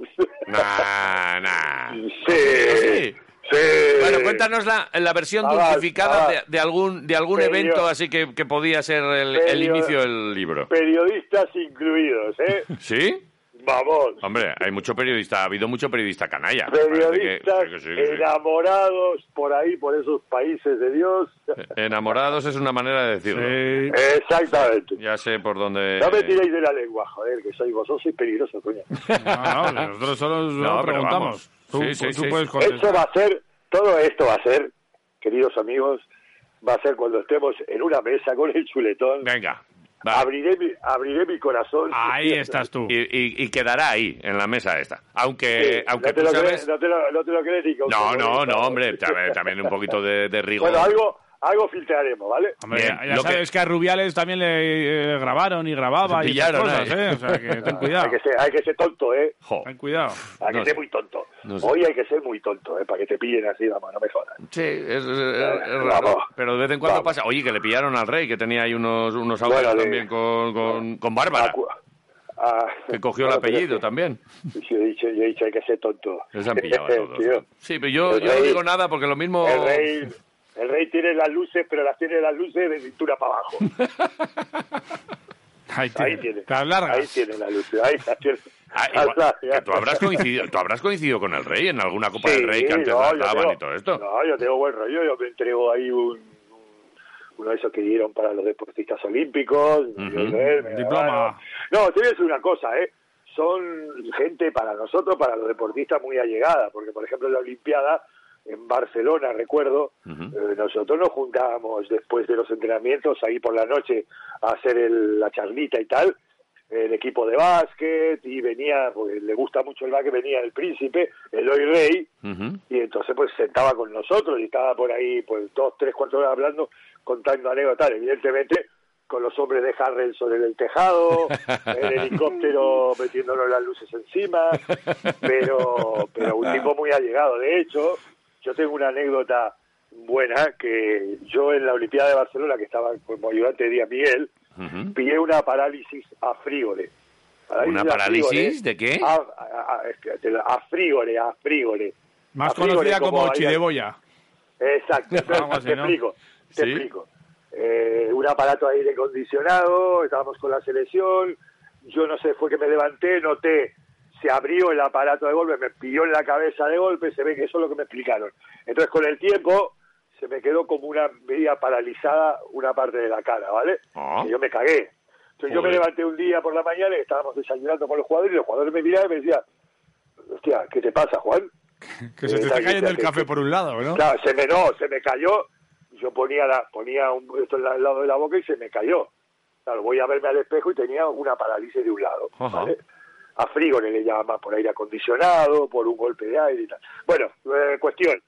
S3: Nah, nah.
S23: Sí. Sí.
S3: Bueno, cuéntanos la, la versión
S23: Chaval,
S3: dulcificada de,
S23: chaval.
S3: de algún de algún
S23: Pero-
S3: evento así que, que podía ser el,
S23: Pero-
S3: el inicio del libro.
S23: Periodistas incluidos, ¿eh?
S3: ¿Sí?
S23: Vamos.
S3: Hombre, hay mucho periodista, ha habido mucho periodista canalla.
S23: Periodistas
S3: Parece que- sí, que sí, que sí.
S23: enamorados por ahí, por esos países de Dios.
S3: Eh, Enamorados es una manera de decirlo.
S23: Exactamente.
S3: Ya sé por dónde.
S23: No me tiréis de la lengua, joder, que soy vosotros, soy peligroso, coño.
S4: No, no, nosotros solo
S3: No, pero
S4: preguntamos.
S3: vamos.
S4: Tú,
S3: Sí, sí,
S4: tú
S3: sí,
S4: puedes
S3: sí.
S4: contestar.
S23: Esto va a ser, todo esto va a ser, queridos amigos, va a ser cuando estemos en una mesa con el chuletón.
S3: Venga.
S23: Abriré mi, abriré mi corazón.
S3: Ahí estás tú. Y, y- y quedará ahí, en la mesa esta. Aunque,
S23: Sí,
S3: eh, aunque
S23: no, te
S3: tú
S23: lo
S3: sabes-
S23: crees, no, te lo, no te lo crees ni con-
S3: No, no, no, hombre, tam- también un poquito de, de rigor.
S23: Bueno, algo, algo filtraremos, ¿vale?
S4: Hombre,
S3: Bien,
S4: ya ya
S3: lo que-
S4: sabes que... a Rubiales también le eh, grabaron y grababa
S3: Se
S4: y esas
S3: pillaron,
S4: cosas,
S3: ¿eh?
S4: ¿eh? O sea, que ten cuidado.
S23: Hay que ser, hay que ser tonto, ¿eh?
S4: Ten cuidado.
S23: Hay que
S4: No
S23: ser
S4: sé.
S23: muy tonto.
S3: No sé.
S23: Hoy hay que ser muy tonto, ¿eh? Para que te pillen así, vamos, no me jodas.
S3: Sí, es, es- es- es raro.
S23: Vamos.
S3: Pero de vez en cuando
S23: Vamos.
S3: pasa. Oye, que le pillaron al rey, que tenía ahí unos, unos audios
S23: Bueno, le-
S3: también con, con, con Bárbara.
S23: Acu- a-
S3: Que cogió el
S23: Bueno, Ah. pero
S3: apellido también.
S23: sí, Yo he dicho, yo he dicho, hay que ser tonto.
S3: Les han pillado a todos.
S23: Tío,
S3: Sí, pero yo,
S23: el
S3: yo no
S23: rey-
S3: digo nada porque lo mismo...
S23: El rey, el rey tiene las luces, pero las tiene las luces de cintura para abajo.
S4: Ahí
S23: Ahí tiene. Ahí tiene las luces. Ahí las tiene.
S3: Ah, igual- que tú, habrás coincidido, tú habrás coincidido con el rey en alguna Copa del Rey que
S23: Sí,
S3: antes
S23: no,
S3: la
S23: yo
S3: daban
S23: tengo-
S3: y todo esto.
S23: No, yo tengo buen rollo. Yo me entrego ahí un, un- uno de esos que dieron para los deportistas olímpicos. yo lo he- me lo
S4: Diploma.
S23: No, te voy a decir una cosa, ¿eh? Son gente para nosotros, para los deportistas, muy allegada, porque por ejemplo en la Olimpiada, en Barcelona, recuerdo, eh, nosotros nos juntábamos después de los entrenamientos, ahí por la noche, a hacer el- la charlita y tal, el equipo de básquet, y venía, porque le gusta mucho el básquet, venía el príncipe, el hoy rey, y entonces pues sentaba con nosotros y estaba por ahí pues dos, tres, cuatro horas hablando, contando anécdotas, evidentemente con los hombres de Harrel sobre el tejado, el helicóptero metiéndonos las luces encima, pero, pero un tipo muy allegado. De hecho, yo tengo una anécdota buena que yo en la Olimpiada de Barcelona, que estaba como ayudante de Díaz Miguel, pillé una parálisis a Frígole.
S3: ¿Una
S23: a
S3: parálisis?
S23: Frígole.
S3: ¿De qué?
S23: A, a, a- es que te la- a Frígole, a Frígole.
S4: Más
S23: A Frígole,
S4: conocida como
S23: había-
S4: Chideboya.
S23: Exacto,
S4: Algo así,
S23: te
S4: ¿no?
S23: explico, te
S4: Sí.
S23: explico. Eh, un aparato aire acondicionado, estábamos con la selección, yo no sé, fue que me levanté, noté, se abrió el aparato de golpe, me pilló en la cabeza de golpe, se ve que eso es lo que me explicaron. Entonces con el tiempo se me quedó como una media paralizada una parte de la cara, ¿vale?
S2: Ah.
S23: Que yo me cagué. Entonces yo me
S2: Joder.
S23: levanté un día por la mañana y estábamos desayunando con los jugadores y los jugadores me miraban y me decían, hostia, ¿qué te pasa, Juan?
S4: Que se te está cayendo el café por un lado, ¿no?
S23: Claro, se me no, se me cayó. Yo ponía la, ponía un, esto al lado de la boca y se me cayó. Claro, voy a verme al espejo y tenía una parálisis de un lado.
S2: Ajá.
S23: ¿vale? A frigo le llama por aire acondicionado, por un golpe de aire y tal. Bueno, eh, cuestión.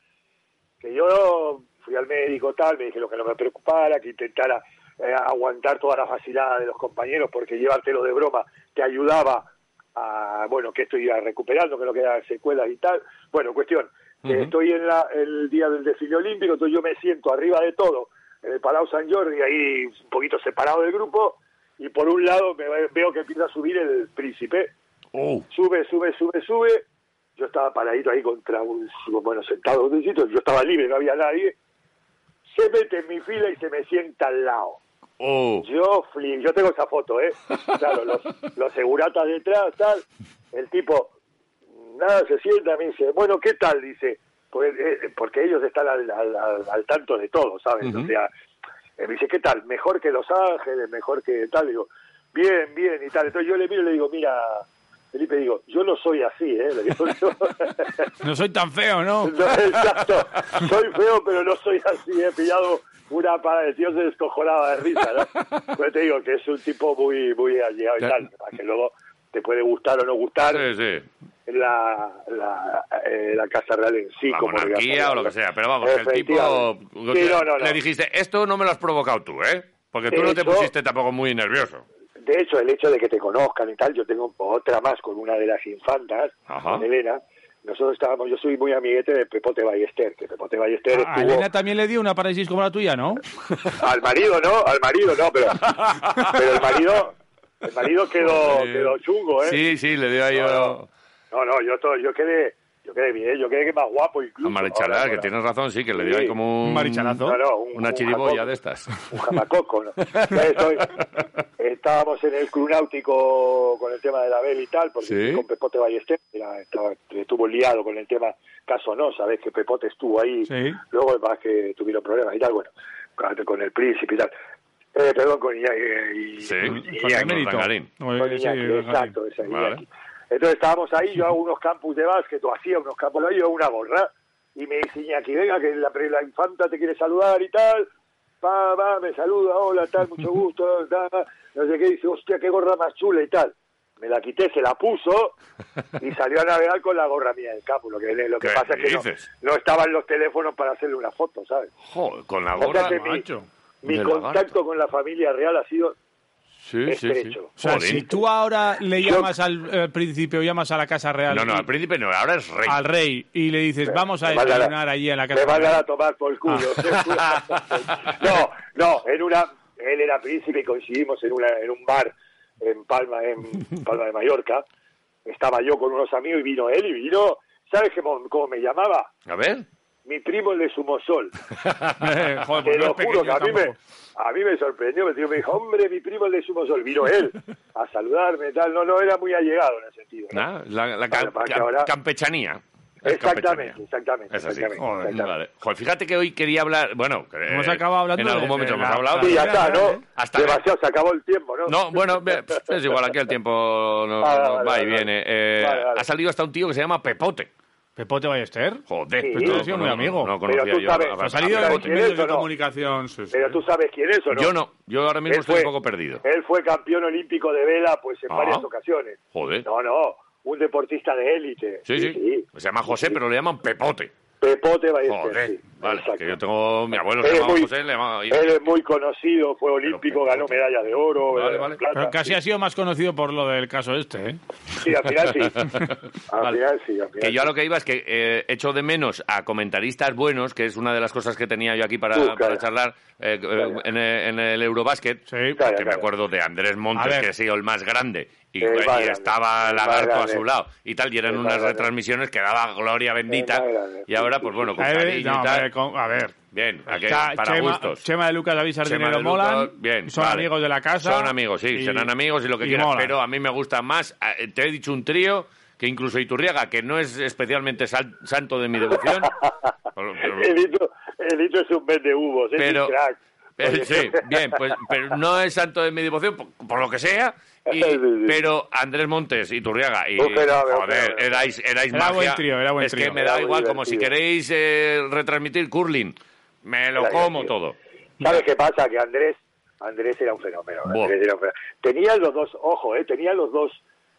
S23: Que yo fui al médico tal, me dijeron que no me preocupara, que intentara eh, aguantar toda la facilidad de los compañeros porque llevártelo de broma te ayudaba a, bueno, que estoy ya recuperando, que no quedan secuelas y tal. Bueno, cuestión, que
S2: Ujú.
S23: estoy en la, el día del desfile olímpico, entonces yo me siento arriba de todo, en el Palau San Jordi, ahí un poquito separado del grupo, y por un lado me ve- veo que empieza a subir el príncipe. Sube, sube, sube, sube. Yo estaba paradito ahí contra un, bueno, sentado en un sitio, yo estaba libre, no había nadie. Se mete en mi fila y se me sienta al lado.
S4: Oh.
S23: Yo flip, yo tengo esa foto, ¿eh? Claro, los, los seguratas detrás, tal. El tipo, nada, se sienta, me dice, bueno, ¿qué tal? Dice, porque, eh, porque ellos están al, al- al- al tanto de todo, ¿sabes?
S2: Ujú.
S23: O sea, eh, me dice, ¿qué tal? Mejor que Los Ángeles, mejor que tal. Digo, bien, bien y tal. Entonces yo le miro y le digo, mira, Felipe, digo, yo no soy así, ¿eh? Le digo, yo,
S4: No soy tan feo, ¿no?
S23: no, exacto. Soy feo, pero no soy así. He pillado una para el tío se descojonaba de risa, ¿no? Pero te digo que es un tipo muy, muy allegado y
S3: Ya.
S23: tal. Que luego te puede gustar o no gustar
S3: Sí, sí.
S23: la, la, eh, la Casa Real en sí.
S3: La
S23: como
S3: monarquía
S23: digamos,
S3: o lo que sea. Pero vamos, que el tipo...
S23: Efectivamente. Sí, no, no, no.
S3: Le dijiste, esto no me lo has provocado tú, ¿eh? Porque tú
S23: De
S3: no te
S23: hecho-
S3: pusiste tampoco muy nervioso.
S23: De hecho, el hecho de que te conozcan y tal, yo tengo otra más con una de las infantas,
S3: Ajá.
S23: con Elena. Nosotros estábamos, yo soy muy amiguete de Pepote Ballester, que Pepote Ballester
S3: Ah,
S4: A
S23: estuvo-
S4: Elena también le dio una parálisis como la tuya, ¿no?
S23: Al marido, ¿no? Al marido, no, pero, pero el marido, el marido quedó,
S3: Joder.
S23: quedó chungo, ¿eh?
S3: Sí, sí, le dio ahí...
S23: No, No, no, yo, to- yo quedé, yo quedé bien, yo quedé que más guapo incluso.
S3: Un marichalá, que tienes razón, sí, que le dio
S23: Sí.
S3: ahí como un...
S23: Un marichalazo. No, no, un-
S3: una
S23: un
S3: chiriboya
S23: jacón.
S3: de estas.
S23: Un jamacoco, ¿no? Entonces, hoy estábamos en el club náutico con el tema de la vela y tal, porque
S2: Sí.
S23: con Pepote Ballester era- estaba- estuvo liado con el tema caso no, sabes que Pepote estuvo ahí,
S2: Sí.
S23: luego más que tuvieron problemas y tal, bueno, con- con el príncipe y tal. Eh, perdón, con Iñaki. y-
S3: Sí,
S23: y-
S3: con
S23: Iñaki.
S3: Emérito. Rangarín.
S23: Con Iñaki,
S4: eh, sí, Rangarín.
S23: exacto, esa,
S3: Vale.
S23: Iñaki. Entonces estábamos ahí, yo hago unos campus de básquet, o hacía unos campus, yo hago una gorra, y me dice Iñaki, venga, que la, la infanta te quiere saludar y tal, va, va, me saluda, hola, tal, mucho gusto, tal, no sé qué, dice, hostia, qué gorra más chula y tal. Me la quité, se la puso y salió a navegar con la gorra mía del campo. Lo que, lo que
S3: ¿Qué
S23: pasa es que
S3: dices?
S23: no, no estaban los teléfonos para hacerle una foto, ¿sabes?
S3: Joder, con la
S23: O sea
S3: gorra,
S23: que mi-
S3: macho.
S23: Mi
S3: De lagarto.
S23: contacto con la familia real ha sido
S3: Sí, sí, sí.
S23: estrecho.
S4: O sea,
S3: Joder.
S4: si tú ahora le llamas al, al príncipe o llamas a la Casa Real...
S3: No, no,
S4: y-
S3: al príncipe no, ahora es rey.
S4: al rey y le dices, vamos a
S23: me mandan a-
S4: desayunar allí en la Casa
S23: me van a dar
S4: Real.
S23: a tomar por culo. Ah. no, no, en una, él era príncipe y coincidimos en, una, en un bar en Palma, en Palma de Mallorca. Estaba yo con unos amigos y vino él y vino, ¿sabes qué mo- cómo me llamaba?
S3: A ver.
S23: Mi primo el de Sumosol.
S4: Joder,
S23: Te
S4: pues no
S23: lo
S4: es
S23: juro que
S4: pequeño
S23: a mí, me,
S4: tampoco.
S23: a mí me sorprendió. El tío me dijo, hombre, mi primo el de Sumosol. Vino él a saludarme, tal. No, no era muy allegado en ese sentido. ¿no?
S3: Ah, La, la cam-
S23: para que
S3: cam-
S23: ahora-
S3: campechanía. Es
S23: Exactamente, exactamente.
S3: Es así.
S23: exactamente,
S3: Joder,
S23: exactamente.
S3: vale. Joder, fíjate que hoy quería hablar. Bueno, que,
S23: Hemos
S3: eh,
S23: acabado hablando
S3: En algún
S23: de-
S3: momento
S23: de
S3: hemos
S23: la- ¿eh?
S3: hablado.
S23: Sí, ya está, ¿no?
S3: Hasta
S23: Demasiado, se acabó el tiempo, ¿no?
S3: No, bueno, ve, pff, es igual, aquí el tiempo no-
S23: Ah, Vale,
S3: no-
S23: vale,
S3: va
S23: vale.
S3: y viene. Eh,
S23: Vale, vale.
S3: Ha salido hasta un tío que se llama Pepote.
S4: ¿Pepote Ballester?
S3: Joder,
S23: Sí.
S3: pues
S23: Este
S3: no
S4: ha sido
S3: cono-
S4: muy amigo. Pero
S3: No conocía
S4: tú
S3: yo.
S4: sabes-
S3: a-
S4: Ha
S3: a-
S4: salido
S3: a
S4: en
S3: Pepote.
S4: medios de comunicación. sí, sí.
S23: Pero tú sabes quién es, ¿o no?
S3: Yo no, yo ahora mismo
S23: Él
S3: estoy
S23: fue-
S3: un poco perdido.
S23: Él fue campeón olímpico de vela, pues en
S3: Ah.
S23: varias ocasiones.
S3: Joder.
S23: No, no, un deportista de élite.
S3: Sí, sí. Se llama José, pero le llaman Pepote.
S23: Pepote Ballester.
S3: Joder,
S23: sí.
S3: vale. Que yo tengo. Mi abuelo se
S23: Él es
S3: llamaba
S23: muy-
S3: José, le llamaba.
S23: Él es muy conocido, fue olímpico, ganó medalla de oro,
S3: Vale,
S23: eh,
S3: vale.
S23: plata.
S4: Pero casi ha sido más conocido por lo del caso este, ¿eh?
S23: Sí, al final sí. Al
S3: Vale.
S23: final sí, al final
S3: Que yo a lo que iba es que eh, echo de menos a comentaristas buenos, que es una de las cosas que tenía yo aquí para,
S23: Uh,
S3: para
S23: calla.
S3: charlar eh, eh, en, el- en el Eurobasket, que
S23: Calla,
S3: me
S23: calla.
S3: acuerdo de Andrés
S23: A
S3: Montes,
S23: ver.
S3: que ha sido el más grande, y,
S23: El
S3: y
S23: más grande.
S3: estaba
S23: El más
S3: Lagarto a
S23: grande.
S3: su lado, y tal, y eran
S23: El más
S3: unas
S23: grande.
S3: retransmisiones que daba gloria bendita,
S23: El más grande.
S3: y ahora, pues bueno, con
S4: A ver,
S3: cariño
S4: no,
S3: y
S4: a
S3: tal.
S4: ver, con- a ver.
S3: Bien, aquí,
S4: Está
S3: para
S4: Chema,
S3: gustos.
S4: Chema de Lucas, David
S3: Chema
S4: Sardinero
S3: de Lucas,
S4: molan.
S3: bien,
S4: son
S3: vale.
S4: amigos de la casa.
S3: Son amigos, sí,
S4: y-
S3: serán amigos y lo que
S4: y
S3: quieras.
S4: molan.
S3: Pero a mí me gusta más. eh, Te he dicho un trío que incluso Iturriaga, que no es especialmente sal- santo de mi devoción. pero- pero-
S23: Elito, Elito es un vende hubos, es
S3: Pero-
S23: un crack.
S3: eh, sí, bien, pues, pero no es santo de mi devoción, por, por lo que sea. y- Pero Andrés Montes, Iturriaga, y
S23: Un fenómeno, un
S3: joder,
S23: fenómeno.
S3: erais, erais
S23: Era
S3: magia.
S23: buen trío, era buen
S3: es que
S23: trío.
S3: me
S23: Era
S3: da
S23: muy
S3: igual, como si
S23: divertido.
S3: queréis eh, retransmitir curling, me lo
S23: Era
S3: como
S23: divertido.
S3: todo.
S23: ¿Sabes qué pasa? Que Andrés, Andrés era un fenómeno.
S3: Buah.
S23: Andrés era un fenómeno. Tenía los dos, ojo, eh, tenía los dos,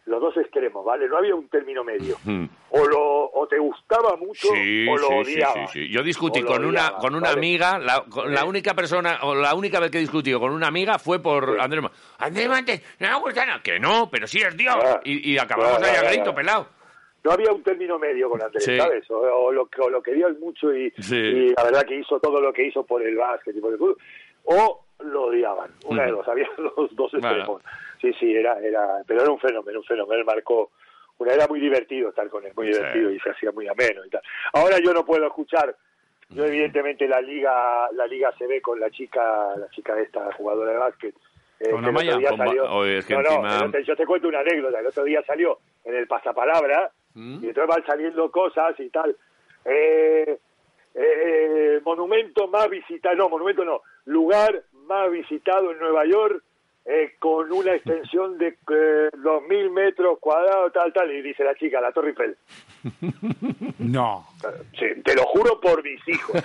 S23: los dos extremos, ¿vale? No había un término medio.
S3: Hmm.
S23: O lo, o te gustaba mucho,
S3: Sí,
S23: o lo
S3: sí, sí,
S23: odiaba.
S3: sí, sí. Yo discutí
S23: O lo
S3: con una
S23: odiaba,
S3: con una
S23: ¿vale?
S3: amiga, la, con la única persona o la única vez que he discutido con una amiga fue por Andrés Montes. Andrés Montes, no me gusta nada. Que no, pero sí es Dios. y, y acabamos
S23: Ah. claro,
S3: ahí a
S23: claro,
S3: grito,
S23: claro.
S3: pelado.
S23: No había un término medio con Andrés,
S3: Sí.
S23: ¿sabes? O, o lo, o lo querías mucho y,
S3: Sí.
S23: y la verdad que hizo todo lo que hizo por el básquet y por el fútbol. O lo odiaban, una de
S3: Ujú.
S23: dos, había los dos
S3: Bueno.
S23: extremos. Sí, sí, era, era, pero era un fenómeno, un fenómeno, él marcó. Una era muy divertido estar con él, muy
S3: Sí.
S23: divertido y se hacía muy ameno y tal. Ahora yo no puedo escuchar, yo evidentemente la liga, la liga se ve con la chica, la chica esta, jugadora de básquet. eh,
S3: ¿Con
S23: que el
S3: Amaya?
S23: otro día
S3: Con Ba-
S23: salió-
S3: Oye, es que
S23: No, no,
S3: encima-
S23: el otro- yo te cuento una anécdota. El otro día salió en el pasapalabra
S3: ¿Mm?
S23: y entonces van saliendo cosas y tal. Eh, eh, monumento más visitado, no, monumento no, lugar más visitado en Nueva York eh, con una extensión de eh, 2.000 metros cuadrados, tal, tal. Y dice la chica, la Torre Eiffel.
S4: No.
S23: Sí, te lo juro por mis hijos.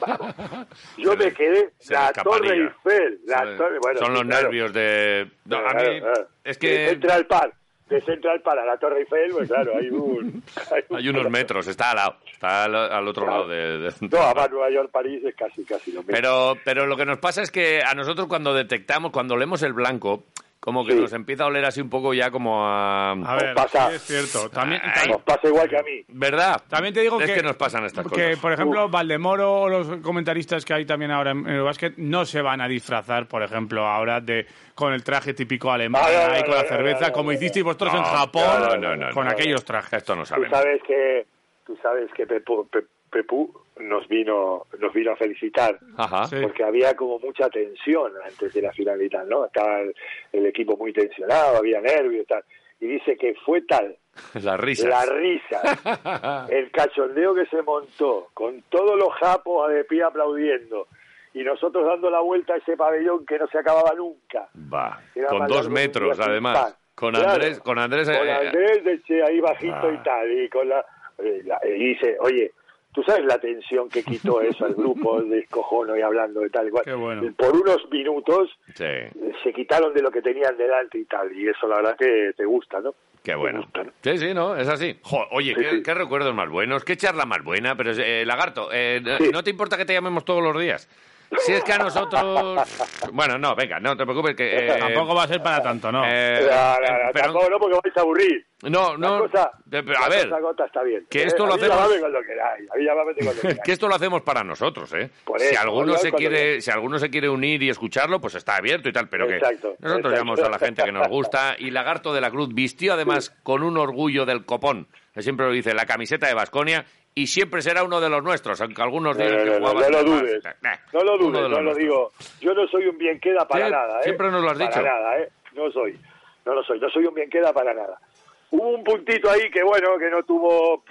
S23: Vamos. Yo me quedé
S3: Se le
S23: la
S3: escaparía.
S23: Torre Eiffel. La
S3: Son-
S23: Torre- bueno,
S3: Son
S23: sí,
S3: los
S23: claro.
S3: nervios de. No, a
S23: Claro,
S3: mí
S23: claro.
S3: es
S23: De
S3: que
S23: Central Park, de Central Park a la Torre Eiffel, pues claro, hay un... hay un-
S3: hay unos metros, está al lado, está al, al otro lado de- de,
S23: No, además Nueva York, París es casi, casi lo mismo.
S3: Pero, pero lo que nos pasa es que a nosotros cuando detectamos, cuando leemos el blanco, como que
S23: Sí.
S3: nos empieza a oler así un poco ya como a...
S4: A ver,
S23: pasa.
S4: sí es cierto. También,
S3: Ay,
S23: Nos pasa igual que a mí.
S3: ¿Verdad?
S4: También te digo
S3: es
S4: que-
S3: que nos pasan estas cosas.
S4: Que, por ejemplo, Valdemoro o los comentaristas que hay también ahora en, en el básquet no se van a disfrazar, por ejemplo, ahora de con el traje típico alemán
S23: No,
S3: Ah,
S23: no, no,
S4: y con la
S23: no,
S4: cerveza,
S23: no, no,
S4: como
S23: no,
S4: hicisteis vosotros en
S3: No,
S4: Japón
S3: no, no, no,
S4: con
S3: no.
S4: aquellos trajes.
S3: Esto no
S23: Tú
S3: sabemos.
S23: sabes que, tú sabes que Pepu, Pe- Pepú nos vino, nos vino a felicitar.
S3: Ajá.
S23: Porque había como mucha tensión antes de la final y tal, ¿no? Estaba el, el equipo muy tensionado, había nervios y tal. Y dice que fue tal
S3: Las risas.
S23: La Eh, risa. El cachondeo que se montó, con todos los japos de pie aplaudiendo, y nosotros dando la vuelta a ese pabellón que no se acababa nunca.
S3: Va.
S23: Era
S3: Con
S23: más
S3: dos
S23: largo que un
S3: metros,
S23: día sin
S3: además.
S23: pan.
S3: Con
S23: Claro.
S3: Andrés... Con Andrés...
S23: Con
S3: eh,
S23: Andrés de Che ahí bajito
S3: Ah.
S23: y tal, y con la, eh, la- y dice, oye, tú sabes la tensión que quitó eso al grupo de escojono y hablando de tal y cual. Eh, Por unos minutos
S3: sí.
S23: eh, se quitaron de lo que tenían delante y tal, y eso la verdad que te gusta, ¿no?
S3: Qué bueno. Sí, sí, ¿no? Es así. Jo, oye,
S23: Sí,
S3: ¿qué,
S23: sí.
S3: qué recuerdos más buenos, qué charla más buena. Pero, eh, Lagarto, eh, ¿no te importa que te llamemos todos los días? Si es que a nosotros... Bueno, no, venga, no te preocupes que... eh,
S4: Tampoco va a ser para tanto, ¿no?
S3: eh,
S23: No, no, no,
S3: pero-
S23: tampoco no, porque vais a aburrir.
S3: No, no, de- pero a
S23: la
S3: ver,
S23: cosa gota está bien.
S3: que esto
S23: Eh,
S3: lo
S23: a mí
S3: hacemos-
S23: llámame con lo que queráis, a mí llámame con lo que queráis.
S3: que esto lo hacemos para nosotros, ¿eh?
S23: Por
S3: si
S23: eso,
S3: alguno
S23: hablar
S3: se
S23: cuando
S3: quiere, si alguno se quiere unir y escucharlo, pues está abierto y tal, pero que
S23: Exacto,
S3: nosotros
S23: exacto.
S3: llamamos a la gente que nos gusta y Lagarto de la Cruz vistió además con un orgullo del copón, que siempre lo dice, la camiseta de Basconia y siempre será uno de los nuestros, aunque algunos
S23: No,
S3: digan
S23: no, no,
S3: que
S23: no,
S3: jugaba
S23: no
S3: en
S23: lo
S3: demás.
S23: dudes.
S3: Nah,
S23: No lo
S3: uno de
S23: dudes, no
S3: los
S23: lo
S3: nuestros.
S23: digo. Yo no soy un bien queda para
S3: Sie-
S23: nada. ¿eh?
S3: siempre nos lo has
S23: Para
S3: dicho.
S23: nada, ¿eh? No soy. No lo soy. No soy un bien queda para nada. Hubo un puntito ahí que, bueno, que no tuvo.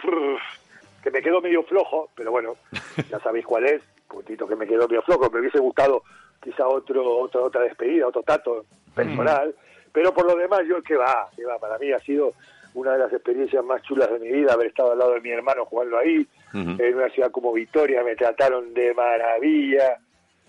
S23: que me quedó medio flojo, pero bueno, ya sabéis cuál es. Puntito que me quedó medio flojo. Me hubiese gustado quizá otro, otra otra despedida, otro tato personal.
S3: Mm.
S23: Pero por lo demás, yo, que va, que va. Para mí ha sido una de las experiencias más chulas de mi vida haber estado al lado de mi hermano jugando ahí en una ciudad como Vitoria, me trataron de maravilla.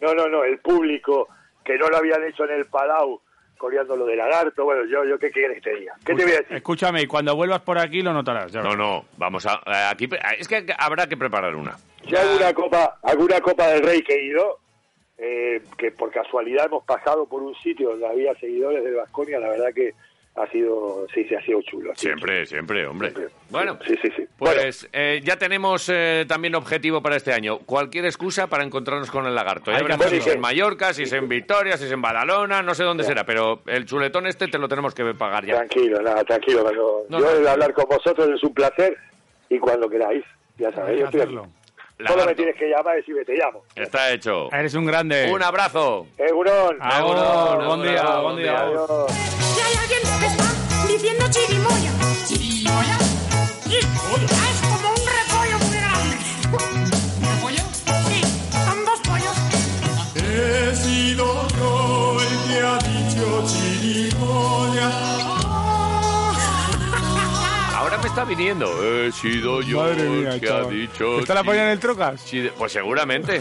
S23: No, no, no, el público que no lo habían hecho en el Palau, coreando lo de lagarto. Bueno, yo, yo ¿qué quieres que te diga? ¿Qué te voy a decir?
S4: Escúchame, y cuando vuelvas por aquí lo notarás. Ya
S3: No, no, vamos a eh, aquí pre- es que habrá que preparar una.
S23: Yo alguna copa, alguna copa del rey que he ido, eh, que por casualidad hemos pasado por un sitio donde había seguidores del Vasconia, la verdad que ha sido, sí, sí, ha sido chulo. ha sido
S3: Siempre, siempre, hombre. Bueno,
S23: Sí, sí, sí.
S3: Pues eh, ya tenemos eh, también objetivo para este año. Cualquier excusa para encontrarnos con el lagarto.
S4: Hay
S3: Ya
S4: que
S3: veremos si
S4: hacerlo.
S3: es en Mallorca, si es en Vitoria, si es en Badalona, no sé dónde será, pero el chuletón este te lo tenemos que pagar ya.
S23: Tranquilo, nada, tranquilo. pero
S3: No,
S23: yo
S3: no.
S23: el hablar con vosotros es un placer y cuando queráis, ya sabéis.
S3: que
S23: yo estoy aquí.
S3: hacerlo.
S23: Solo me
S3: Lagarto.
S23: tienes que llamar y decirme, te llamo. ¿Eh,
S3: Está hecho.
S4: Eres un grande.
S3: Un abrazo.
S23: Egunon.
S3: Agur, agur,
S4: buen día,
S3: agur,
S4: buen día.
S2: Si hay alguien que está diciendo chirimoya, chirimoya, es como un repollo muy grande. ¿Repollo? Sí, son dos pollos.
S9: He sido yo el que ha dicho chirimoya.
S3: Ahora me está viniendo. He sido yo
S4: Madre
S3: el
S4: mía,
S3: que ha
S4: chaval.
S3: dicho.
S4: ¿Está la
S3: chi-
S4: polla en el trocas?
S3: chi- Pues seguramente.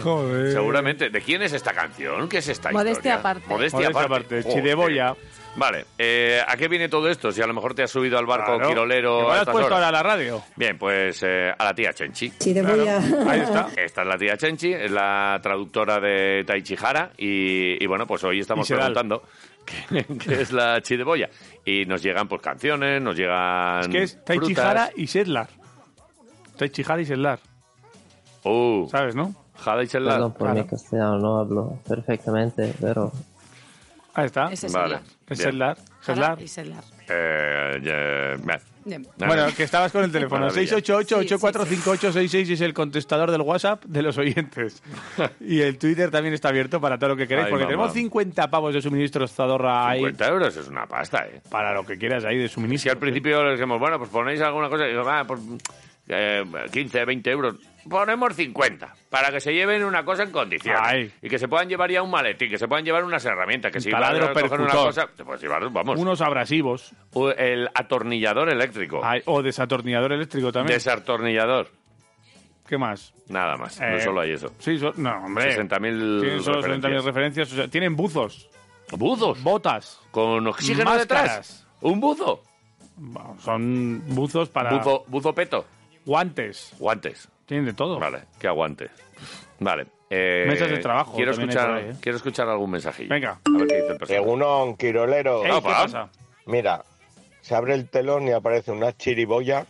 S4: Joder.
S3: Seguramente. ¿De quién es esta canción? ¿Qué es esta
S5: Modestia
S3: historia?
S5: aparte.
S3: Modestia,
S4: Modestia
S3: aparte. oh,
S4: aparte,
S3: Joder.
S4: chideboya.
S3: Vale, eh, ¿a qué viene todo esto? Si a lo mejor te has subido al barco
S4: Claro.
S3: quirolero.
S4: Igual
S3: a
S4: has
S3: estas
S4: puesto
S3: horas.
S4: ahora la radio.
S3: Bien, pues eh, a la tía Chenchi.
S6: Chirimoya.
S3: Ahí está. Esta es la tía Chenchi, es la traductora de Taichihara y, y bueno, pues hoy estamos
S4: Y Sedal.
S3: preguntando qué, qué es la chideboya. Y nos llegan pues canciones, nos llegan
S4: Es que es Taichihara y Sedlar. Taichihara y Sedlar. ¿Sabes, no?
S3: Jada Uh. y Sedlar.
S10: Perdón por mi castellano, no hablo perfectamente, pero
S4: Ahí está.
S10: Ese es Vale, Sedlar.
S4: Es
S10: bien.
S4: Sedlar. Sedlar.
S3: Eh, ya- bien. Nada.
S4: Bueno, que estabas con el teléfono.
S3: Maravilla.
S4: 688-845866 es el contestador del WhatsApp de los oyentes. Y el Twitter también está abierto para todo lo que queráis,
S3: Ay,
S4: porque
S3: mamá.
S4: tenemos 50 pavos de suministros Zadorra ahí.
S3: 50 euros es una pasta, ¿eh?
S4: Para lo que quieras ahí de suministro.
S3: Si al principio les decimos, bueno, pues ponéis alguna cosa, y digo, va, pues, eh, 15, 20 euros. Ponemos 50 para que se lleven una cosa en condiciones. Y que se puedan llevar ya un maletín, que se puedan llevar unas herramientas, que si van
S4: Taladro
S3: a coger una
S4: percutor.
S3: cosa, pues llevar, vamos.
S4: Unos abrasivos.
S3: O El atornillador eléctrico.
S4: Ay, o desatornillador eléctrico también.
S3: Desatornillador.
S4: ¿Qué más?
S3: Nada más. no
S4: Eh,
S3: solo hay eso.
S4: Sí, so- no, hombre.
S3: 60.000
S4: Tienen solo 60.000 referencias. o sea, tienen buzos.
S3: ¿Buzos?
S4: Botas.
S3: Con oxígeno detrás. ¿Un buzo?
S4: Son buzos para...
S3: Buzo, buzo peto.
S4: Guantes.
S3: Guantes.
S4: Tienen de todo.
S3: Vale, que aguantes. Vale. eh,
S4: Mesas de trabajo
S3: Quiero
S4: también
S3: escuchar,
S4: hay por ahí, ¿eh?
S3: quiero escuchar algún mensajillo.
S4: Venga.
S3: A ver qué dice el personaje.
S11: Egunon, Quirolero.
S4: Ey, ¿qué Opa. pasa?
S11: Mira, se abre el telón y aparece una chiriboya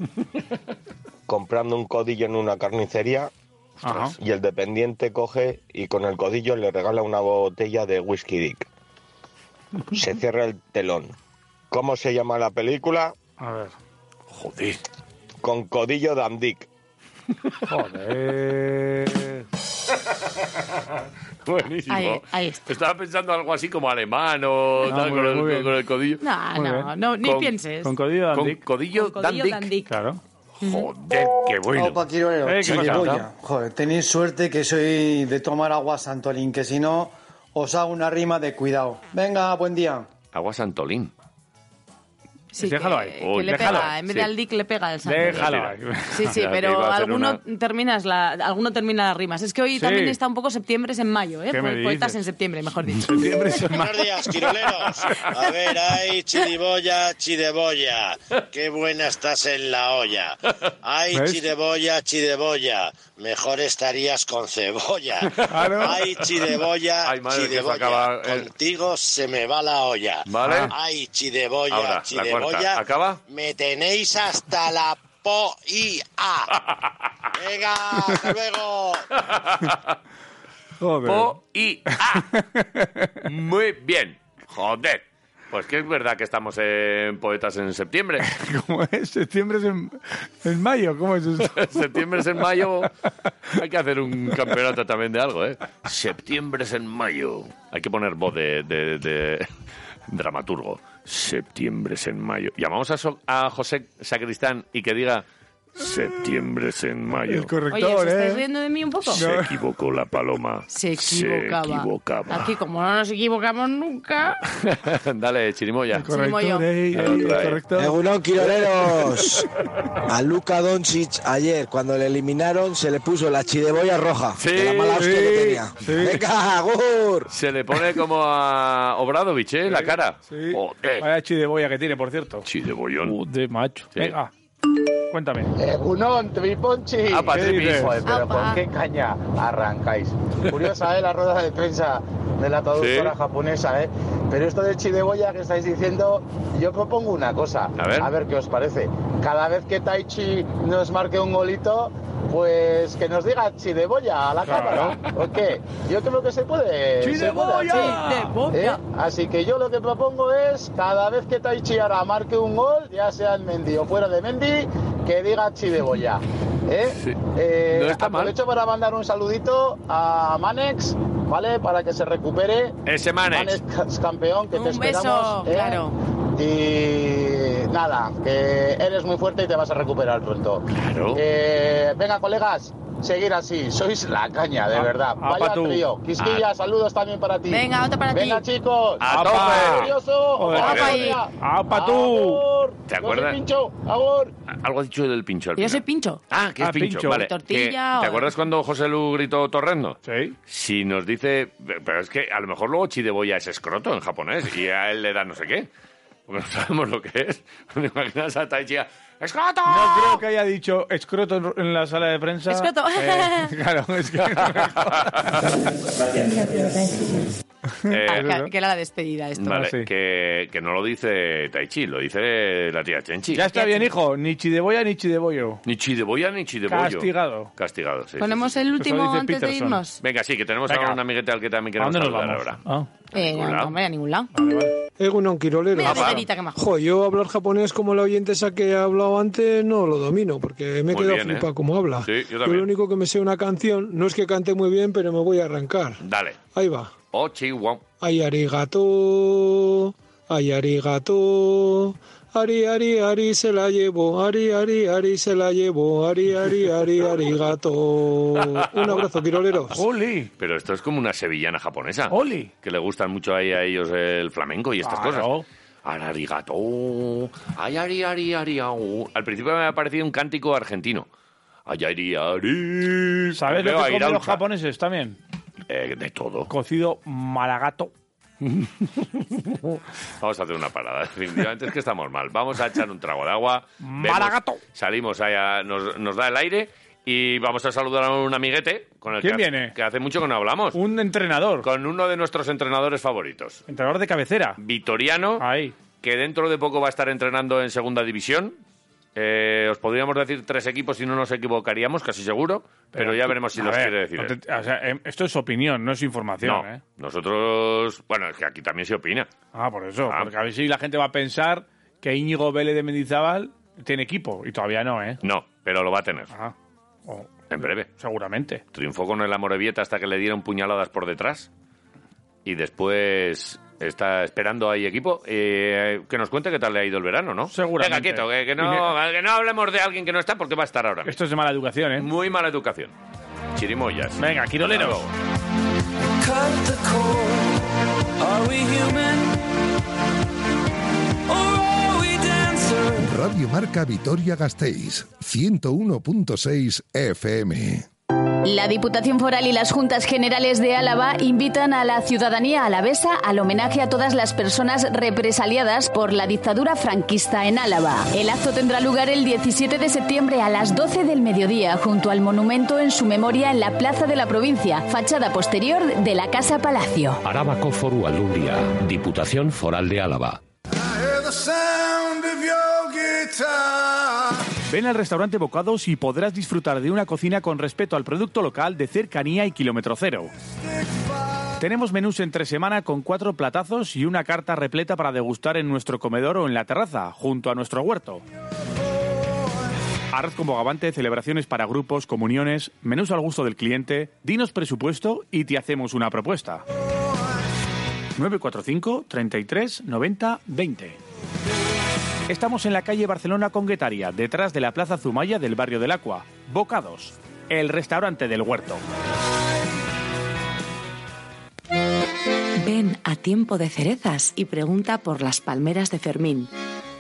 S11: comprando un codillo en una carnicería.
S4: Ajá.
S11: Y el dependiente coge y con el codillo le regala una botella de whisky dick. Se cierra el telón. ¿Cómo se llama la película?
S4: A ver.
S11: Joder. Con codillo Dandick.
S4: Joder.
S3: Buenísimo.
S5: Ahí- ahí está.
S3: Estaba pensando algo así como alemán o
S4: No,
S3: tal,
S4: muy
S3: con,
S4: bien, muy
S3: el,
S4: bien.
S3: con el codillo.
S5: No, no, no, ni pienses.
S4: Con codillo
S3: Con
S4: dandic.
S3: codillo
S5: Con codillo dandic. dandic.
S4: Claro.
S3: Joder, qué bueno.
S12: Opa, Quirolero,
S4: Eh, ¿qué pasa?
S12: chirimoya. Joder, tenéis suerte que soy de tomar agua Santolín, que si no, os hago una rima de cuidado. Venga, buen día.
S3: Agua Santolín.
S5: Sí,
S4: déjalo
S5: que-
S4: ahí.
S5: que le pega, en vez de al Dick le pega al Santos.
S4: Déjalo ahí.
S5: Sí, sí, pero alguno terminas la, alguno termina las rimas. Es que hoy
S4: Sí.
S5: también está un poco septiembre es en mayo, ¿eh?
S4: ¿Qué me
S5: Po- Poetas
S4: dices?
S5: en septiembre, mejor dicho.
S4: Septiembre es en mayo.
S13: quiroleros. A ver, ay, chiriboya, chireboya, qué buena estás en la olla. Ay,
S4: ¿Ves?
S13: chireboya, chireboya, mejor estarías con cebolla.
S4: Claro.
S13: Ay, chireboya,
S4: Ay, madre, que se
S13: chireboya,
S4: acaba el-
S13: contigo se me va la olla.
S4: Vale.
S13: Ay, chireboya,
S4: Ahora, la cuarta.
S13: chireboya,
S4: ¿Acaba?
S13: me tenéis hasta la po y a. Venga, hasta luego.
S4: Joder.
S3: Po y A. Muy bien. Joder. Pues que es verdad que estamos en Poetas en septiembre.
S4: ¿Cómo es? Septiembre es en, en mayo. ¿Cómo es esto?
S3: septiembre es en mayo. Hay que hacer un campeonato también de algo, ¿eh? Septiembre es en mayo. Hay que poner voz de, de- de dramaturgo. Septiembre es en mayo. Llamamos a, So- a José Sacristán y que diga septiembre es en mayo.
S4: El corrector,
S5: Oye, ¿os estáis
S4: ¿eh?
S5: riendo de mí un poco?
S3: Se equivocó la paloma.
S5: Se equivocaba.
S3: Se equivocaba.
S5: Aquí, como no nos equivocamos nunca,
S3: Dale, chirimoya.
S5: Chirimoyo.
S4: ey, ey,
S3: Otra vez.
S4: correcto.
S14: Egunon, quiroleros. A Luca Doncic ayer, cuando le eliminaron, se le puso la chideboya roja. de la mala hostia que tenía. Venga, agur.
S3: Se le pone como a Obradovich, ¿eh? La cara.
S4: Sí.
S3: Joder.
S4: Vaya chideboya que tiene, por cierto.
S3: Chidebollón.
S4: De macho. Venga, cuéntame.
S16: Egunon, Eh, triponchi.
S4: Apa,
S16: ¿Qué
S4: tripi.
S16: dices? Joder, pero
S4: Apa.
S16: ¿por qué caña arrancáis? Curiosa, ¿eh? La rueda de prensa de la traductora
S3: Sí.
S16: japonesa, ¿eh? Pero esto de Chideboya que estáis diciendo, yo propongo una cosa.
S3: A ver.
S16: qué os parece. Cada vez que Taichi nos marque un golito, pues que nos diga Chideboya a la cámara. ¿O qué? Yo creo que se
S3: Eh,
S16: puede. se
S5: Chideboya.
S16: puede
S5: Chideboya.
S16: ¿Eh? Así que yo lo que propongo es, cada vez que Taichi Ara marque un gol, ya sea en Mendy o fuera de Mendy, que diga Chideboya. ¿Eh? Eh,
S3: No está mal.
S16: aprovecho para mandar un saludito a Manex, ¿vale? Para que se recupere.
S3: Ese Manex.
S16: Manex campeón, que te
S5: Un beso,
S16: esperamos. ¿eh?
S5: claro.
S16: Y nada, que eres muy fuerte y te vas a recuperar pronto.
S3: Claro.
S16: Eh, venga, colegas, seguir así. Sois la caña, de verdad.
S4: apa
S16: Vaya
S4: tú.
S16: trío. Quisquilla, saludos también para ti.
S5: Venga, otro para ti.
S16: Venga, chicos.
S3: A
S16: Vamos,
S3: tope.
S16: curioso.
S4: Joder.
S16: Vamos
S3: Apa
S5: ahí.
S16: allá.
S4: ¡Apa tú!
S16: Agur.
S3: ¿Te
S16: Yo soy
S3: acuerdas?
S16: Pincho. Agur.
S3: Algo ha dicho del pincho. al
S5: yo
S3: final.
S5: soy pincho.
S3: Ah, que es
S4: Ah,
S3: pincho.
S4: pincho.
S3: Vale.
S5: Tortilla
S3: Que-
S5: o-
S3: ¿Te acuerdas cuando José Lu gritó torrendo?
S4: Sí.
S3: Si nos dice. Pero es que a lo mejor luego chideboya es escroto en japonés y a él le da no sé qué. Porque no sabemos lo que es. ¿Te imaginas a Taichi? Eh,
S5: Ah,
S3: ¡Escroto!
S4: No creo que haya dicho escroto en- en la sala de prensa.
S5: Escroto.
S4: Eh, claro, es que.
S3: Eh,
S5: Ah, que, que era la despedida esto.
S3: Vale,
S4: sí.
S3: que, que no lo dice Taichi, lo dice la tía Chenchi.
S4: ya está bien, hijo. Ni chideboya ni chideboyo.
S3: Ni chideboya ni chideboyo.
S4: Castigado.
S3: Castigado, sí, sí.
S5: Ponemos el
S4: Eso
S5: último
S4: dice
S5: antes de
S4: Peterson.
S5: irnos.
S3: Venga, sí, que tenemos
S4: Venga.
S3: a un amiguete al que también
S4: ¿A
S3: queremos
S4: dónde nos
S3: hablar
S4: vamos?
S3: ahora.
S4: Ah.
S5: Eh,
S3: ningún
S5: no,
S3: lado.
S5: hombre, a ningún lado.
S24: Egunon Quirolero.
S5: Mira, Pedrerita, que majo.
S24: Jo, yo hablar japonés como la oyente esa que ha hablado antes no lo domino, porque me he
S3: Muy
S24: quedado
S3: bien, ¿eh?
S24: flipado como habla.
S3: Sí, yo
S24: lo
S3: también.
S24: único que me sé una canción, no es que cante muy bien, pero me voy a arrancar.
S3: Dale.
S24: Ahí va.
S3: Oh, chihuahua.
S24: Ay, arigato, ay, arigato, ari, ari, ari, se la llevo, ari, ari, ari, se la llevo, ari, ari, ari, arigato. Un abrazo, quiroleros.
S4: ¡Juli!
S3: Pero esto es como una sevillana japonesa.
S4: ¡Oli!
S3: Que le gustan mucho ahí a ellos el flamenco y estas
S4: Claro.
S3: cosas. Ararigato. Ay, ari, ari, ari, au. Al principio me ha parecido un cántico argentino. Ay, ari, ari.
S4: ¿Sabes lo
S3: Veo a
S4: que comen los
S3: Iraucha.
S4: japoneses también?
S3: Eh, de todo.
S4: Cocido malagato.
S3: Vamos a hacer una parada. Definitivamente es que estamos mal. Vamos a echar un trago de agua. vemos-
S4: Malagato.
S3: Salimos, ahí a- nos, nos da el aire y vamos a saludar a un amiguete con el
S4: ¿Quién
S3: que, ha-
S4: viene?
S3: que hace mucho que no hablamos.
S4: Un entrenador.
S3: Con uno de nuestros entrenadores favoritos.
S4: Entrenador de cabecera.
S3: Vitoriano,
S4: Ahí.
S3: que dentro de poco va a estar entrenando en segunda división. Eh, os podríamos decir tres equipos si no nos equivocaríamos, casi seguro, pero, ya veremos si
S4: A
S3: los
S4: ver,
S3: quiere decir.
S4: no
S3: él.
S4: te- o sea, em, esto es opinión, no es información,
S3: No,
S4: ¿eh?
S3: nosotros. Bueno, es que aquí también se opina.
S4: Ah, por eso.
S3: Ah.
S4: Porque a ver si la gente va a pensar que Íñigo Vélez de Mendizábal tiene equipo. Y todavía no, ¿eh?
S3: No, pero lo va a tener,
S4: Ah. O-
S3: en breve.
S4: seguramente.
S3: Triunfó con el Amorebieta hasta que le dieron puñaladas por detrás. Y después está esperando ahí equipo. Eh, que nos cuente qué tal le ha ido el verano, ¿no?
S4: Seguramente.
S3: Venga, quieto, que, que no, que no hablemos de alguien que no está porque va a estar ahora. mismo.
S4: Esto es de mala educación, ¿eh?
S3: Muy mala educación. Chirimoyas.
S4: Venga, Quirolero.
S3: Hasta luego.
S2: Cut the cord. Are we human? Or are we damned
S15: Radio Marca Vitoria Gasteiz, 101.6 FM.
S17: La Diputación Foral y las Juntas Generales de Álava invitan a la ciudadanía alavesa al homenaje a todas las personas represaliadas por la dictadura franquista en Álava. El acto tendrá lugar el 17 de septiembre a las 12 del mediodía junto al monumento en su memoria en la plaza de la provincia, fachada posterior de la Casa Palacio.
S25: Arabako Foru Aldundia, Diputación Foral de Álava.
S4: Ven al restaurante Bocados y podrás disfrutar de una cocina con respeto al producto local de cercanía y kilómetro cero. Tenemos menús entre semana con cuatro platazos y una carta repleta para degustar en nuestro comedor o en la terraza, junto a nuestro huerto. Arroz con bogavante, celebraciones para grupos, comuniones, menús al gusto del cliente, dinos presupuesto y te hacemos una propuesta. 945 33 90 20. Estamos en la calle Barcelona Conguetaria, detrás de la Plaza Zumaya del barrio del Acua. Bocados, el restaurante del huerto.
S5: Ven a tiempo de cerezas y pregunta por las palmeras de Fermín.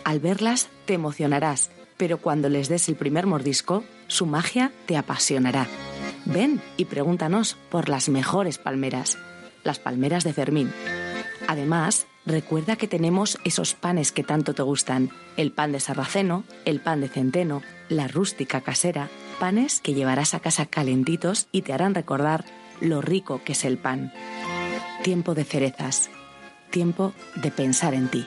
S5: Al verlas te emocionarás, pero cuando les des el primer mordisco, su magia te apasionará. Ven y pregúntanos por las mejores palmeras, las palmeras de Fermín. Además, recuerda que tenemos esos panes que tanto te gustan, el pan de sarraceno, el pan de centeno, la rústica casera, panes que llevarás a casa calentitos y te harán recordar lo rico que es el pan. Tiempo de cerezas, tiempo de pensar en ti.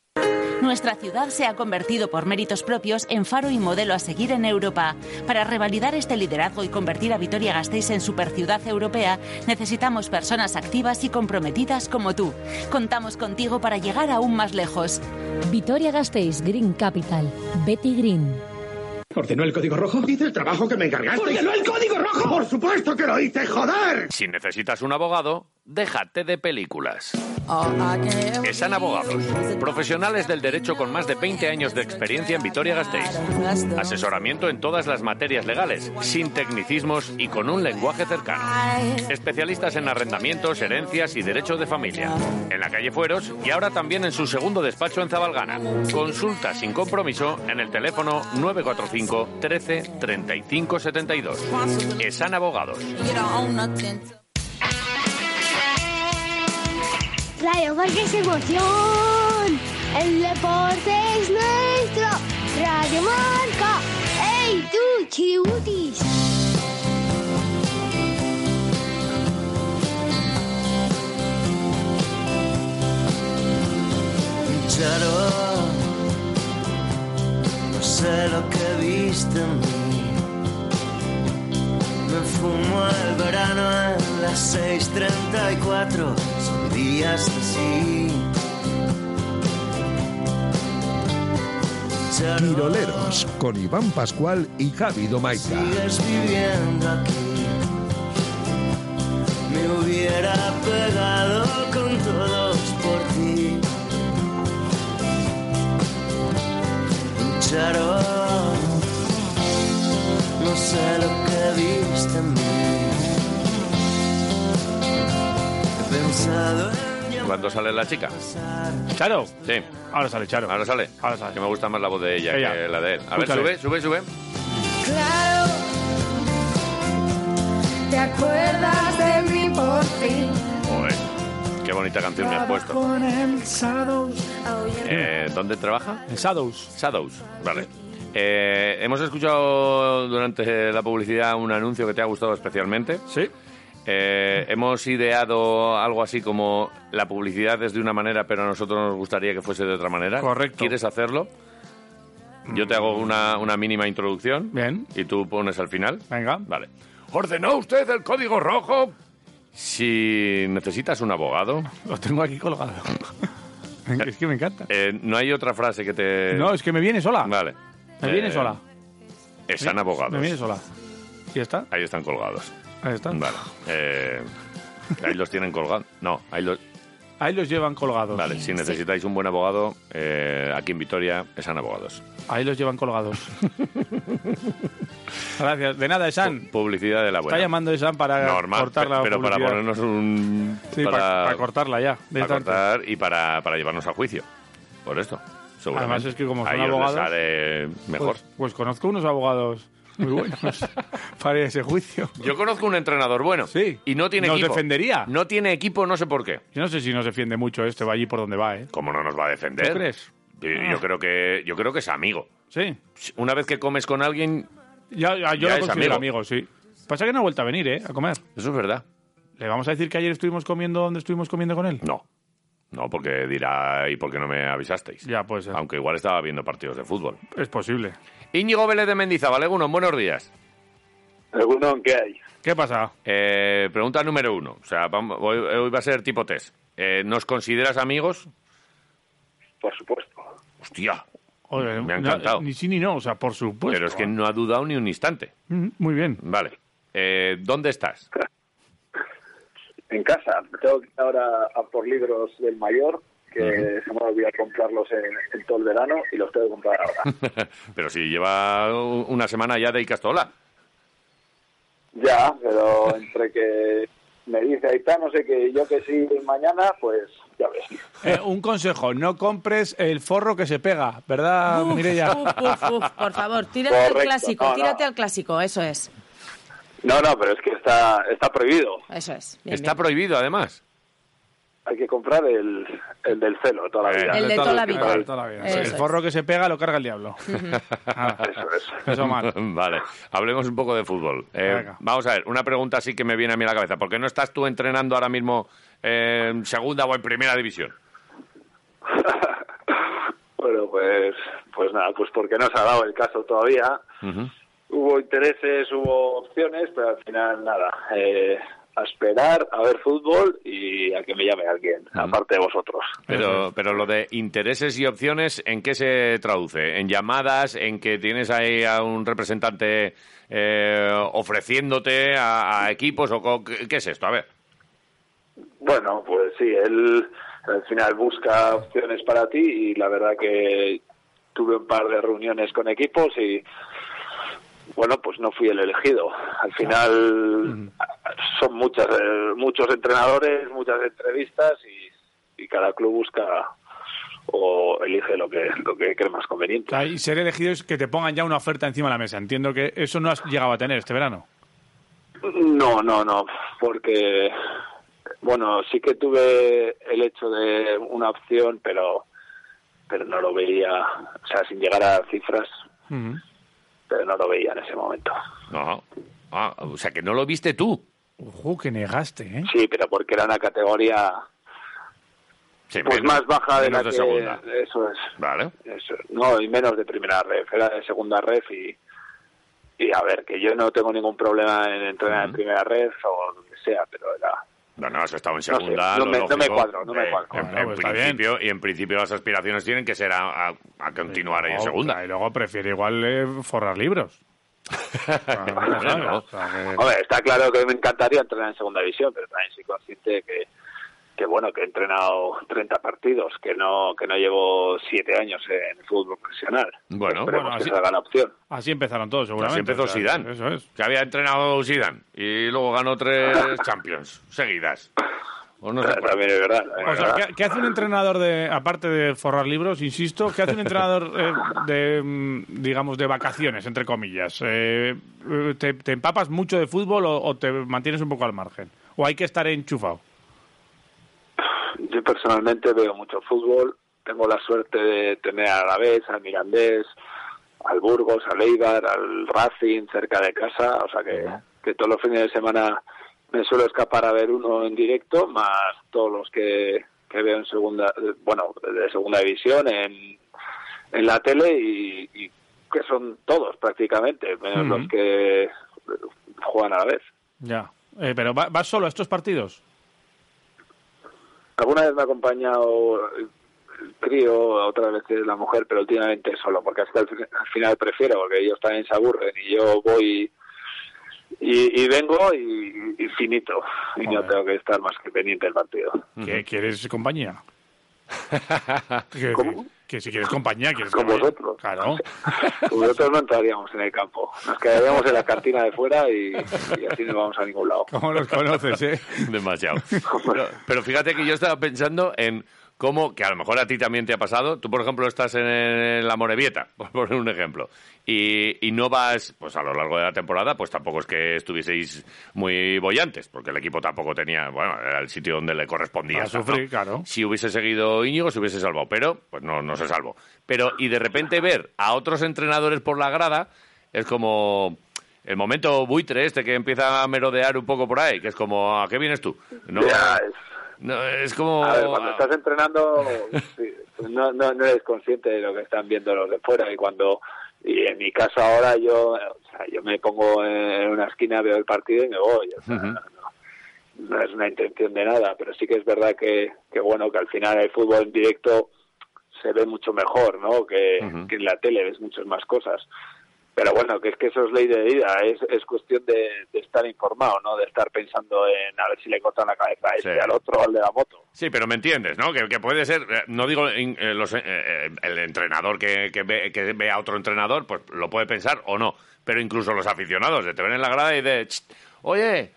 S5: Nuestra ciudad se ha convertido por méritos propios en faro y modelo a seguir en Europa. Para revalidar este liderazgo y convertir a Vitoria-Gasteiz en superciudad europea, necesitamos personas activas y comprometidas como tú. Contamos contigo para llegar aún más lejos.
S19: Vitoria Gasteiz Green Capital. Betty Green.
S18: ¿Ordenó el código rojo? Hice el trabajo que me encargaste.
S3: ¡Ordenó el
S18: código rojo! ¡Por supuesto que lo hice, joder!
S3: Si necesitas un abogado, déjate de películas. Esan Abogados, profesionales del derecho con más de 20 años de experiencia en Vitoria-Gasteiz. Asesoramiento en todas las materias legales, sin tecnicismos y con un lenguaje cercano. Especialistas en arrendamientos, herencias y derecho de familia. En la calle Fueros y ahora también en su segundo despacho en Zabalgana. Consulta sin compromiso en el teléfono 945 13 35 72. Esan Abogados.
S2: Radio Marca es emoción. El deporte es nuestro. Radio Marca. ¡Ey, tú, chiributis!
S26: Charo, no sé lo que viste en mí. Me fumo el verano en las 6:34. Son días así.
S15: Tiroleros, con Iván Pascual y Javi Domaica.
S26: Sigues viviendo aquí. Me hubiera pegado con todos por ti. Charo, no sé lo que viste en mí. He pensado en
S3: ¿Cuándo sale la chica?
S4: Charo.
S3: Sí.
S4: Ahora sale Charo.
S3: Ahora sale.
S4: Ahora sale.
S3: Que me gusta más la voz de ella,
S4: Ella.
S3: que la de él. A ver,
S4: Escúchale.
S3: sube, sube, sube.
S2: Claro. ¿Te acuerdas de mí por fin?
S3: Joder, qué bonita canción me has puesto.
S2: Con el Shadows.
S3: Eh, ¿Dónde trabaja?
S4: En Shadows.
S3: Shadows, vale. Eh, hemos escuchado durante la publicidad un anuncio que te ha gustado especialmente. Eh,
S4: Sí.
S3: hemos ideado algo así como la publicidad es de una manera, pero a nosotros nos gustaría que fuese de otra manera.
S4: Correcto.
S3: ¿Quieres hacerlo? Yo te hago una, una mínima introducción.
S4: Bien.
S3: Y tú pones al final.
S4: Venga.
S3: Vale. ¿Ordenó usted el código rojo? Si necesitas un abogado.
S4: Lo tengo aquí colgado. es que me encanta.
S3: Eh, no hay otra frase que te.
S4: No, es que me viene sola.
S3: Vale.
S4: Me viene sola.
S3: Eh, Están abogados.
S4: Me viene sola. ¿Y está?
S3: Ahí están colgados.
S4: Ahí está.
S3: Vale. Eh, ahí los tienen colgados. No, ahí los.
S4: Ahí los llevan colgados.
S3: Vale, si necesitáis un buen abogado, eh, aquí en Vitoria están abogados.
S4: Ahí los llevan colgados. Gracias. De nada, Esan.
S3: Publicidad de la buena.
S4: Está llamando Esan para
S3: Normal,
S4: cortar la
S3: pero para
S4: publicidad.
S3: ponernos un...
S4: Sí, para, para cortarla ya. de
S3: para
S4: tanto.
S3: cortar y para, para llevarnos a juicio. Por esto, seguramente.
S4: Además es que como son
S3: A ellos les
S4: abogados,
S3: sale mejor.
S4: Pues, pues conozco unos abogados muy buenos para ese juicio.
S3: Yo conozco un entrenador bueno. Sí. Y no tiene
S4: Nos
S3: equipo.
S4: defendería.
S3: No tiene equipo, no sé por qué.
S4: Yo no sé si nos defiende mucho este, va allí por donde va, ¿eh?
S3: ¿Cómo no nos va a defender?
S4: ¿Tú crees?
S3: Yo,
S4: Ah.
S3: yo creo que, eh, yo creo que es amigo.
S4: Sí.
S3: Una vez que comes con alguien,
S4: Ya, ya- yo
S3: Ya
S4: lo
S3: es
S4: considero
S3: amigo.
S4: amigo. sí. Pasa que no ha vuelto a venir, ¿eh? A comer.
S3: Eso es verdad.
S4: ¿Le vamos a decir que ayer estuvimos comiendo donde estuvimos comiendo con él?
S3: No. no, porque dirá, ¿y por qué no me avisasteis?
S4: Ya, pues.
S3: Aunque igual estaba viendo partidos de fútbol.
S4: Es posible.
S3: Íñigo Vélez de Mendizábal, Egunon, buenos días.
S22: Egunon, ¿qué hay?
S4: ¿Qué pasa?
S3: Eh, pregunta número uno. O sea, vamos- hoy, hoy va a ser tipo test. Eh, ¿Nos consideras amigos?
S22: Por supuesto.
S3: Hostia,
S4: Oye,
S3: me ha
S4: no,
S3: encantado.
S4: ni sí ni no, o sea, por supuesto.
S3: pero es que no ha dudado ni un instante.
S4: Mm, Muy bien.
S3: Vale. Eh, ¿Dónde estás?
S22: En casa, tengo que ir ahora a por libros del mayor, que se me ha olvidado comprarlos en, en todo el verano y los tengo que comprar ahora.
S3: pero si lleva u- una semana ya de Icastola.
S22: ya, pero entre que me dice ahí está, no sé qué, yo que sí mañana, pues ya ves.
S4: Eh, un consejo, no compres el forro que se pega, ¿verdad,
S5: Uf,
S4: Mireia?
S5: uf, uf, uf, por favor, tírate al
S22: Correcto,
S5: clásico,
S22: no, no.
S5: tírate al clásico, eso es,
S22: No, no, pero es que está, está prohibido.
S5: eso es. Bien,
S3: Está
S5: bien.
S3: prohibido, además.
S22: Hay que comprar el, el del celo toda la vida.
S5: El de toda la vida.
S4: El de toda la vida.
S5: Eso
S4: El
S5: es.
S4: forro que se pega lo carga el diablo. Ah. Eso mal.
S3: Vale, hablemos un poco de fútbol. Eh,
S4: Venga.
S3: vamos a ver, una pregunta sí que me viene a mí a la cabeza. ¿Por qué no estás tú entrenando ahora mismo eh, en segunda o en primera división?
S22: Bueno, pues, pues nada, pues porque no se ha dado el caso todavía. Hubo intereses, hubo opciones, pero al final nada. eh, a esperar, a ver fútbol y a que me llame alguien, aparte de vosotros.
S3: Pero, pero lo de intereses y opciones, ¿en qué se traduce? ¿En llamadas? ¿En que tienes ahí a un representante eh, ofreciéndote a, a equipos? o co- ¿Qué qué es esto? A ver.
S22: Bueno, pues sí, él al final busca opciones para ti y la verdad que tuve un par de reuniones con equipos y bueno, pues no fui el elegido. Al final son muchas, eh, muchos entrenadores, muchas entrevistas y, y cada club busca o elige lo que, lo que cree más conveniente.
S4: O sea, y ser elegido es que te pongan ya una oferta encima de la mesa. Entiendo que eso no has llegado a tener este verano.
S22: No, no, no, porque, bueno, sí que tuve el hecho de una opción, pero, pero no lo veía, o sea, sin llegar a cifras, pero no lo veía en ese momento.
S3: No. Ah, o sea, que no lo viste tú.
S4: Ojo, que negaste, ¿eh?
S22: Sí, pero porque era una categoría
S3: Sí,
S22: pues
S3: menos-
S22: más baja de la
S3: menos de
S22: que-
S3: segunda.
S22: Eso es.
S3: Vale.
S22: Eso, no, y menos de primera ref, era de segunda ref y, y a ver, que yo no tengo ningún problema en entrenar en primera ref o lo que sea, pero era...
S3: No, no, has estado en
S22: No sé,
S3: segunda.
S22: no
S3: lo
S22: me- no me
S3: lógico. Eh,
S22: cuadro, no me cuadro.
S3: En,
S22: Bueno,
S3: en
S22: pues está
S3: principio, y en principio las aspiraciones tienen que ser a, a- a continuar ahí en
S4: Oh,
S3: segunda.
S4: Y luego prefiere igual eh, forrar libros.
S3: Hombre, no.
S22: Hombre, está claro que me encantaría entrenar en segunda división, pero también soy consciente que, que bueno, que he entrenado 30 partidos, que no que no llevo 7 años en el fútbol profesional.
S3: Bueno, pues
S22: Esperemos
S3: bueno,
S22: que
S3: así-
S22: salga la opción.
S4: Así empezaron todos, seguramente.
S3: Así empezó
S4: O sea,
S3: Zidane.
S4: Eso es.
S3: Que había entrenado Zidane y luego ganó tres Champions seguidas. O no sé cuál.
S22: También es verdad.
S4: O sea, ¿qué, qué hace un entrenador de, aparte de forrar libros, insisto, qué hace un entrenador eh, de, mm, digamos, de vacaciones, entre comillas? Eh, eh, ¿te, te empapas mucho de fútbol o, o te mantienes un poco al margen? ¿O hay que estar enchufado?
S22: Yo personalmente veo mucho fútbol, tengo la suerte de tener a la vez, al Mirandés, al Burgos, al Eibar, al Racing cerca de casa, o sea que, que todos los fines de semana me suelo escapar a ver uno en directo, más todos los que, que veo en segunda, bueno, de segunda división, en, en la tele y, y que son todos prácticamente, menos
S4: Ujú.
S22: los que juegan a la vez.
S4: Ya. Eh, ¿Pero va- vas solo a estos partidos?
S22: Alguna vez me ha acompañado el crío, otras veces la mujer, pero últimamente solo, porque hasta el fi- al final prefiero, porque ellos también se aburren y yo voy y, y vengo y, y finito, y no tengo que estar más que pendiente del partido.
S4: ¿Qué, ¿Quieres compañía? ¿Qué- Que si quieres compañía, quieres
S22: Con
S4: compañía.
S22: vosotros.
S4: Claro.
S22: Nosotros no entraríamos en el campo, nos quedaríamos en la cantina de fuera y, y así no vamos a ningún lado.
S4: ¿Cómo los conoces, eh?
S3: Demasiado. Pero, pero fíjate que yo estaba pensando en cómo, que a lo mejor a ti también te ha pasado, tú por ejemplo estás en, la Morevieta, por poner un ejemplo, y, y no vas, pues a lo largo de la temporada, pues tampoco es que estuvieseis muy bollantes, porque el equipo tampoco tenía, bueno, era el sitio donde le correspondía.
S4: A
S3: estar, ¿no?
S4: sufrir, claro.
S3: Si hubiese seguido Íñigo, se hubiese salvado, pero pues no, no se salvó. Pero, y de repente ver a otros entrenadores por la grada es como el momento buitre este que empieza a merodear un poco por ahí, que es como, ¿a qué vienes tú? No,
S22: Ya,
S3: no, es como...
S22: A ver, cuando estás entrenando, sí, no, no, no eres consciente de lo que están viendo los de fuera. Y cuando, y en mi caso ahora, yo, o sea, yo me pongo en una esquina, veo el partido y me voy. O sea, no es una intención de nada, pero sí que es verdad que, que bueno, que al final el fútbol en directo se ve mucho mejor, ¿no? Que, que en la tele ves muchas más cosas. Pero bueno, que es que eso es ley de vida, es, es cuestión de, de estar informado, ¿no? De estar pensando en a ver si le cortan la cabeza a este,
S3: Sí.
S22: al otro, al de la moto.
S3: Sí, pero me entiendes, ¿no? Que, que puede ser, eh, no digo in- eh, los, eh, eh, el entrenador que, que ve, que ve a otro entrenador, pues lo puede pensar o no, pero incluso los aficionados, de te ven en la grada y de, "Chst, oye,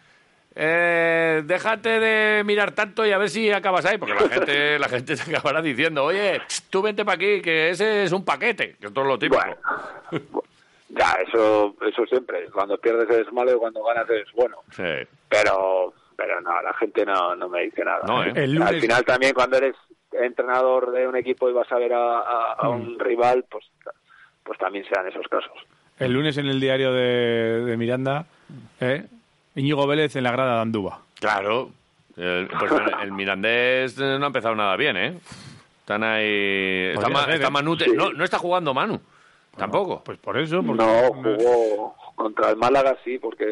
S3: eh, déjate de mirar tanto y a ver si acabas ahí, porque la gente, la gente te acabará diciendo, oye, chst, tú vente para aquí, que ese es un paquete, que esto es lo típico.
S22: Ya, eso, eso siempre. Cuando pierdes eres malo y cuando ganas eres bueno.
S3: Sí.
S22: Pero, pero no, la gente no, no me dice nada.
S3: No, ¿eh?
S4: El lunes-
S22: Al final también cuando eres entrenador de un equipo y vas a ver a, a-
S3: Mm.
S22: a un rival, pues, pues también se dan esos casos.
S4: El lunes en el diario de, de Miranda, ¿eh? Íñigo Vélez en la grada de Andúba.
S3: Claro. El, pues el- el mirandés eh, no ha empezado nada bien, ¿eh? Están ahí... Está,
S4: Podría
S3: Ma-
S4: ser,
S3: está
S4: ¿eh?
S3: Manute.
S4: Sí.
S3: No, no está jugando Manu. Tampoco.
S4: Pues por eso.
S22: No, jugó contra el Málaga, sí, porque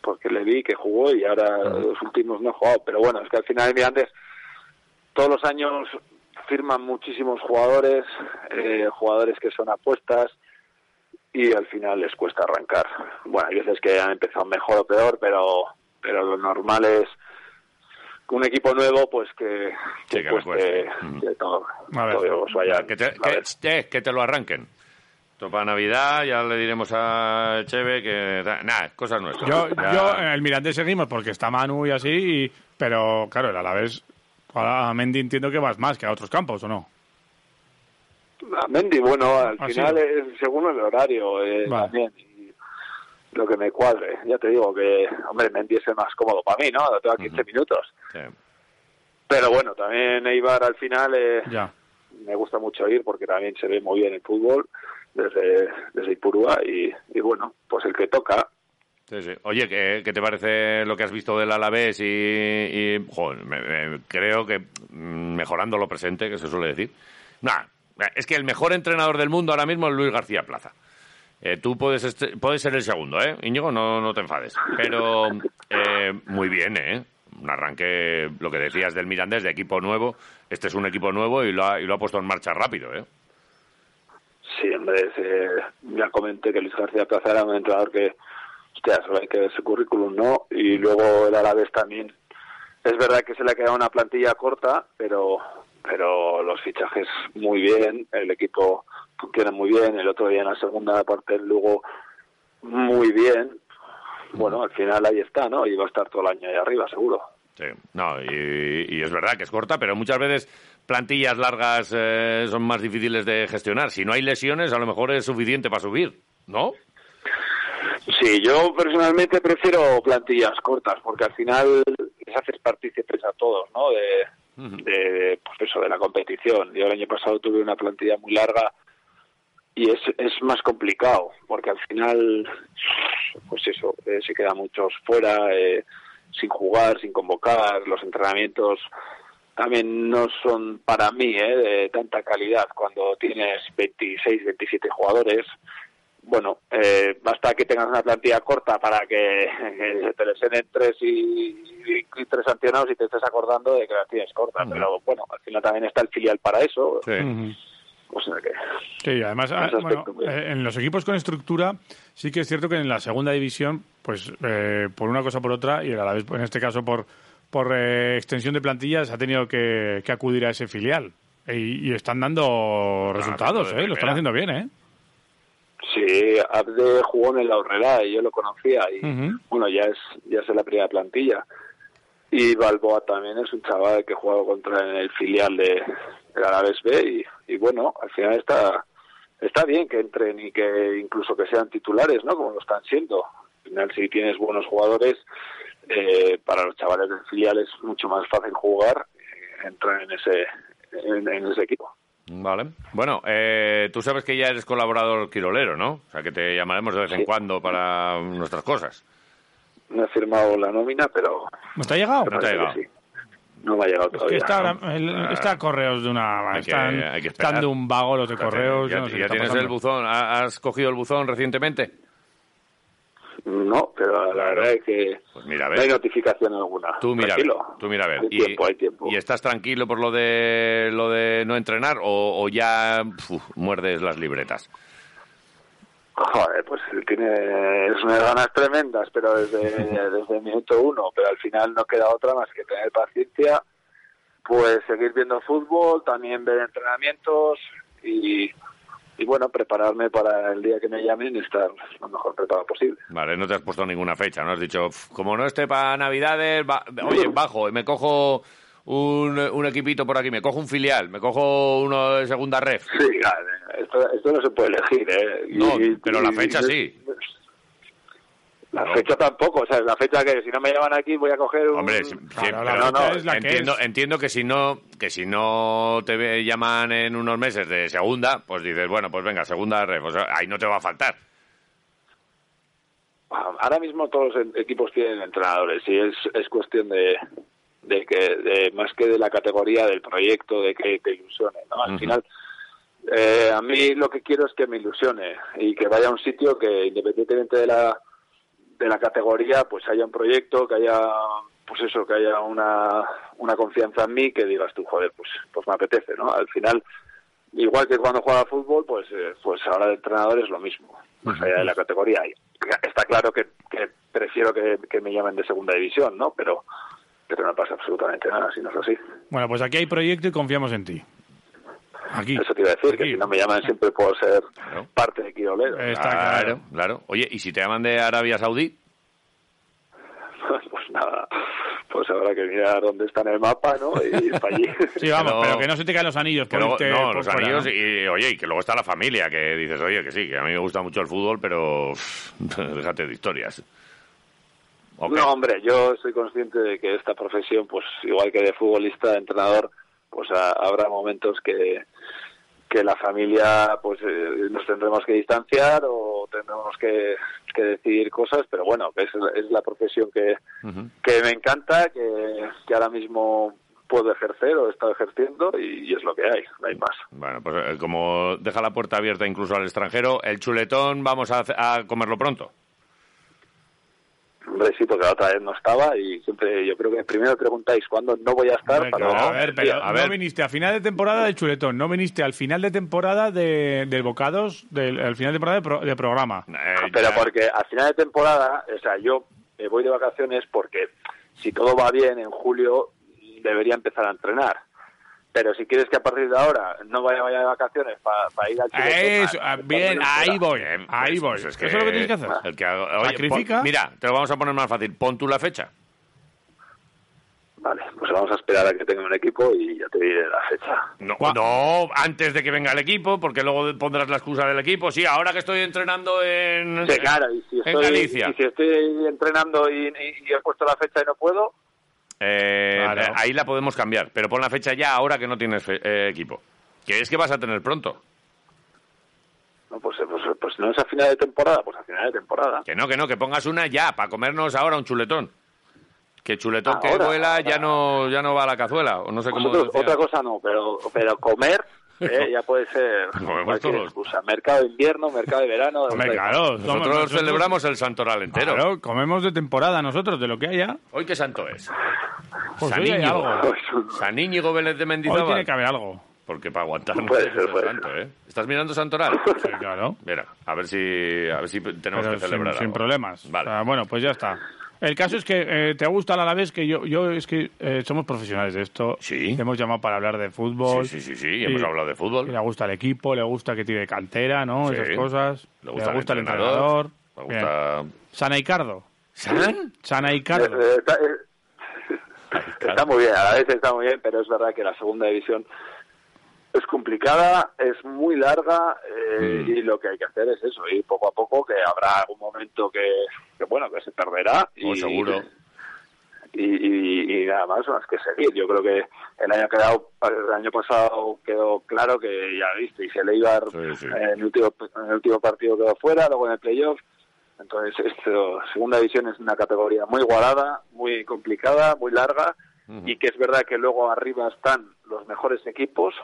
S22: porque le vi que jugó y ahora los últimos no ha jugado. Pero bueno, es que al final el Mirandés todos los años firman muchísimos jugadores, eh, jugadores que son apuestas y al final les cuesta arrancar. Bueno, hay veces que han empezado mejor o peor, pero pero lo normal es que un equipo nuevo pues que, que
S3: que le
S22: cueste que todo, todo os vaya-
S3: Que te, que, eh, que te lo arranquen. Esto para Navidad ya le diremos a Cheve que... Nada, cosas nuestras.
S4: Yo,
S3: Ya-
S4: yo eh, en el Mirandés seguimos porque está Manu y así, y- pero claro, el Alavés, a Mendy entiendo que vas más que a otros campos, ¿o no?
S22: A Mendy, bueno, al
S4: Ah, sí.
S22: final es según el horario eh,
S4: Vale.
S22: también. y Lo que me cuadre. Ya te digo que, hombre, Mendy es el más cómodo para mí, ¿no? Lo tengo a 15 minutos.
S3: Sí.
S22: Pero bueno, también Eibar al final eh,
S4: Ya.
S22: me gusta mucho ir porque también se ve muy bien el fútbol desde, desde Ipurúa y, y bueno, pues el que toca.
S3: Sí, sí. Oye, ¿qué, qué te parece lo que has visto del Alavés y, y, joder, me- me- creo que mm, mejorando lo presente, que se suele decir? Nah, es que el mejor entrenador del mundo ahora mismo es Luis García Plaza. Eh, tú puedes, este- puedes ser el segundo, ¿eh? Íñigo, no, no te enfades. Pero eh, muy bien, ¿eh? Un arranque, lo que decías del Mirandés, de equipo nuevo. Este es un equipo nuevo y lo ha, y lo ha puesto en marcha rápido, ¿eh?
S22: Sí, hombre, es, eh, ya comenté que Luis García Plaza era un entrenador que, hostia, solo hay que ver su currículum, ¿no? Y luego el Alavés también. Es verdad que se le ha quedado una plantilla corta, pero pero los fichajes muy bien, el equipo funciona muy bien, el otro día en la segunda parte el Lugo muy bien. Bueno, al final ahí está, ¿no? Y va a estar todo el año ahí arriba, seguro.
S3: Sí, no, y, y es verdad que es corta, pero muchas veces plantillas largas eh, son más difíciles de gestionar. Si no hay lesiones, a lo mejor es suficiente para subir, ¿no?
S22: Sí, yo personalmente prefiero plantillas cortas porque al final les haces partícipes a todos, ¿no? De, de, pues eso, de la competición. Yo el año pasado tuve una plantilla muy larga y es, es más complicado porque al final, pues eso, eh, se quedan muchos fuera, eh, sin jugar, sin convocar, los entrenamientos también no son para mí eh, de tanta calidad cuando tienes 26, 27 jugadores bueno, eh, basta que tengas una plantilla corta para que, que se te lesionen tres y, y- y tres sancionados y te estés acordando de que las tienes cortas. Pero bueno, al final también está el filial para eso.
S4: Ujú.
S22: O sea que,
S4: Sí, además,
S22: En
S4: ah,
S22: ese
S4: bueno,
S22: aspecto, bien.
S4: eh, en los equipos con estructura, sí que es cierto que en la segunda división, pues eh, por una cosa o por otra, y a la vez, en este caso, por, por eh, extensión de plantillas, ha tenido que, que acudir a ese filial. Y, y están dando resultados,
S22: de
S3: pues,
S4: ¿eh? Lo están
S22: primera.
S4: haciendo bien, ¿eh?
S22: sí, Abde jugó en la horrera y yo lo conocía y bueno, ya es ya es de la primera plantilla. Y Balboa también es un chaval que jugaba contra en el filial de del Alavés B y, y bueno, al final está está bien que entren y que incluso que sean titulares, ¿no? Como lo están siendo. Al final si tienes buenos jugadores eh, para los chavales del filial es mucho más fácil jugar eh, entrar en ese en- en ese equipo.
S3: Vale. Bueno, eh, tú sabes que ya eres colaborador quirolero, ¿no? O sea, que te llamaremos de vez en cuando para nuestras cosas.
S22: No he firmado la nómina, pero
S4: ¿No te ha llegado?
S3: No te ha llegado.
S22: no me ha llegado
S4: Que
S22: todavía.
S4: está,
S22: ¿no?
S4: ahora- el- está a correos de una.
S3: Ah. Hay que-
S4: están,
S3: hay que
S4: están de
S3: esperar.
S4: un vago los de correos.
S3: ya
S4: yo no sé
S3: ya
S4: qué está
S3: tienes el
S4: pasando.
S3: buzón. ¿Ha- ¿Has cogido el buzón recientemente?
S22: No, pero la verdad es que
S3: pues mira, a ver.
S22: no hay notificación alguna.
S3: Tú mira, a ver,
S22: Tranquilo.
S3: tú mira a ver.
S22: Hay tiempo, hay tiempo.
S3: ¿Y estás tranquilo por lo de lo de no entrenar o, o ya uf, muerdes las libretas?
S22: Joder, pues tiene es unas ganas tremendas, pero desde, desde el minuto uno. Pero al final no queda otra más que tener paciencia, pues seguir viendo fútbol, también ver entrenamientos y, y bueno, prepararme para el día que me llamen y estar lo mejor preparado posible.
S3: Vale, no te has puesto ninguna fecha, no has dicho, "Uf, como no esté para Navidades, ba- oye, bajo, y me cojo un, un equipito por aquí, me cojo un filial, me cojo uno de segunda ref.
S22: Sí, vale, esto, esto no se puede elegir, ¿eh? Y-
S3: No,
S22: y-
S3: pero la
S22: y-
S3: fecha sí.
S22: La fecha tampoco, o sea, la fecha que si no me llaman aquí voy a coger un...
S3: Hombre, sí, sí, pero entiendo, entiendo que si no que si no te ve- llaman en unos meses de segunda, pues dices, bueno, pues venga, segunda ref, o sea, ahí no te va a faltar.
S22: Ahora mismo todos los en- equipos tienen entrenadores y es, es cuestión de, de que de- más que de la categoría del proyecto, de que te ilusione. ¿no? Al
S6: Ujú.
S22: final, eh, a mí lo que quiero es que me ilusione y que vaya a un sitio que independientemente de la de la categoría, pues haya un proyecto, que haya pues eso, que haya una, una confianza en mí, que digas tú, joder, pues, pues me apetece, ¿no? Al final, igual que cuando jugaba fútbol, pues, eh, pues ahora de entrenador es lo mismo más allá de la categoría. Y Está claro que, que prefiero que, que me llamen de segunda división, ¿no? Pero, pero no pasa absolutamente nada si no es así.
S4: Bueno, pues aquí hay proyecto y confiamos en ti. Aquí.
S22: Eso te iba a decir, que si no me llaman siempre puedo ser parte de Quirolero.
S3: claro, claro. Oye, ¿y si te llaman de Arabia Saudí?
S22: Pues nada, pues habrá que mirar dónde está en el mapa, ¿no? Y ir para allí.
S4: Sí, vamos, pero, que no se te caen los anillos.
S3: Que
S4: por
S3: luego-
S4: irte
S3: no,
S4: por
S3: los
S4: fuera,
S3: anillos
S4: ¿no?
S3: y, oye, y que luego está la familia, que dices, oye, que sí, que a mí me gusta mucho el fútbol, pero uff, déjate de historias. Ok.
S22: No, hombre, yo soy consciente de que esta profesión, pues igual que de futbolista, de entrenador, pues ha- habrá momentos que, que la familia, pues eh, nos tendremos que distanciar o tendremos que, que decidir cosas, pero bueno, que es, es la profesión que, que me encanta, que, que ahora mismo puedo ejercer o he estado ejerciendo y, y es lo que hay, no hay más.
S3: Bueno, pues eh, como deja la puerta abierta incluso al extranjero, el chuletón vamos a, hace- a comerlo pronto.
S22: Hombre, sí, porque la otra vez no estaba y siempre yo creo que primero preguntáis cuándo no voy a estar para...
S4: a ver, pero no viniste a final de temporada del chuletón, no viniste al final de temporada de, del bocados, del, al final de temporada de, pro- de programa.
S3: Eh,
S22: pero porque al final de temporada, o sea, yo me voy de vacaciones porque si todo va bien en julio debería empezar a entrenar. Pero si quieres que a partir de ahora no vaya, vaya de vacaciones para ir al chico,
S3: Eh.
S4: Eso, ah, bien, ahí voy, ahí voy.
S3: Pues
S4: Eso es lo que tienes que hacer.
S3: el que haga- oye,
S4: Sacrifica.
S3: pon- mira, te lo vamos a poner más fácil. Pon tú la fecha.
S22: vale, pues vamos a esperar a que tenga un equipo y ya te diré la fecha.
S3: No, no, antes de que venga el equipo, porque luego pondrás la excusa del equipo. Sí, ahora que estoy entrenando en,
S22: Sí, claro, y si
S3: en
S22: estoy,
S3: Galicia.
S22: y si estoy entrenando y, y- y he puesto la fecha y no puedo,
S3: Eh, eh, Ahí la podemos cambiar, pero pon la fecha ya ahora que no tienes fe- eh, equipo. Que es que vas a tener pronto.
S22: no, pues, eh, pues, pues no es a final de temporada, pues a final de temporada.
S3: Que no, que no, que pongas una ya, para comernos ahora un chuletón. Que chuletón que
S22: Ahora,
S3: vuela ya no ya no va a la cazuela, o no sé cómo
S22: Vosotros,
S3: decía.
S22: otra cosa no, pero, pero comer ¿eh? Ya puede ser cualquier
S3: todos.
S22: excusa. Mercado de invierno, mercado de verano.
S3: Hombre,
S22: hombre.
S3: claro, nosotros, celebramos el santoral entero.
S4: Claro, comemos de temporada nosotros, de lo que haya.
S3: ¿Hoy qué santo es?
S4: Pues
S3: San
S4: hoy hay
S3: Íñigo.
S4: algo.
S22: Pues,
S3: San Íñigo Vélez de Mendizábal.
S4: Hoy tiene que haber algo.
S3: Porque para aguantar no
S4: Puede
S3: es
S4: ser, puede
S3: santo, ¿eh? ¿Estás mirando Santoral? Sí, claro. Mira, a ver si, a ver si tenemos
S4: Pero sin-
S3: que celebrar.
S4: sin,
S3: algo.
S4: problemas. O sea, bueno, pues ya está. El caso es que eh, te gusta el Alavés, que yo, yo es que eh, somos profesionales de esto. Sí. Te hemos llamado para hablar de fútbol.
S3: Sí, sí, sí, sí, hemos hablado de fútbol.
S4: y le gusta el equipo, le gusta que tiene cantera, ¿no?
S3: Sí.
S4: Esas cosas.
S3: Le gusta el entrenador,
S4: entrenador.
S3: le
S4: Bien.
S3: gusta-
S4: San Aicardo.
S3: ¿San?
S4: San
S22: Eh,
S4: Aicardo.
S22: eh, Está, eh, está muy bien, a la vez está muy bien, pero es verdad que la segunda división es complicada, es muy larga eh,
S3: Mm.
S22: y lo que hay que hacer es eso, ir poco a poco, que habrá algún momento que, que, bueno, que se perderá. Y,
S3: Oh, seguro.
S22: Y, y- y nada más, más que seguir. Yo creo que el año quedado, el año pasado quedó claro que ya viste, y se le iba en, el último, en el último partido quedó fuera, luego en el playoff. Entonces, esto, segunda división es una categoría muy igualada, muy complicada, muy larga, y que es verdad que luego arriba están los mejores equipos,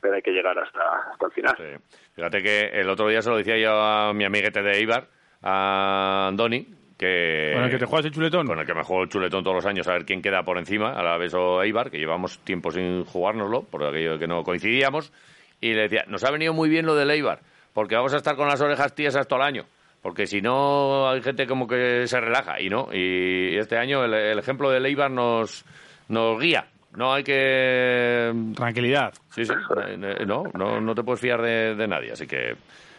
S22: pero hay que llegar hasta, hasta el final.
S3: Fíjate que el otro día se lo decía yo a mi amiguete de Ibar, a Andoni, que...
S4: Con el que te juegas el chuletón.
S3: Con el que me juego el chuletón todos los años, a ver quién queda por encima, a la vez o Eibar, que llevamos tiempo sin jugárnoslo, por aquello de que no coincidíamos, y le decía, nos ha venido muy bien lo del Eibar, porque vamos a estar con las orejas tiesas todo el año, porque si no hay gente como que se relaja, y no, y este año el, el ejemplo del Eibar nos, nos guía. No hay que...
S4: Tranquilidad.
S3: Sí, sí. eh, No, no, no te puedes fiar de, de nadie, así que...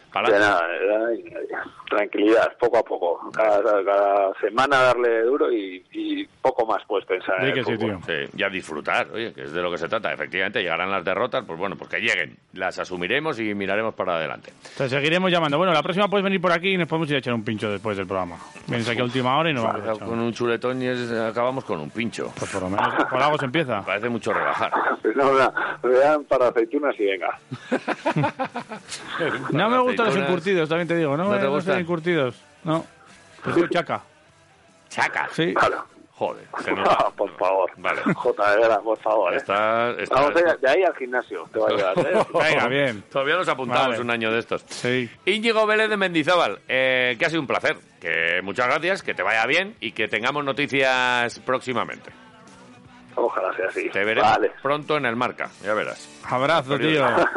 S22: De
S3: pa'lante.
S22: nada, de nada, y- y tranquilidad, poco a poco. Cada, cada semana darle duro y, y poco más puedes pensar. en el fútbol.
S3: Sí, y a disfrutar, oye, que es de lo que se trata. Efectivamente, llegarán las derrotas, pues bueno, pues que lleguen. Las asumiremos y miraremos para adelante.
S4: Te seguiremos llamando. Bueno, la próxima puedes venir por aquí y nos podemos ir a echar un pincho después del programa. Vienes aquí a última hora y nos vamos a
S3: Empezamos
S4: echar.
S3: con un chuletón y es- acabamos con un pincho.
S4: Pues por lo menos, por algo se empieza.
S3: Parece mucho rebajar.
S22: No, no, me dan para aceitunas y venga.
S4: No me gustan los
S3: Aceitunas.
S4: encurtidos, también te digo. No,
S3: ¿No
S4: me
S3: te
S4: gustan
S3: gustan?
S4: los encurtidos. No. Prefiero chaca.
S3: ¿Chaca?
S4: Sí.
S3: Joder.
S22: por favor.
S3: Vale.
S22: Jota, de verdad, por favor. ¿eh?
S3: Está, está-
S22: Vamos a ir de ahí al gimnasio, te va a llevar. ¿eh?
S3: Oh. Todavía nos apuntamos
S22: Vale.
S3: un año de estos. Íñigo Vélez de Mendizábal, eh, que ha sido un placer. Que muchas gracias, que te vaya bien y que tengamos noticias próximamente.
S22: Ojalá sea así.
S3: Te veremos pronto en el marca, ya verás.
S4: Abrazo, tío.
S3: Periódico.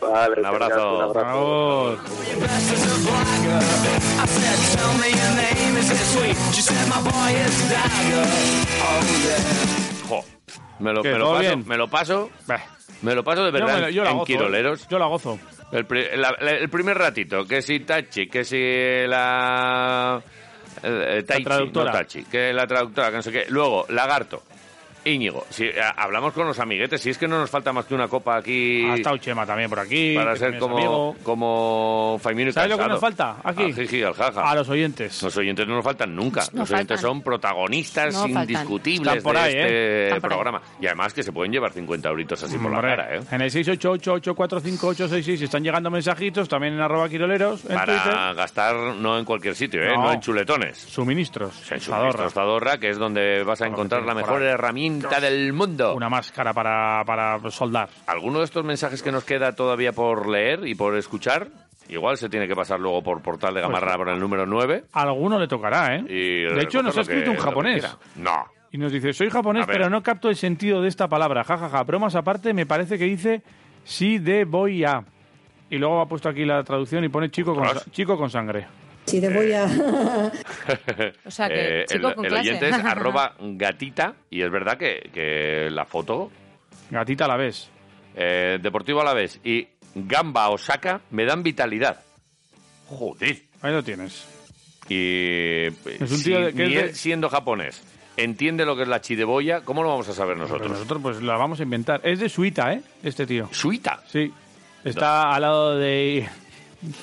S22: Vale,
S3: un abrazo.
S22: un abrazo.
S26: I said, tell me your name, is it sweet? She said, my boy is Dagger. Oh, yeah.
S3: Jo, me lo,
S4: ¿Qué,
S3: me lo
S4: todo
S3: paso,
S4: bien?
S3: me lo paso, me lo paso de
S4: Yo
S3: verdad
S4: me la- yo la
S3: en
S4: gozo,
S3: Quiroleros.
S4: Yo la gozo.
S3: El, pri- la- la- el primer ratito, que si Tachi, que si la... eh, Taichi,
S4: traductora.
S3: no Tachi, que la traductora, que no sé qué. Luego, Lagarto, Íñigo. Si, a- hablamos con los amiguetes, si es que no nos falta más que una copa aquí...
S4: Ha estado Chema también por aquí.
S3: Para
S4: que
S3: ser
S4: también es
S3: como,
S4: amigo.
S3: como Faimino y
S4: ¿Sabes lo que nos
S3: Cansado.
S4: falta aquí?
S3: Al jiji y al jaja.
S4: A los oyentes.
S3: Los oyentes no nos faltan nunca.
S4: No
S3: los oyentes
S4: faltan.
S3: son protagonistas
S4: No faltan.
S3: indiscutibles
S4: Están por ahí, ¿eh?
S3: de este
S4: Están por ahí.
S3: programa. Y además que se pueden llevar 50 euritos así por la
S4: Hombre,
S3: cara, ¿eh?
S4: En el 688-845-866 están llegando mensajitos, también en arroba quiroleros, en Twitter.
S3: Para gastar no en cualquier sitio, ¿eh? No,
S4: No.
S3: en chuletones.
S4: Suministros.
S3: En suministros Zadorra, que es donde vas a encontrar la mejor herramienta del mundo.
S4: Una máscara para, para soldar.
S3: ¿Alguno de estos mensajes que nos queda todavía por leer y por escuchar? Igual se tiene que pasar luego por Portal de Gamarra por el número 9.
S4: A alguno le tocará, ¿eh?
S3: Y
S4: Pues De hecho, nos
S3: recoger lo
S4: ha escrito
S3: que-
S4: un japonés.
S3: lo que quiera. No.
S4: Y nos dice, soy japonés,
S3: A ver.
S4: pero no capto el sentido de esta palabra. Ja, ja, ja. Bromas aparte, me parece que dice si de voy a. Y luego ha puesto aquí la traducción y pone chico con, sa- chico con sangre.
S6: Si te voy a...
S3: O
S6: sea que, chico
S3: Eh, el,
S6: con
S3: el
S6: clase.
S3: oyente es arroba gatita y es verdad que, que la foto
S4: Gatita a la vez.
S3: eh, Deportivo a la vez y Gamba Osaka me dan vitalidad. Joder.
S4: Ahí lo tienes.
S3: Y
S4: Es un tío de- que
S3: ni
S4: es de-
S3: él siendo japonés entiende lo que es la chideboya, ¿cómo lo vamos a saber nosotros?
S4: Nosotros pues la vamos a inventar. Es de Suita, ¿eh? Este tío.
S3: ¿Suita?
S4: Sí. Está al lado de...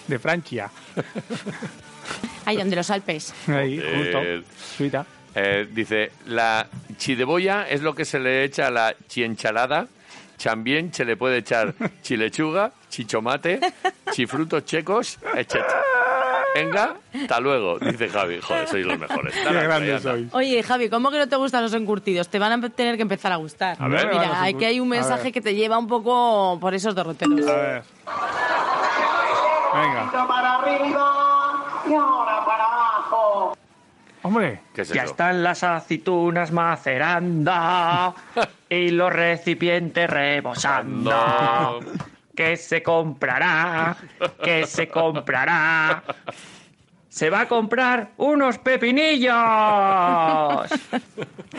S4: De Francia.
S5: Ahí donde los Alpes.
S4: Ahí,
S3: Eh,
S4: justo. Suita.
S3: Eh, dice, la chideboya es lo que se le echa a la chienchalada. También se le puede echar chilechuga, chichomate, chifrutos checos, etc. Venga, hasta luego, dice Javi. Joder, sois los mejores. Dale, anda,
S4: grandes
S3: anda.
S4: sois.
S5: Oye, Javi, ¿cómo que no te gustan los encurtidos? Te van a tener que empezar a gustar.
S4: A ver, vamos,
S5: Mira, aquí hay un
S4: a
S5: mensaje
S4: ver.
S5: que te lleva un poco por esos derroteros.
S4: A ver. Venga.
S2: Para arriba y ahora para abajo.
S4: Hombre.
S27: ya están las aceitunas macerando y los recipientes rebosando. Que se comprará, que se comprará. Se va a comprar unos pepinillos.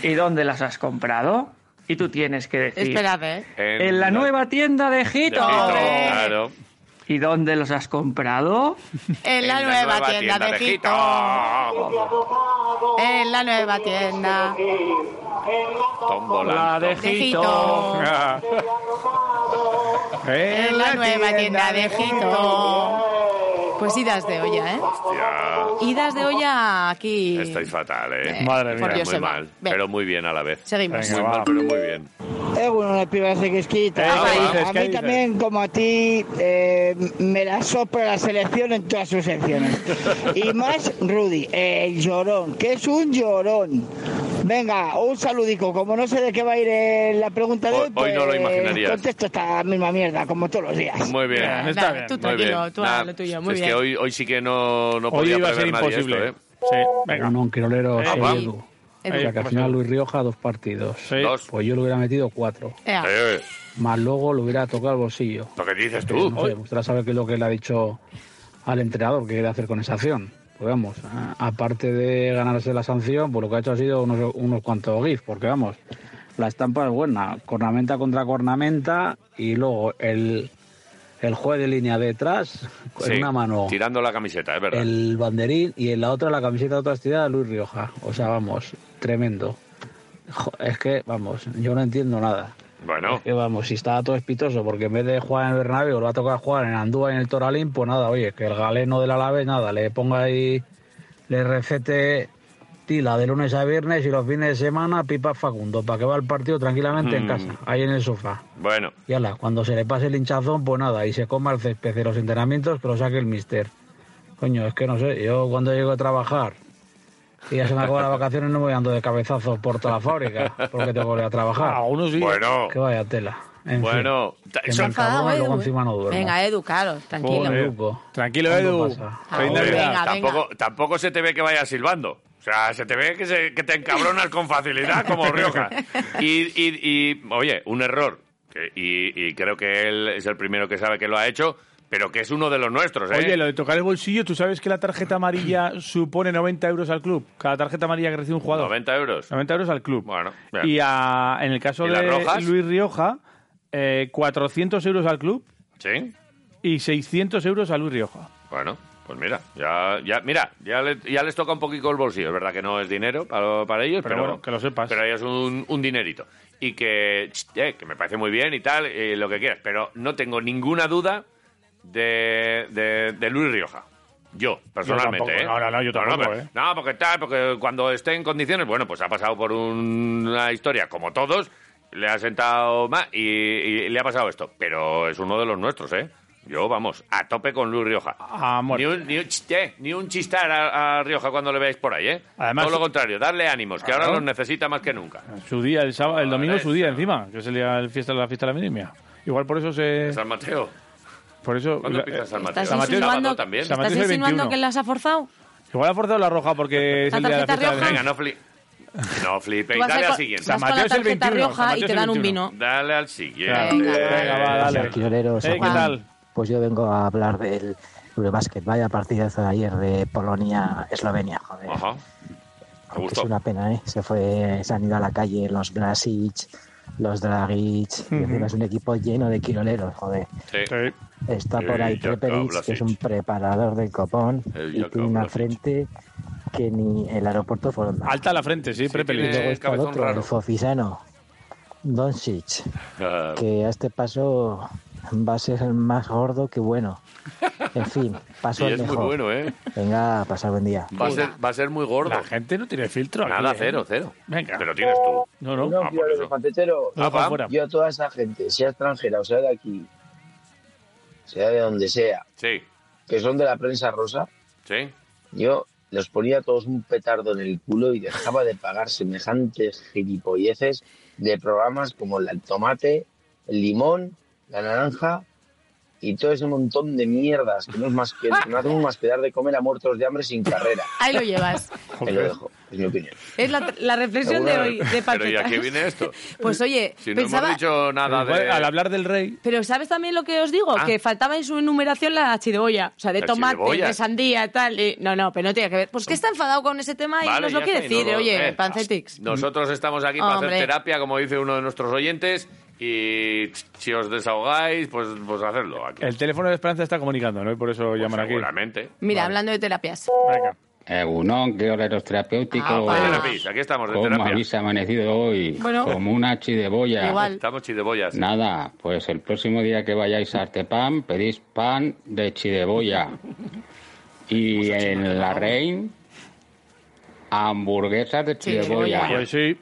S27: ¿Y dónde las has comprado? Y tú tienes que decir.
S5: Esperad, ¿eh?
S27: En, la nueva tienda de Hito.
S5: De Hito, Hombre.
S27: ¿Y dónde los has comprado?
S5: En la, nueva, tienda, de Jito. En la nueva tienda.
S27: La de Hito.
S5: En la nueva tienda de Jito. Pues idas de olla, ¿eh?
S3: Hostia.
S5: Idas de olla aquí.
S3: Estáis fatal, ¿eh?
S5: Eh, Madre por mía. Dios,
S3: Muy
S5: Emma.
S3: mal,
S5: Ven.
S3: pero muy bien a la vez.
S5: Seguimos.
S3: Muy
S5: Venga,
S3: mal,
S5: va.
S3: pero muy bien.
S28: Egunon, el pibe ese que esquita.
S3: Eh, ¿qué
S28: a
S3: dices? ¿Qué
S28: mí
S3: dices?
S28: también, como a ti, eh, me la sopla la selección en todas sus secciones. Y más, Rudy, eh, el llorón, que es un llorón. Venga, un saludico. Como no sé de qué va a ir eh, la pregunta de
S3: Hoy-
S28: hoy,
S3: hoy no lo
S28: pues,
S3: imaginarías.
S28: Contesto esta misma mierda, como todos los días.
S3: Muy bien.
S28: Nada,
S3: Está
S28: nada,
S3: bien.
S28: tú
S3: Muy
S28: tranquilo,
S3: bien.
S28: tú haz lo tuyo, muy
S3: es
S28: bien.
S3: que hoy, hoy sí que no, no
S4: Hoy
S3: podía
S4: iba a ser
S3: prever nadie
S4: imposible.
S3: esto, ¿eh?
S4: Sí, venga.
S9: No, Quirolero,
S4: Eh,
S9: soy
S4: va.
S9: Edu.
S4: Eh,
S9: O sea, que al
S4: ¿qué
S9: final Luis Rioja dos partidos. Pues yo le hubiera metido cuatro. Eh.
S5: Ea.
S3: Eh,
S9: Más luego le hubiera tocado el bolsillo.
S3: ¿Lo que dices
S9: Pero
S3: tú?
S9: no sé, me gustaría saber qué es lo que le ha dicho al entrenador que quiere hacer con esa acción. Pues vamos, a- aparte de ganarse la sanción, pues lo que ha hecho ha sido unos, unos cuantos GIFs, porque vamos, la estampa es buena, cornamenta contra cornamenta y luego el, el juez de línea detrás, con
S3: Sí,
S9: una mano
S3: Tirando la camiseta, es verdad.
S9: el banderín y en la otra la camiseta de otra ciudad Luis Rioja. O sea, vamos, tremendo. Jo, Es que, vamos, yo no entiendo nada.
S3: Bueno.
S9: Es que, vamos, si estaba todo espitoso, porque en vez de jugar en el Bernabéu lo va a tocar jugar en Andúa y en el Toralín, pues nada, oye, que el galeno del Alavés, nada, le ponga ahí, le recete tila de lunes a viernes y los fines de semana pipa Facundo, para que va al partido tranquilamente en
S3: Mm.
S9: casa, ahí en el sofá.
S3: Bueno,
S9: Y ala, cuando se le pase el hinchazón, pues nada, y se coma el césped de los entrenamientos, que lo saque el mister. Coño, es que no sé, yo cuando llego a trabajar y ya se me acaban las vacaciones, no me voy dando de cabezazos por toda la fábrica, porque tengo que ir a trabajar.
S4: unos
S3: días. Bueno.
S9: Que vaya tela. En
S3: Bueno,
S9: fin, que me encabrono y luego encima no duermo.
S5: eh, Venga, Edu, claro, tranquilo.
S9: Joder.
S4: Tranquilo,
S9: ¿Cuándo
S4: Edu.
S9: pasa?
S5: Feliz
S3: Hombre,
S5: Navidad. Venga,
S3: tampoco, tampoco se te ve que vayas silbando. O sea, se te ve que, se- que te encabronas con facilidad como Rioja. Y, y- y, oye, un error. que- Y, y creo que él es el primero que sabe que lo ha hecho, pero que es uno de los nuestros, ¿eh?
S4: Oye, lo de tocar el bolsillo, ¿tú sabes que la tarjeta amarilla supone 90 euros al club? Cada tarjeta amarilla que recibe un jugador.
S3: 90 euros.
S4: 90 euros al club.
S3: Bueno, bien.
S4: Y a- en el caso
S3: ¿Y las
S4: de
S3: rojas?
S4: Luis Rioja, eh, 400 euros al club
S3: Sí.
S4: y 600 euros a Luis Rioja.
S3: Bueno, pues mira, ya, ya, mira, ya, le- ya les toca un poquito el bolsillo. Es verdad que no es dinero para, para ellos, pero,
S4: Pero bueno, que lo sepas.
S3: Pero ellos un, un dinerito. Y que, ch, eh, que me parece muy bien y tal, eh, lo que quieras. Pero no tengo ninguna duda de, de, de Luis Rioja. Yo, personalmente,
S4: tampoco, no,
S3: ¿eh?
S4: no, no, yo tampoco,
S3: pero-
S4: ¿eh?
S3: no, porque tal, porque cuando esté en condiciones, bueno, pues ha pasado por un- una historia, como todos, le ha sentado más y, y le ha pasado esto. Pero es uno de los nuestros, ¿eh? Yo, vamos, a tope con Luis Rioja.
S4: A
S3: Ni
S4: muerte.
S3: un, ni un chis- eh, ni un chistar a, a Rioja cuando le veáis por ahí, ¿eh?
S4: Además-
S3: Todo lo contrario, darle ánimos, que
S4: Claro.
S3: ahora los necesita más que nunca.
S4: Su día, el sábado, el domingo es su día encima, que es el día el fiesta, la fiesta de la minimia. Igual por eso se...
S3: San Mateo.
S4: Por eso...
S3: ¿Cuándo
S4: la-
S3: empieza San Mateo?
S4: San Mateo-
S5: insinuando-
S4: San
S5: ¿Estás
S4: Mateo es el
S5: insinuando
S4: 21.
S5: que las ha forzado?
S4: Igual ha forzado la roja porque es
S5: ¿La
S4: el día de la
S5: tarjeta
S4: fiesta de la
S3: Venga, no, fli- no flipe.
S5: Tú vas
S3: Dale
S5: a-
S3: al siguiente.
S5: vas con la tarjeta roja y te dan un vino.
S3: Dale al siguiente.
S4: Venga, va, dale.
S29: Hola, Quiroleros.
S4: Eh, ¿qué
S29: Juan.
S4: tal?
S29: Pues yo vengo a hablar del Eurobásquet. Vaya partidazo de ayer de Polonia-Eslovenia, joder.
S3: Ajá.
S29: Aunque Es una pena, ¿eh? Se, fue, se han ido a la calle los Blasic, los Dragic. y
S30: Ujú.
S29: encima Es un equipo lleno de quiroleros, joder. Está por ahí
S30: Sí, ya
S29: Treperic,
S30: hablas,
S29: que es un preparador del copón.
S4: El
S29: Y
S4: ya
S29: tiene una frente que ni el aeropuerto fue donde.
S4: Alta la frente, sí,
S29: Y
S4: Prepelic.
S29: luego está el otro, el Fofisano, Doncic,
S3: Ah.
S29: que a este paso va a ser el más gordo que bueno. En fin, paso
S3: Y
S29: al
S3: es muy
S29: mejor.
S3: bueno, ¿eh?
S29: Venga, pasar buen día.
S3: Va a, ser, va a ser muy gordo. La
S4: gente no tiene filtro.
S3: Nada,
S29: aquí, ¿eh?
S3: cero, cero.
S4: Venga.
S3: Pero tienes tú.
S4: No,
S3: no. Ah, por eso. Ah, pa.
S30: Yo, yo a toda esa gente, sea extranjera o sea de aquí, sea de donde sea,
S3: Sí.
S30: que son de la prensa rosa,
S3: Sí.
S30: Yo los ponía todos un petardo en el culo y dejaba de pagar semejantes gilipolleces de programas como el tomate, el limón, la naranja y todo ese montón de mierdas que no, es más que, no hacemos más que dar de comer a muertos de hambre sin carrera.
S5: Ahí lo llevas.
S30: Te lo dejo, es mi opinión.
S5: Es la, la reflexión de hoy, de
S3: Pero ¿y a
S5: Paquita.
S3: qué viene esto?
S5: Pues oye,
S3: Si no
S5: pensaba...
S3: hemos dicho nada de...
S4: Al hablar del rey...
S5: Pero ¿sabes también lo que os digo?
S3: Ah.
S5: Que faltaba en su enumeración la chideboya. O sea, de
S3: La
S5: tomate,
S3: chideboya.
S5: de sandía, tal. y- No, no, pero no tiene que ver. Pues que está enfadado con ese tema y
S3: Vale,
S5: nos lo
S3: ya
S5: quiere
S3: está, y no
S5: decir.
S3: lo-
S5: Oye,
S3: eh,
S5: Pancetics.
S3: Nosotros estamos aquí para
S5: Hombre.
S3: hacer terapia, como dice uno de nuestros oyentes, y si os desahogáis, pues, pues hacedlo aquí.
S4: El teléfono de Esperanza está comunicando, ¿no? Y por eso llaman aquí.
S3: Pues Seguramente.
S5: Mira, hablando de terapias.
S31: Egunon, qué oleros
S4: Ah,
S31: terapéuticos.
S5: Apa. De
S3: terapia, aquí estamos, de
S31: ¿Cómo
S3: terapia.
S31: habéis amanecido hoy?
S5: Bueno.
S31: Como una chideboya.
S3: Estamos chidebollas.
S31: Nada, pues el próximo día que vayáis a Artepan, pedís pan de chideboya.
S4: Pues
S31: Y en La Rein, hamburguesas de chideboya.
S4: Pues sí,
S31: Y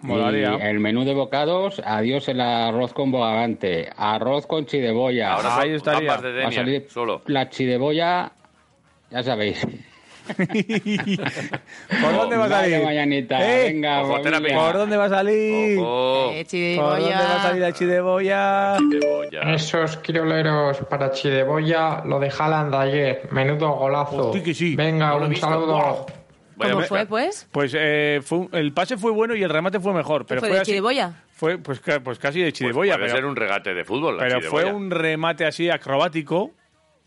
S4: molaría.
S31: el menú de bocados, adiós el arroz con bogavante, arroz con chideboya.
S4: Ahora son Ahí estaría. gambas de
S31: Va a
S4: Denia,
S31: salir
S3: solo.
S31: La chideboya, ya sabéis.
S4: ¿Por dónde va a
S31: Vaya
S4: salir?
S31: mañanita,
S4: ¿Eh?
S31: venga,
S4: Ojo,
S31: familia.
S4: terapia. ¿Por dónde va a
S5: Eh,
S4: salir? ¿Por
S5: chideboya.
S4: dónde va a salir la chideboya?
S32: Esos crioleros para Chideboya, lo de Haaland de ayer. Menudo golazo. Venga,
S4: No lo he
S32: un
S4: visto.
S32: saludo.
S4: Voy a
S5: ¿Cómo
S4: buscar.
S5: fue, pues?
S4: Pues eh, fue un- el pase fue bueno y el remate fue mejor. Pero
S5: fue
S4: fue,
S5: de
S4: así-
S5: chideboya?
S4: Fue pues, ca- pues casi de chideboya.
S3: Puede
S4: pero
S3: ser un regate de fútbol, la
S4: pero fue
S3: chideboya.
S4: un remate así acrobático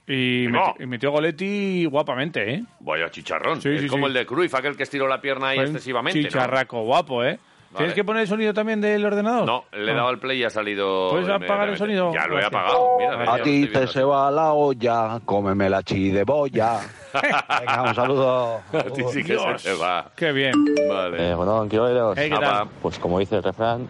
S4: y,
S3: No.
S4: meti- y metió Goletti guapamente, ¿eh?
S3: Vaya chicharrón.
S4: Sí,
S3: es
S4: sí,
S3: como
S4: sí.
S3: el de Cruyff, aquel que estiró la pierna ahí
S4: Fue un
S3: excesivamente. ¿no?
S4: Chicharraco guapo, ¿eh?
S3: Vale.
S4: ¿Tienes que poner el sonido también del ordenador?
S3: No, le he dado al play y ha salido.
S4: Ah. ¿Puedes apagar el
S3: inmediatamente.
S4: sonido?
S3: Ya lo he
S4: Gracias.
S3: apagado. Mira, mira,
S22: A
S3: ya lo
S22: ti
S3: estoy
S22: te se va la olla, cómeme la chideboya. Venga, un
S4: Ah.
S22: saludo.
S3: viendo. A ti sí que se
S22: Dios.
S3: te va.
S4: Oh, Qué bien.
S3: Vale.
S29: Eh, Godón, ¿qué oídos?
S3: Hey, ¿qué
S29: Apa.
S3: tal?
S29: Pues como dice el refrán,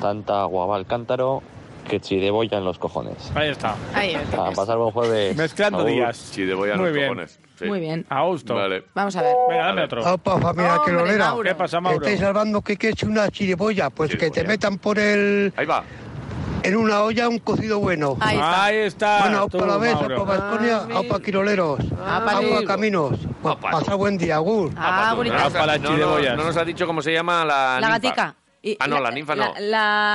S29: tanta agua va al cántaro que chideboya en los cojones.
S4: Ahí está.
S5: Ahí lo
S29: A
S5: tienes.
S29: pasar buen jueves.
S4: Mezclando
S29: Agur.
S4: días.
S3: Chideboya en
S4: Muy
S3: los
S4: bien.
S3: cojones. Sí.
S5: Muy bien.
S4: A gusto.
S3: Vale.
S5: Vamos a ver. Oh,
S4: Venga, dame
S3: A ver.
S4: otro.
S2: Opa, familia
S5: Hombre,
S2: querolera.
S5: Mauro.
S4: ¿Qué pasa, Mauro?
S2: Estáis hablando que que es una chirimoya. Pues que te metan por el.
S3: Ahí va.
S2: En una olla un cocido bueno.
S4: Ahí está. Ahí está,
S2: Bueno,
S4: tú,
S2: aupa la vez,
S4: Mauro.
S2: aupa Vasconia,
S5: Ah,
S2: aupa Quiroleros,
S5: Aupa
S2: aupa
S5: tú.
S2: Caminos.
S4: Ah,
S2: Pues Pasad buen día, Agur.
S5: Ah, bonito.
S3: No,
S4: Para las
S3: no, no,
S4: chideboyas.
S3: no nos ha dicho cómo se llama la.
S5: La
S3: ninfa.
S5: gatica. Y-
S3: Ah, no,
S5: y
S3: la ninfa no.
S5: La,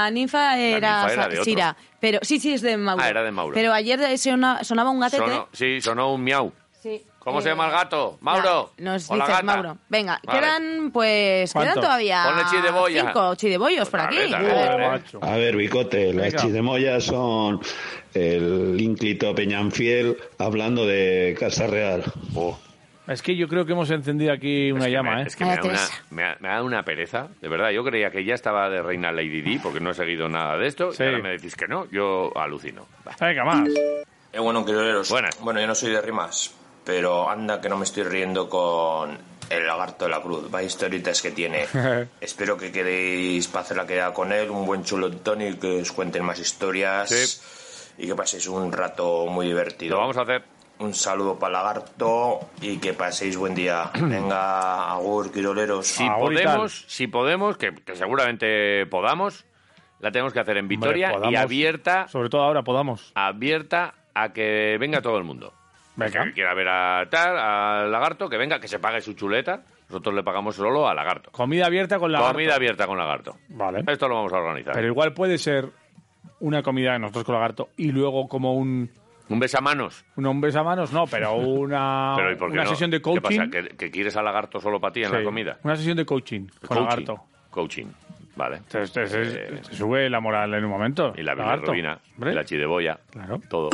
S5: la ninfa era,
S3: ninfa era de otro.
S5: Sira. Pero, sí, sí, es de Mauro.
S3: Ah, era de Mauro.
S5: Pero ayer sonaba, sonaba un gatete.
S3: Sonó- sí, sonó un miau.
S5: Sí.
S3: ¿Cómo
S5: Eh,
S3: se llama el gato? Mauro.
S5: Nah, nos
S3: ¿O la
S5: dices,
S3: gata?
S5: Mauro. Venga,
S3: Vale.
S5: quedan, pues,
S3: ¿Cuánto?
S5: quedan todavía
S3: Ponle chideboya.
S5: cinco chidebollos por aquí.
S3: dale,
S5: A ver.
S3: dale.
S2: A ver, Bicote, las
S5: Venga.
S2: chidemoyas son el ínclito Peñanfiel hablando de Casa Real.
S4: Es que yo creo que hemos encendido aquí una llama, ¿eh?
S3: Es que me da, una, me ha- me ha dado una pereza, de verdad. Yo creía que ya estaba de reina Lady Di porque no he seguido nada de esto.
S4: Sí.
S3: Y ahora me decís que no, yo alucino.
S4: Venga, más.
S12: Eh, bueno, quiroleros. Bueno, yo no soy de rimas, pero anda que no me estoy riendo con el lagarto de la cruz. Vaya historietas que tiene. Espero que quedéis para hacer la quedada con él, un buen chulontón y que os cuenten más historias. Y que paséis un rato muy divertido. Lo vamos
S3: a hacer.
S12: Un saludo para lagarto y que paséis buen día. Venga, agur, quiroleros.
S3: Si podemos, si podemos, que, que seguramente podamos, la tenemos que hacer en Vitoria
S4: Hombre,
S3: y
S4: podamos.
S3: abierta,
S4: Sobre todo ahora podamos.
S3: abierta a que venga todo el mundo.
S4: Venga.
S3: Que quiera ver a tal, al lagarto, que venga, que se pague su chuleta. Nosotros le pagamos solo al lagarto.
S4: Comida abierta con la
S3: Comida abierta con lagarto.
S4: Vale.
S3: Esto lo vamos a organizar.
S4: Pero igual puede ser una comida de nosotros con lagarto y luego como un...
S3: Un besamanos.
S4: Un un besamanos, no, pero una,
S3: Pero ¿y por qué
S4: Ah, una
S3: no?
S4: sesión de
S3: ¿Qué pasa?
S4: coaching.
S3: ¿Que, que quieres al lagarto solo para ti en la
S4: Sí,
S3: comida?
S4: Una sesión de coaching con
S3: Coaching.
S4: lagarto.
S3: Coaching. Vale.
S4: Te- te- te sube la moral en un momento.
S3: Y la bilirrubina, y la chideboya, todo.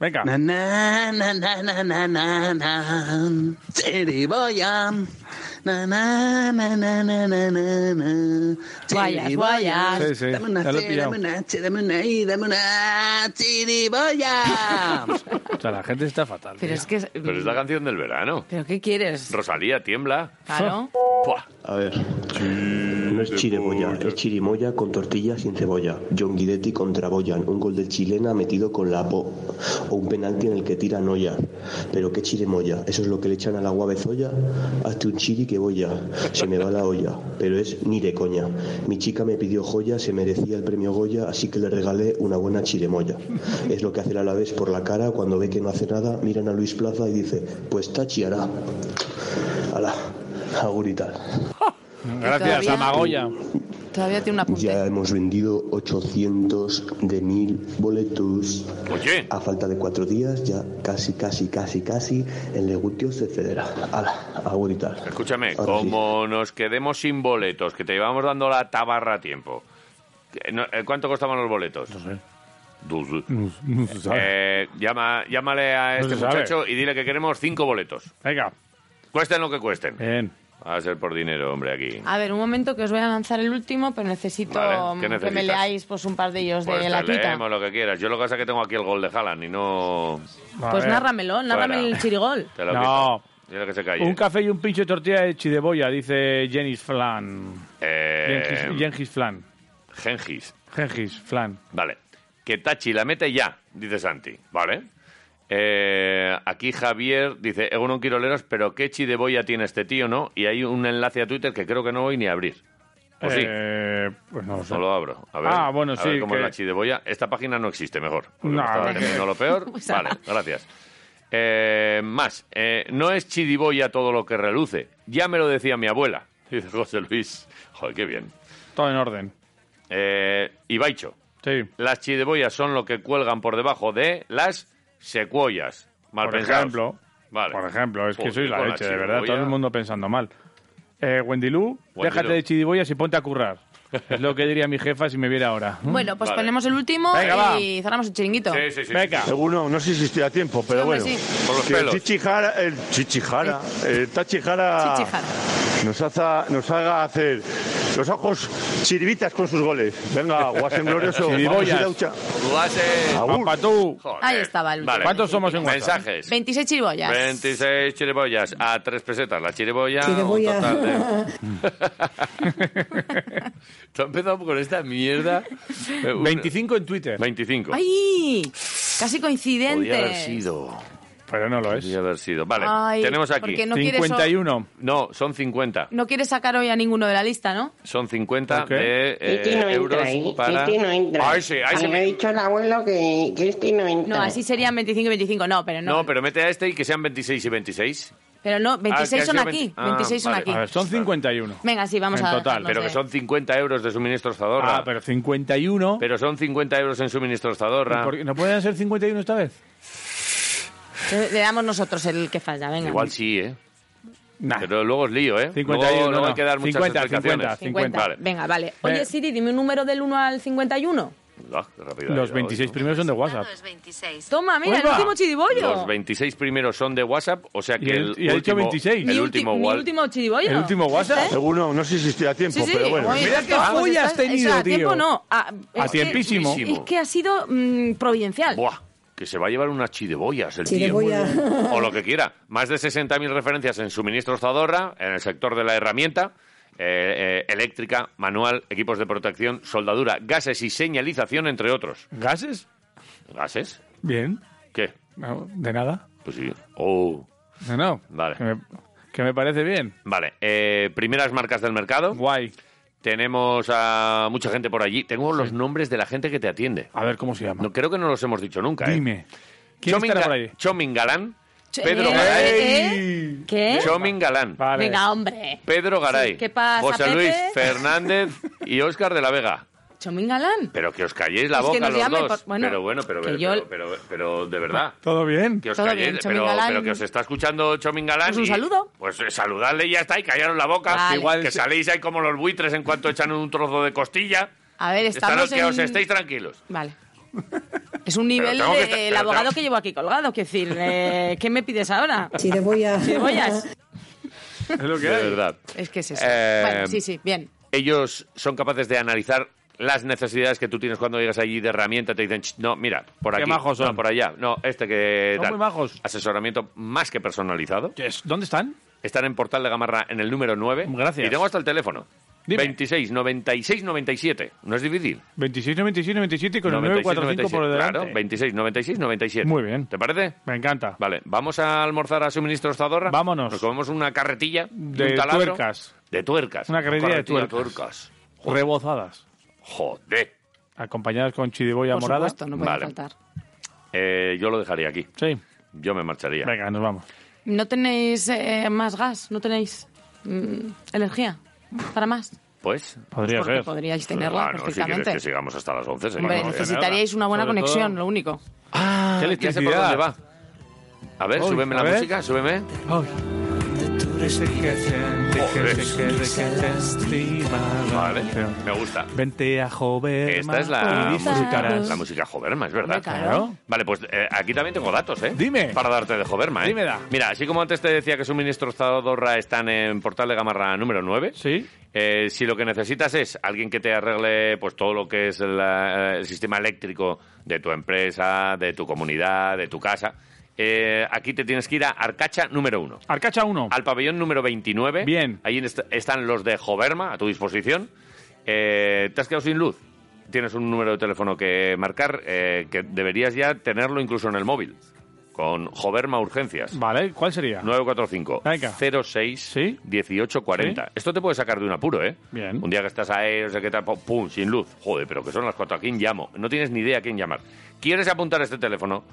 S4: Venga.
S26: Na, na, na, na, na, na, na, na. Chirimoya. Na, na, na, na, na, na, na, na.
S5: Guayas,
S26: Chirimoya.
S5: guayas.
S26: Sí, sí, Dame una,
S4: ya lo he
S26: che,
S4: pillado.
S26: dame una, che, dame una, y dame una chirimoya.
S4: O sea, la gente está fatal.
S5: Pero es que es-
S3: Pero es la canción del verano.
S5: ¿Pero qué quieres?
S3: Rosalía tiembla.
S5: Claro.
S3: Buah.
S26: A ver.
S8: no es chireboya, es chirimoya con tortilla sin cebolla. John Guidetti contra Boyan, un gol de chilena metido con la po. O un penalti en el que tira Noya. Pero qué chirimoya, eso es lo que le echan al agua bezoya. Hazte un chiri que boya, se me va la olla. Pero es ni de coña. Mi chica me pidió joya, se merecía el premio Goya, así que le regalé una buena chiremoya. Es lo que hace el Alavés por la cara cuando ve que no hace nada, miran a Luis Plaza y dice, pues tachi hará. Ala, agur y tal.
S4: Gracias,
S5: Todavía-
S4: Amagoya.
S5: Todavía tiene una
S8: Ya hemos vendido 800 de mil boletos. A falta de cuatro días, ya casi, casi, casi, casi, el negutio se cederá. Ala, agur y tal.
S3: Escúchame,
S8: Ahora sí.
S3: como nos quedemos sin boletos, que te llevamos dando la tabarra a tiempo. que no- eh, ¿Cuánto costaban los boletos? No sé.
S4: Eh,
S3: llama, llámale a
S4: No
S3: este
S4: se sabe.
S3: muchacho y dile que queremos cinco boletos.
S4: Venga.
S3: Cuesten lo que cuesten. Va a ser por dinero, hombre, aquí.
S5: A ver, un momento que os voy a lanzar el último, pero necesito
S3: Vale, ¿qué
S5: mm, que me
S3: necesitas?
S5: leáis pues un par de ellos de
S3: Pues
S5: la
S3: te
S5: quita.
S3: leemos lo que quieras. Yo lo que pasa es que tengo aquí el gol de Haaland y no...
S5: Pues nárramelo, nárrame
S3: Fuera.
S5: el chirigol.
S3: Te lo
S4: No.
S3: quito. Dile que se calle.
S4: Un café y un pincho de tortilla de chideboya, dice Jenis Flan.
S3: Eh,
S4: Gengis, Gengis Flan.
S3: Gengis.
S4: Gengis Flan.
S3: Vale. Que Tachi la mete ya, dice Santi. Vale. Eh, aquí Javier dice, Egunon Quiroleros, pero qué chi de boya tiene este tío, ¿no? Y hay un enlace a Twitter que creo que no voy ni a abrir. ¿O sí?
S4: Eh, pues no lo sé.
S3: No lo abro. A ver,
S4: Ah, bueno,
S3: a
S4: sí,
S3: ver cómo
S4: que-
S3: es la chi de boya. Esta página no existe, mejor. porque
S4: No,
S3: me estaba
S4: a ver.
S3: temiendo lo peor.
S4: Pues
S3: vale,
S4: ahora.
S3: gracias. Eh, más, eh, no es chidiboya todo lo que reluce. Ya me lo decía mi abuela, dice José Luis. Joder, qué bien.
S4: Todo en orden.
S3: Eh, Ibaicho. Las chideboyas son lo que cuelgan por debajo de las secuoyas. Mal
S4: por
S3: pensados.
S4: ejemplo,
S3: Vale.
S4: por ejemplo, es que
S3: Joder,
S4: sois la
S3: con
S4: leche, de verdad.
S3: chirimoya.
S4: Todo el mundo pensando mal. Eh, Wendy Lu,
S3: Wendy
S4: déjate
S3: Lu.
S4: de chidiboyas y ponte a currar. Es lo que diría mi jefa si me viera ahora.
S3: Mm.
S5: Bueno, pues ponemos el último
S4: Venga, va.
S5: y cerramos el chiringuito.
S4: Venga.
S13: Seguro, no sé si estoy a tiempo, pero
S5: Sí, hombre,
S13: bueno.
S5: sí.
S3: Por los
S13: Que el
S3: pelos.
S13: Chichijara, el Chichijara, el Tachijara
S5: Chichijara.
S13: nos, haza- nos haga hacer los ojos chiribitas con sus goles. Venga, Guasem Glorioso.
S4: Chiriboyas.
S13: vamos a ir a lucha.
S3: Guases.
S13: Agur.
S5: Ahí estaba el último.
S4: ¿Cuántos somos en WhatsApp?
S3: Mensajes.
S5: 26 chiribollas.
S3: 26 chiriboyas a 3 pesetas. La chiriboya. un
S5: Chirimoya.
S3: total de- Tú has empezado con esta mierda. Eh, un-
S4: 25 en Twitter.
S3: 25.
S5: ¡Ay! Casi
S3: Podría ¿eh? haber
S5: coincidente.
S3: sido.
S4: Pero no lo es.
S3: Podría haber sido. Vale,
S5: Ay,
S3: tenemos aquí.
S5: porque no quieres o- 51.
S3: No, son 50.
S5: No quieres sacar hoy a ninguno de la lista, ¿no?
S3: Son 50 de eh,
S2: Este no
S3: euros
S2: entra ahí.
S3: para...
S2: Este no entra.
S3: Ay, sí, ay, sí.
S2: Me ha dicho el abuelo que, que este no entra.
S5: No, así serían 25 y 25. No, pero no.
S3: No, pero mete a este y que sean 26 y 26.
S5: Pero no,
S3: Ah, que
S5: 26
S3: ha
S5: son
S3: sido
S5: aquí.
S3: 20. Ah,
S5: 26 son
S3: vale.
S5: aquí.
S3: A ver,
S4: Son 51.
S5: Venga, sí, vamos
S3: en
S5: a
S3: total,
S5: dejarnos
S3: pero que
S5: de-
S3: son 50 euros de suministros Zadorra.
S4: Ah, pero 51.
S3: Pero son 50 euros en suministros Zadorra.
S4: ¿Por qué? ¿No pueden ser 51 esta vez?
S5: Le le damos nosotros el que falla, venga.
S3: Igual sí, ¿eh? Pero luego es lío, ¿eh?
S4: 51,
S3: luego, luego
S4: no,
S3: hay que dar muchas
S4: 50,
S3: explicaciones.
S5: 50.
S3: Vale.
S5: Venga, vale. Oye,
S4: Ve-
S5: Siri, dime un número del 1 al 51.
S3: Ah, qué rápido ha
S4: Los
S3: ido
S4: 26 primeros son de WhatsApp.
S5: Toma, mira,
S4: Ahí
S5: el
S4: va.
S5: último
S3: hoy.
S5: chiribollo.
S3: Los 26 primeros son de WhatsApp, o sea que
S4: Y el-
S3: el,
S4: y ha dicho
S3: último,
S4: 26.
S3: El
S5: Mi
S3: último,
S5: ulti- mi
S3: wall-
S5: último chiribollo. ¿Este?
S13: Seguro, no sé si estoy a tiempo,
S5: Sí, sí.
S13: pero bueno.
S5: Oye, es que
S4: qué
S5: pues
S4: joya has
S5: estás- es
S4: tenido,
S5: A tiempo
S4: tío.
S5: no. A,
S3: A
S5: es que-
S3: Ah, tiempísimo.
S5: Es que ha sido mm, providencial.
S3: Buah, que se va a llevar unas chideboyas el
S5: Chireboya.
S3: tío. O lo que quiera. Más de 60.000 referencias en suministros Zadorra, en el sector de la herramienta, eh, eh, eléctrica, manual, equipos de protección, soldadura, gases y señalización, entre otros.
S4: ¿Gases?
S3: ¿Gases?
S4: Bien.
S3: ¿Qué?
S4: No, de nada.
S3: Pues sí. Oh.
S4: No, no.
S3: Vale.
S4: Que me, que me parece bien.
S3: Vale, eh, primeras marcas del mercado.
S4: Guay.
S3: Tenemos a mucha gente por allí. Tengo los nombres de la gente que te atiende.
S4: A ver cómo se llama.
S3: No, creo que no los hemos dicho nunca. ¿eh?
S4: Dime. ¿Quién
S3: Chomin
S4: estará
S3: Ga-
S4: por ahí?
S3: Chomin Galán.
S5: Ch-
S3: Pedro
S5: ¿Eh?
S3: Garay.
S5: ¿Eh? ¿Qué?
S3: Chomin Galán.
S5: Venga, hombre.
S3: Pedro Garay.
S5: Sí, ¿qué pasa,
S3: José
S5: Pepe?
S3: Luis Fernández y Óscar de la Vega.
S5: Chomín Galán.
S3: Pero que os calléis la
S5: Es que
S3: boca
S5: nos
S3: los
S5: llamen,
S3: dos.
S5: por- bueno,
S3: pero bueno, pero,
S5: que
S3: pero,
S5: yo-
S3: pero, pero- pero de verdad.
S4: ¿Todo bien?
S3: Que os
S5: Todo
S3: calléis,
S5: bien, Chomín
S3: pero,
S5: Galán.
S3: pero que os está escuchando Chomin Galán.
S5: Pues un
S3: y-
S5: saludo.
S3: Pues eh, saludadle y ya está, y callaros la boca.
S5: Vale. Igual
S3: que
S5: se-
S3: salís ahí como los buitres en cuanto echan un trozo de costilla.
S5: A ver,
S3: Estaros
S5: estamos
S3: que os
S5: en-
S3: estéis tranquilos.
S5: Vale. Es un nivel
S3: tengo que
S5: del
S3: estar- pero
S5: abogado
S3: tengo-
S5: que llevo aquí colgado. Quiero decir, eh, ¿qué me pides ahora?
S6: Chirimoya.
S5: Chirimoyas.
S4: Es lo
S3: que De verdad.
S5: Es que es eso.
S3: Eh,
S5: Bueno, sí, sí, bien.
S3: ellos son capaces de analizar las necesidades que tú tienes cuando llegas allí de herramienta, te dicen, "Ch, no, mira, por
S4: Qué
S3: aquí,
S4: majos son.
S3: no, por allá, no, este que...
S4: Son muy majos.
S3: Asesoramiento más que personalizado.
S4: ¿Dónde están?
S3: Están en Portal de Gamarra en el número 9.
S4: Gracias.
S3: Y tengo hasta el teléfono. 26, 96, 97. No es difícil.
S4: 26, 97, 97 y con
S3: 96,
S4: el 945 por
S3: 97.
S4: delante.
S3: Claro, 26, 96, 97.
S4: Muy bien.
S3: ¿Te parece?
S4: Me encanta.
S3: Vale, vamos a almorzar a suministros Zadorra.
S4: Vámonos.
S3: Nos comemos una carretilla de
S4: De
S3: un taladro.
S4: tuercas.
S3: De tuercas.
S4: Una carretilla de tuercas.
S3: tuercas.
S4: Rebozadas.
S3: Joder.
S4: Acompañadas con chiriboya
S5: Por
S4: morada.
S5: supuesto, no puede
S3: Vale.
S5: faltar.
S3: Eh, yo lo dejaría aquí.
S4: Sí.
S3: Yo me marcharía.
S4: Venga, nos vamos.
S5: ¿No tenéis eh, más gas? ¿No tenéis mm, energía para más?
S3: Pues.
S4: Podría
S5: Porque ser. podríais tenerla
S3: Ah, no, si
S5: perfectamente.
S3: quieres que sigamos hasta las 11. seguimos.
S5: Hombre, necesitaríais una buena
S3: Sobre todo-
S5: conexión, lo único.
S3: Ah, ya sé por dónde va. A ver,
S4: Uy,
S3: súbeme
S4: a
S3: la
S4: ver.
S3: música, súbeme. Vale, me gusta.
S4: Vente a joven.
S3: Esta es la música, la música Joverma, es verdad.
S4: Hombre, claro.
S3: Vale, pues eh, aquí también tengo datos, ¿eh?
S4: Dime.
S3: Para darte de Joverma, ¿eh?
S4: Dime, da.
S3: Mira, así como antes te decía que suministros Zadorra están en Portal de Gamarra número 9.
S4: Sí.
S3: si lo que necesitas es alguien que te arregle pues todo lo que es la- el sistema eléctrico de tu empresa, de tu comunidad, de tu casa, eh, aquí te tienes que ir a Arcacha número 1.
S4: Arcacha 1.
S3: Al pabellón número 29. Bien. Ahí est- están los de Joverma a tu disposición. Eh, ¿Te has quedado sin luz? Tienes un número de teléfono que marcar eh, que deberías ya tenerlo incluso en el móvil. Con Joverma Urgencias.
S4: Vale, ¿cuál sería?
S3: 945
S4: Venga.
S3: 06 1840.
S4: Sí.
S3: Esto te puede sacar de un apuro, ¿eh?
S4: Bien.
S3: Un día que estás ahí, no sé qué tal, pum, pum, sin luz. Joder, pero que son las 4. ¿A quién llamo? No tienes ni idea a quién llamar. ¿Quieres apuntar este teléfono?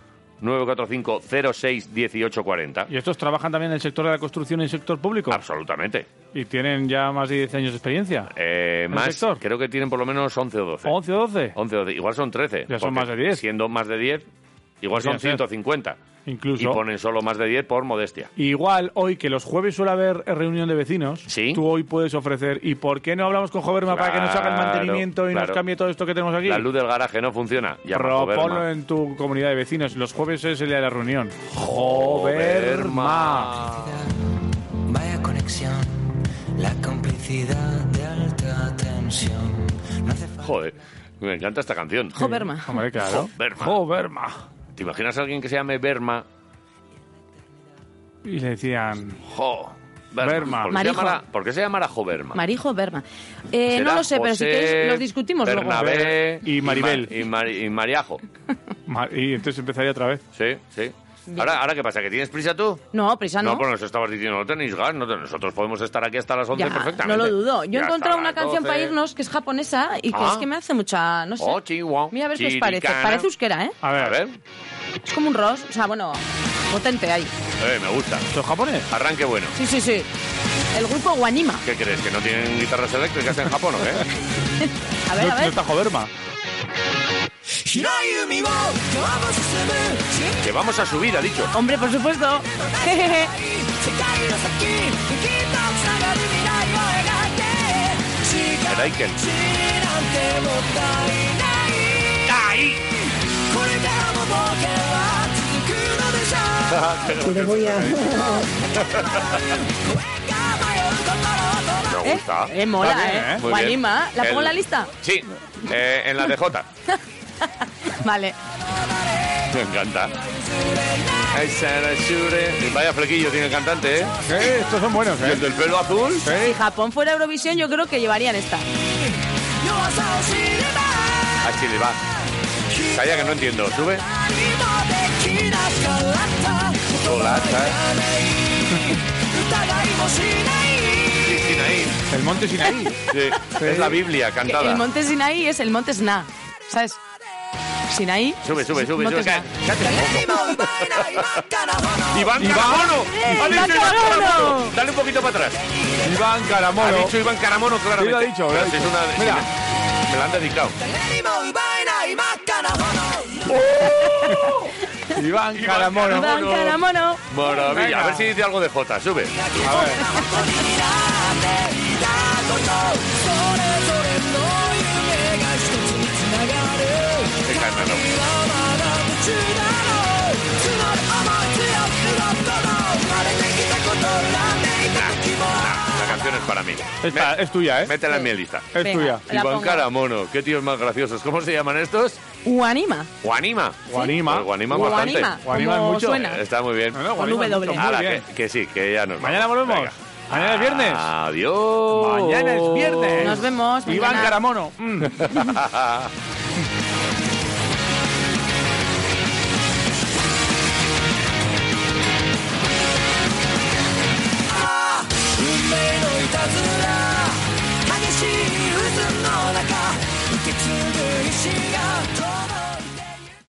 S3: 945 06 1840.
S4: ¿Y estos trabajan también en el sector de la construcción y en el sector público?
S3: Absolutamente.
S4: ¿Y tienen ya más de 10 años de experiencia?
S3: Eh,
S4: ¿El
S3: más,
S4: sector?
S3: creo que tienen por lo menos 11 o 12.
S4: 11 o 12.
S3: 11 o 12. Igual son 13.
S4: Ya son
S3: porque
S4: más de 10.
S3: Siendo más de 10, igual
S4: Podría
S3: son
S4: ser.
S3: 150.
S4: Incluso.
S3: Y ponen solo más de 10 por modestia.
S4: Igual hoy que los jueves suele haber reunión de vecinos, tú hoy puedes ofrecer. ¿Y por qué no hablamos con Joverma para que nos haga el
S3: Claro,
S4: mantenimiento y
S3: claro.
S4: nos cambie todo esto que tenemos aquí?
S3: La luz del garaje no funciona. Llama a
S4: Proponlo
S3: Joverma.
S4: en tu comunidad de vecinos. Los jueves es el día de la reunión.
S22: Vaya conexión, la complicidad de alta tensión.
S3: Joder, me encanta esta canción.
S5: Joverma.
S4: Hombre, claro.
S3: Joverma.
S4: Joverma.
S3: ¿Te imaginas a alguien que se llame Berma?
S4: Y le decían...
S3: Jo. Berma. ¿Por qué, se
S5: Marijo.
S3: llamará- por qué se llamará Joverma?
S5: Marijo Berma. Eh,
S3: Será
S5: no lo sé, pero si
S3: Pues José,
S5: queréis lo discutimos luego.
S3: Bernabé
S4: Y Maribel.
S3: Y, Ma- y Mari- y Mariajo.
S4: Ma- Y entonces empezaría otra vez.
S3: Sí, sí. Ahora, ¿Ahora qué pasa? ¿Que tienes prisa tú?
S5: No, prisa no.
S3: No, pues nos estabas diciendo, no tenéis gas, no te- nosotros podemos estar aquí hasta las 11
S5: Ya,
S3: perfectamente.
S5: no lo dudo. Yo he
S3: Ya
S5: encontrado
S3: hasta
S5: una
S3: las
S5: canción
S3: 12.
S5: para irnos que es japonesa y que
S3: Ah.
S5: es que me hace mucha, no sé.
S3: Oh, chihuahua.
S5: Mira a ver qué os parece.
S3: Chiricana.
S5: Parece euskera, ¿eh?
S3: A ver.
S5: Es como un ros, o sea, bueno, potente ahí.
S3: Eh, me gusta.
S4: ¿Los japonés?
S3: Arranque bueno.
S5: Sí, sí, sí. El grupo Guanima.
S3: ¿Qué crees? ¿Que no tienen guitarras eléctricas en Japón o qué?
S5: A ver, a ver.
S4: está Joverma?
S3: Que vamos a subir, ha dicho.
S5: Hombre, por supuesto.
S3: El Aiken. Me gusta.
S5: Eh, mola,
S3: Está bien,
S5: ¿eh?
S3: Muy
S5: Guanima.
S3: bien.
S5: ¿La pongo en
S3: El-
S5: la lista?
S3: Sí, eh, en la DJ.
S5: Vale.
S3: Me encanta. Ay, Sara Shure. Vaya flequillo tiene el cantante, ¿eh?
S4: estos son buenos, ¿eh?
S3: El del pelo azul.
S5: Si Japón fuera Eurovisión, yo creo que llevarían esta.
S3: A Chile va. Calla que no entiendo. Sube. Hola, Sí, Sinaí.
S4: El monte Sinaí.
S3: Sí. Es la Biblia cantada.
S5: El monte Sinaí es el monte Sna. ¿Sabes? Sinaí.
S3: Sube, sube, sube,
S5: monte
S3: sube.
S5: Sna.
S3: Iván,
S5: Iván.
S3: Caramono.
S5: ¡Eh,
S3: Ha dicho
S5: Iván Caramono!
S3: Dale un poquito para atrás.
S4: Iván Caramono.
S3: Ha dicho Iván Caramono claramente.
S4: Sí, lo ha dicho, lo
S3: Pero
S4: ha
S3: si es
S4: dicho.
S3: una- si
S4: Mira.
S3: me- Me la han dedicado.
S4: Iván Caramono.
S5: Iván Caramono.
S3: Maravilla.
S4: Venga.
S3: A ver si dice algo de Jota. Sube.
S4: A ver.
S3: Encarnado. La canción es para mí.
S4: Esta es tuya, ¿eh?
S3: Métela en mi lista.
S4: Es Venga, tuya. la
S3: Iván
S4: pongo.
S3: Caramono. Qué tíos más graciosos. ¿Cómo se llaman estos?
S5: Guanima.
S3: Guanima.
S4: Guanima.
S3: Pues Guanima,
S5: Guanima,
S3: bastante.
S5: como Guanima es mucho. suena.
S3: Está muy bien.
S5: Con Guanima es W. mucho.
S3: Ala,
S5: Muy
S3: que,
S5: bien.
S3: que sí, que ya nos vamos.
S4: Mañana volvemos.
S3: Venga. Mañana es viernes.
S33: Adiós.
S3: Mañana es viernes.
S2: Nos vemos
S3: Iván
S2: mañana.
S3: Caramono.
S33: Caramono.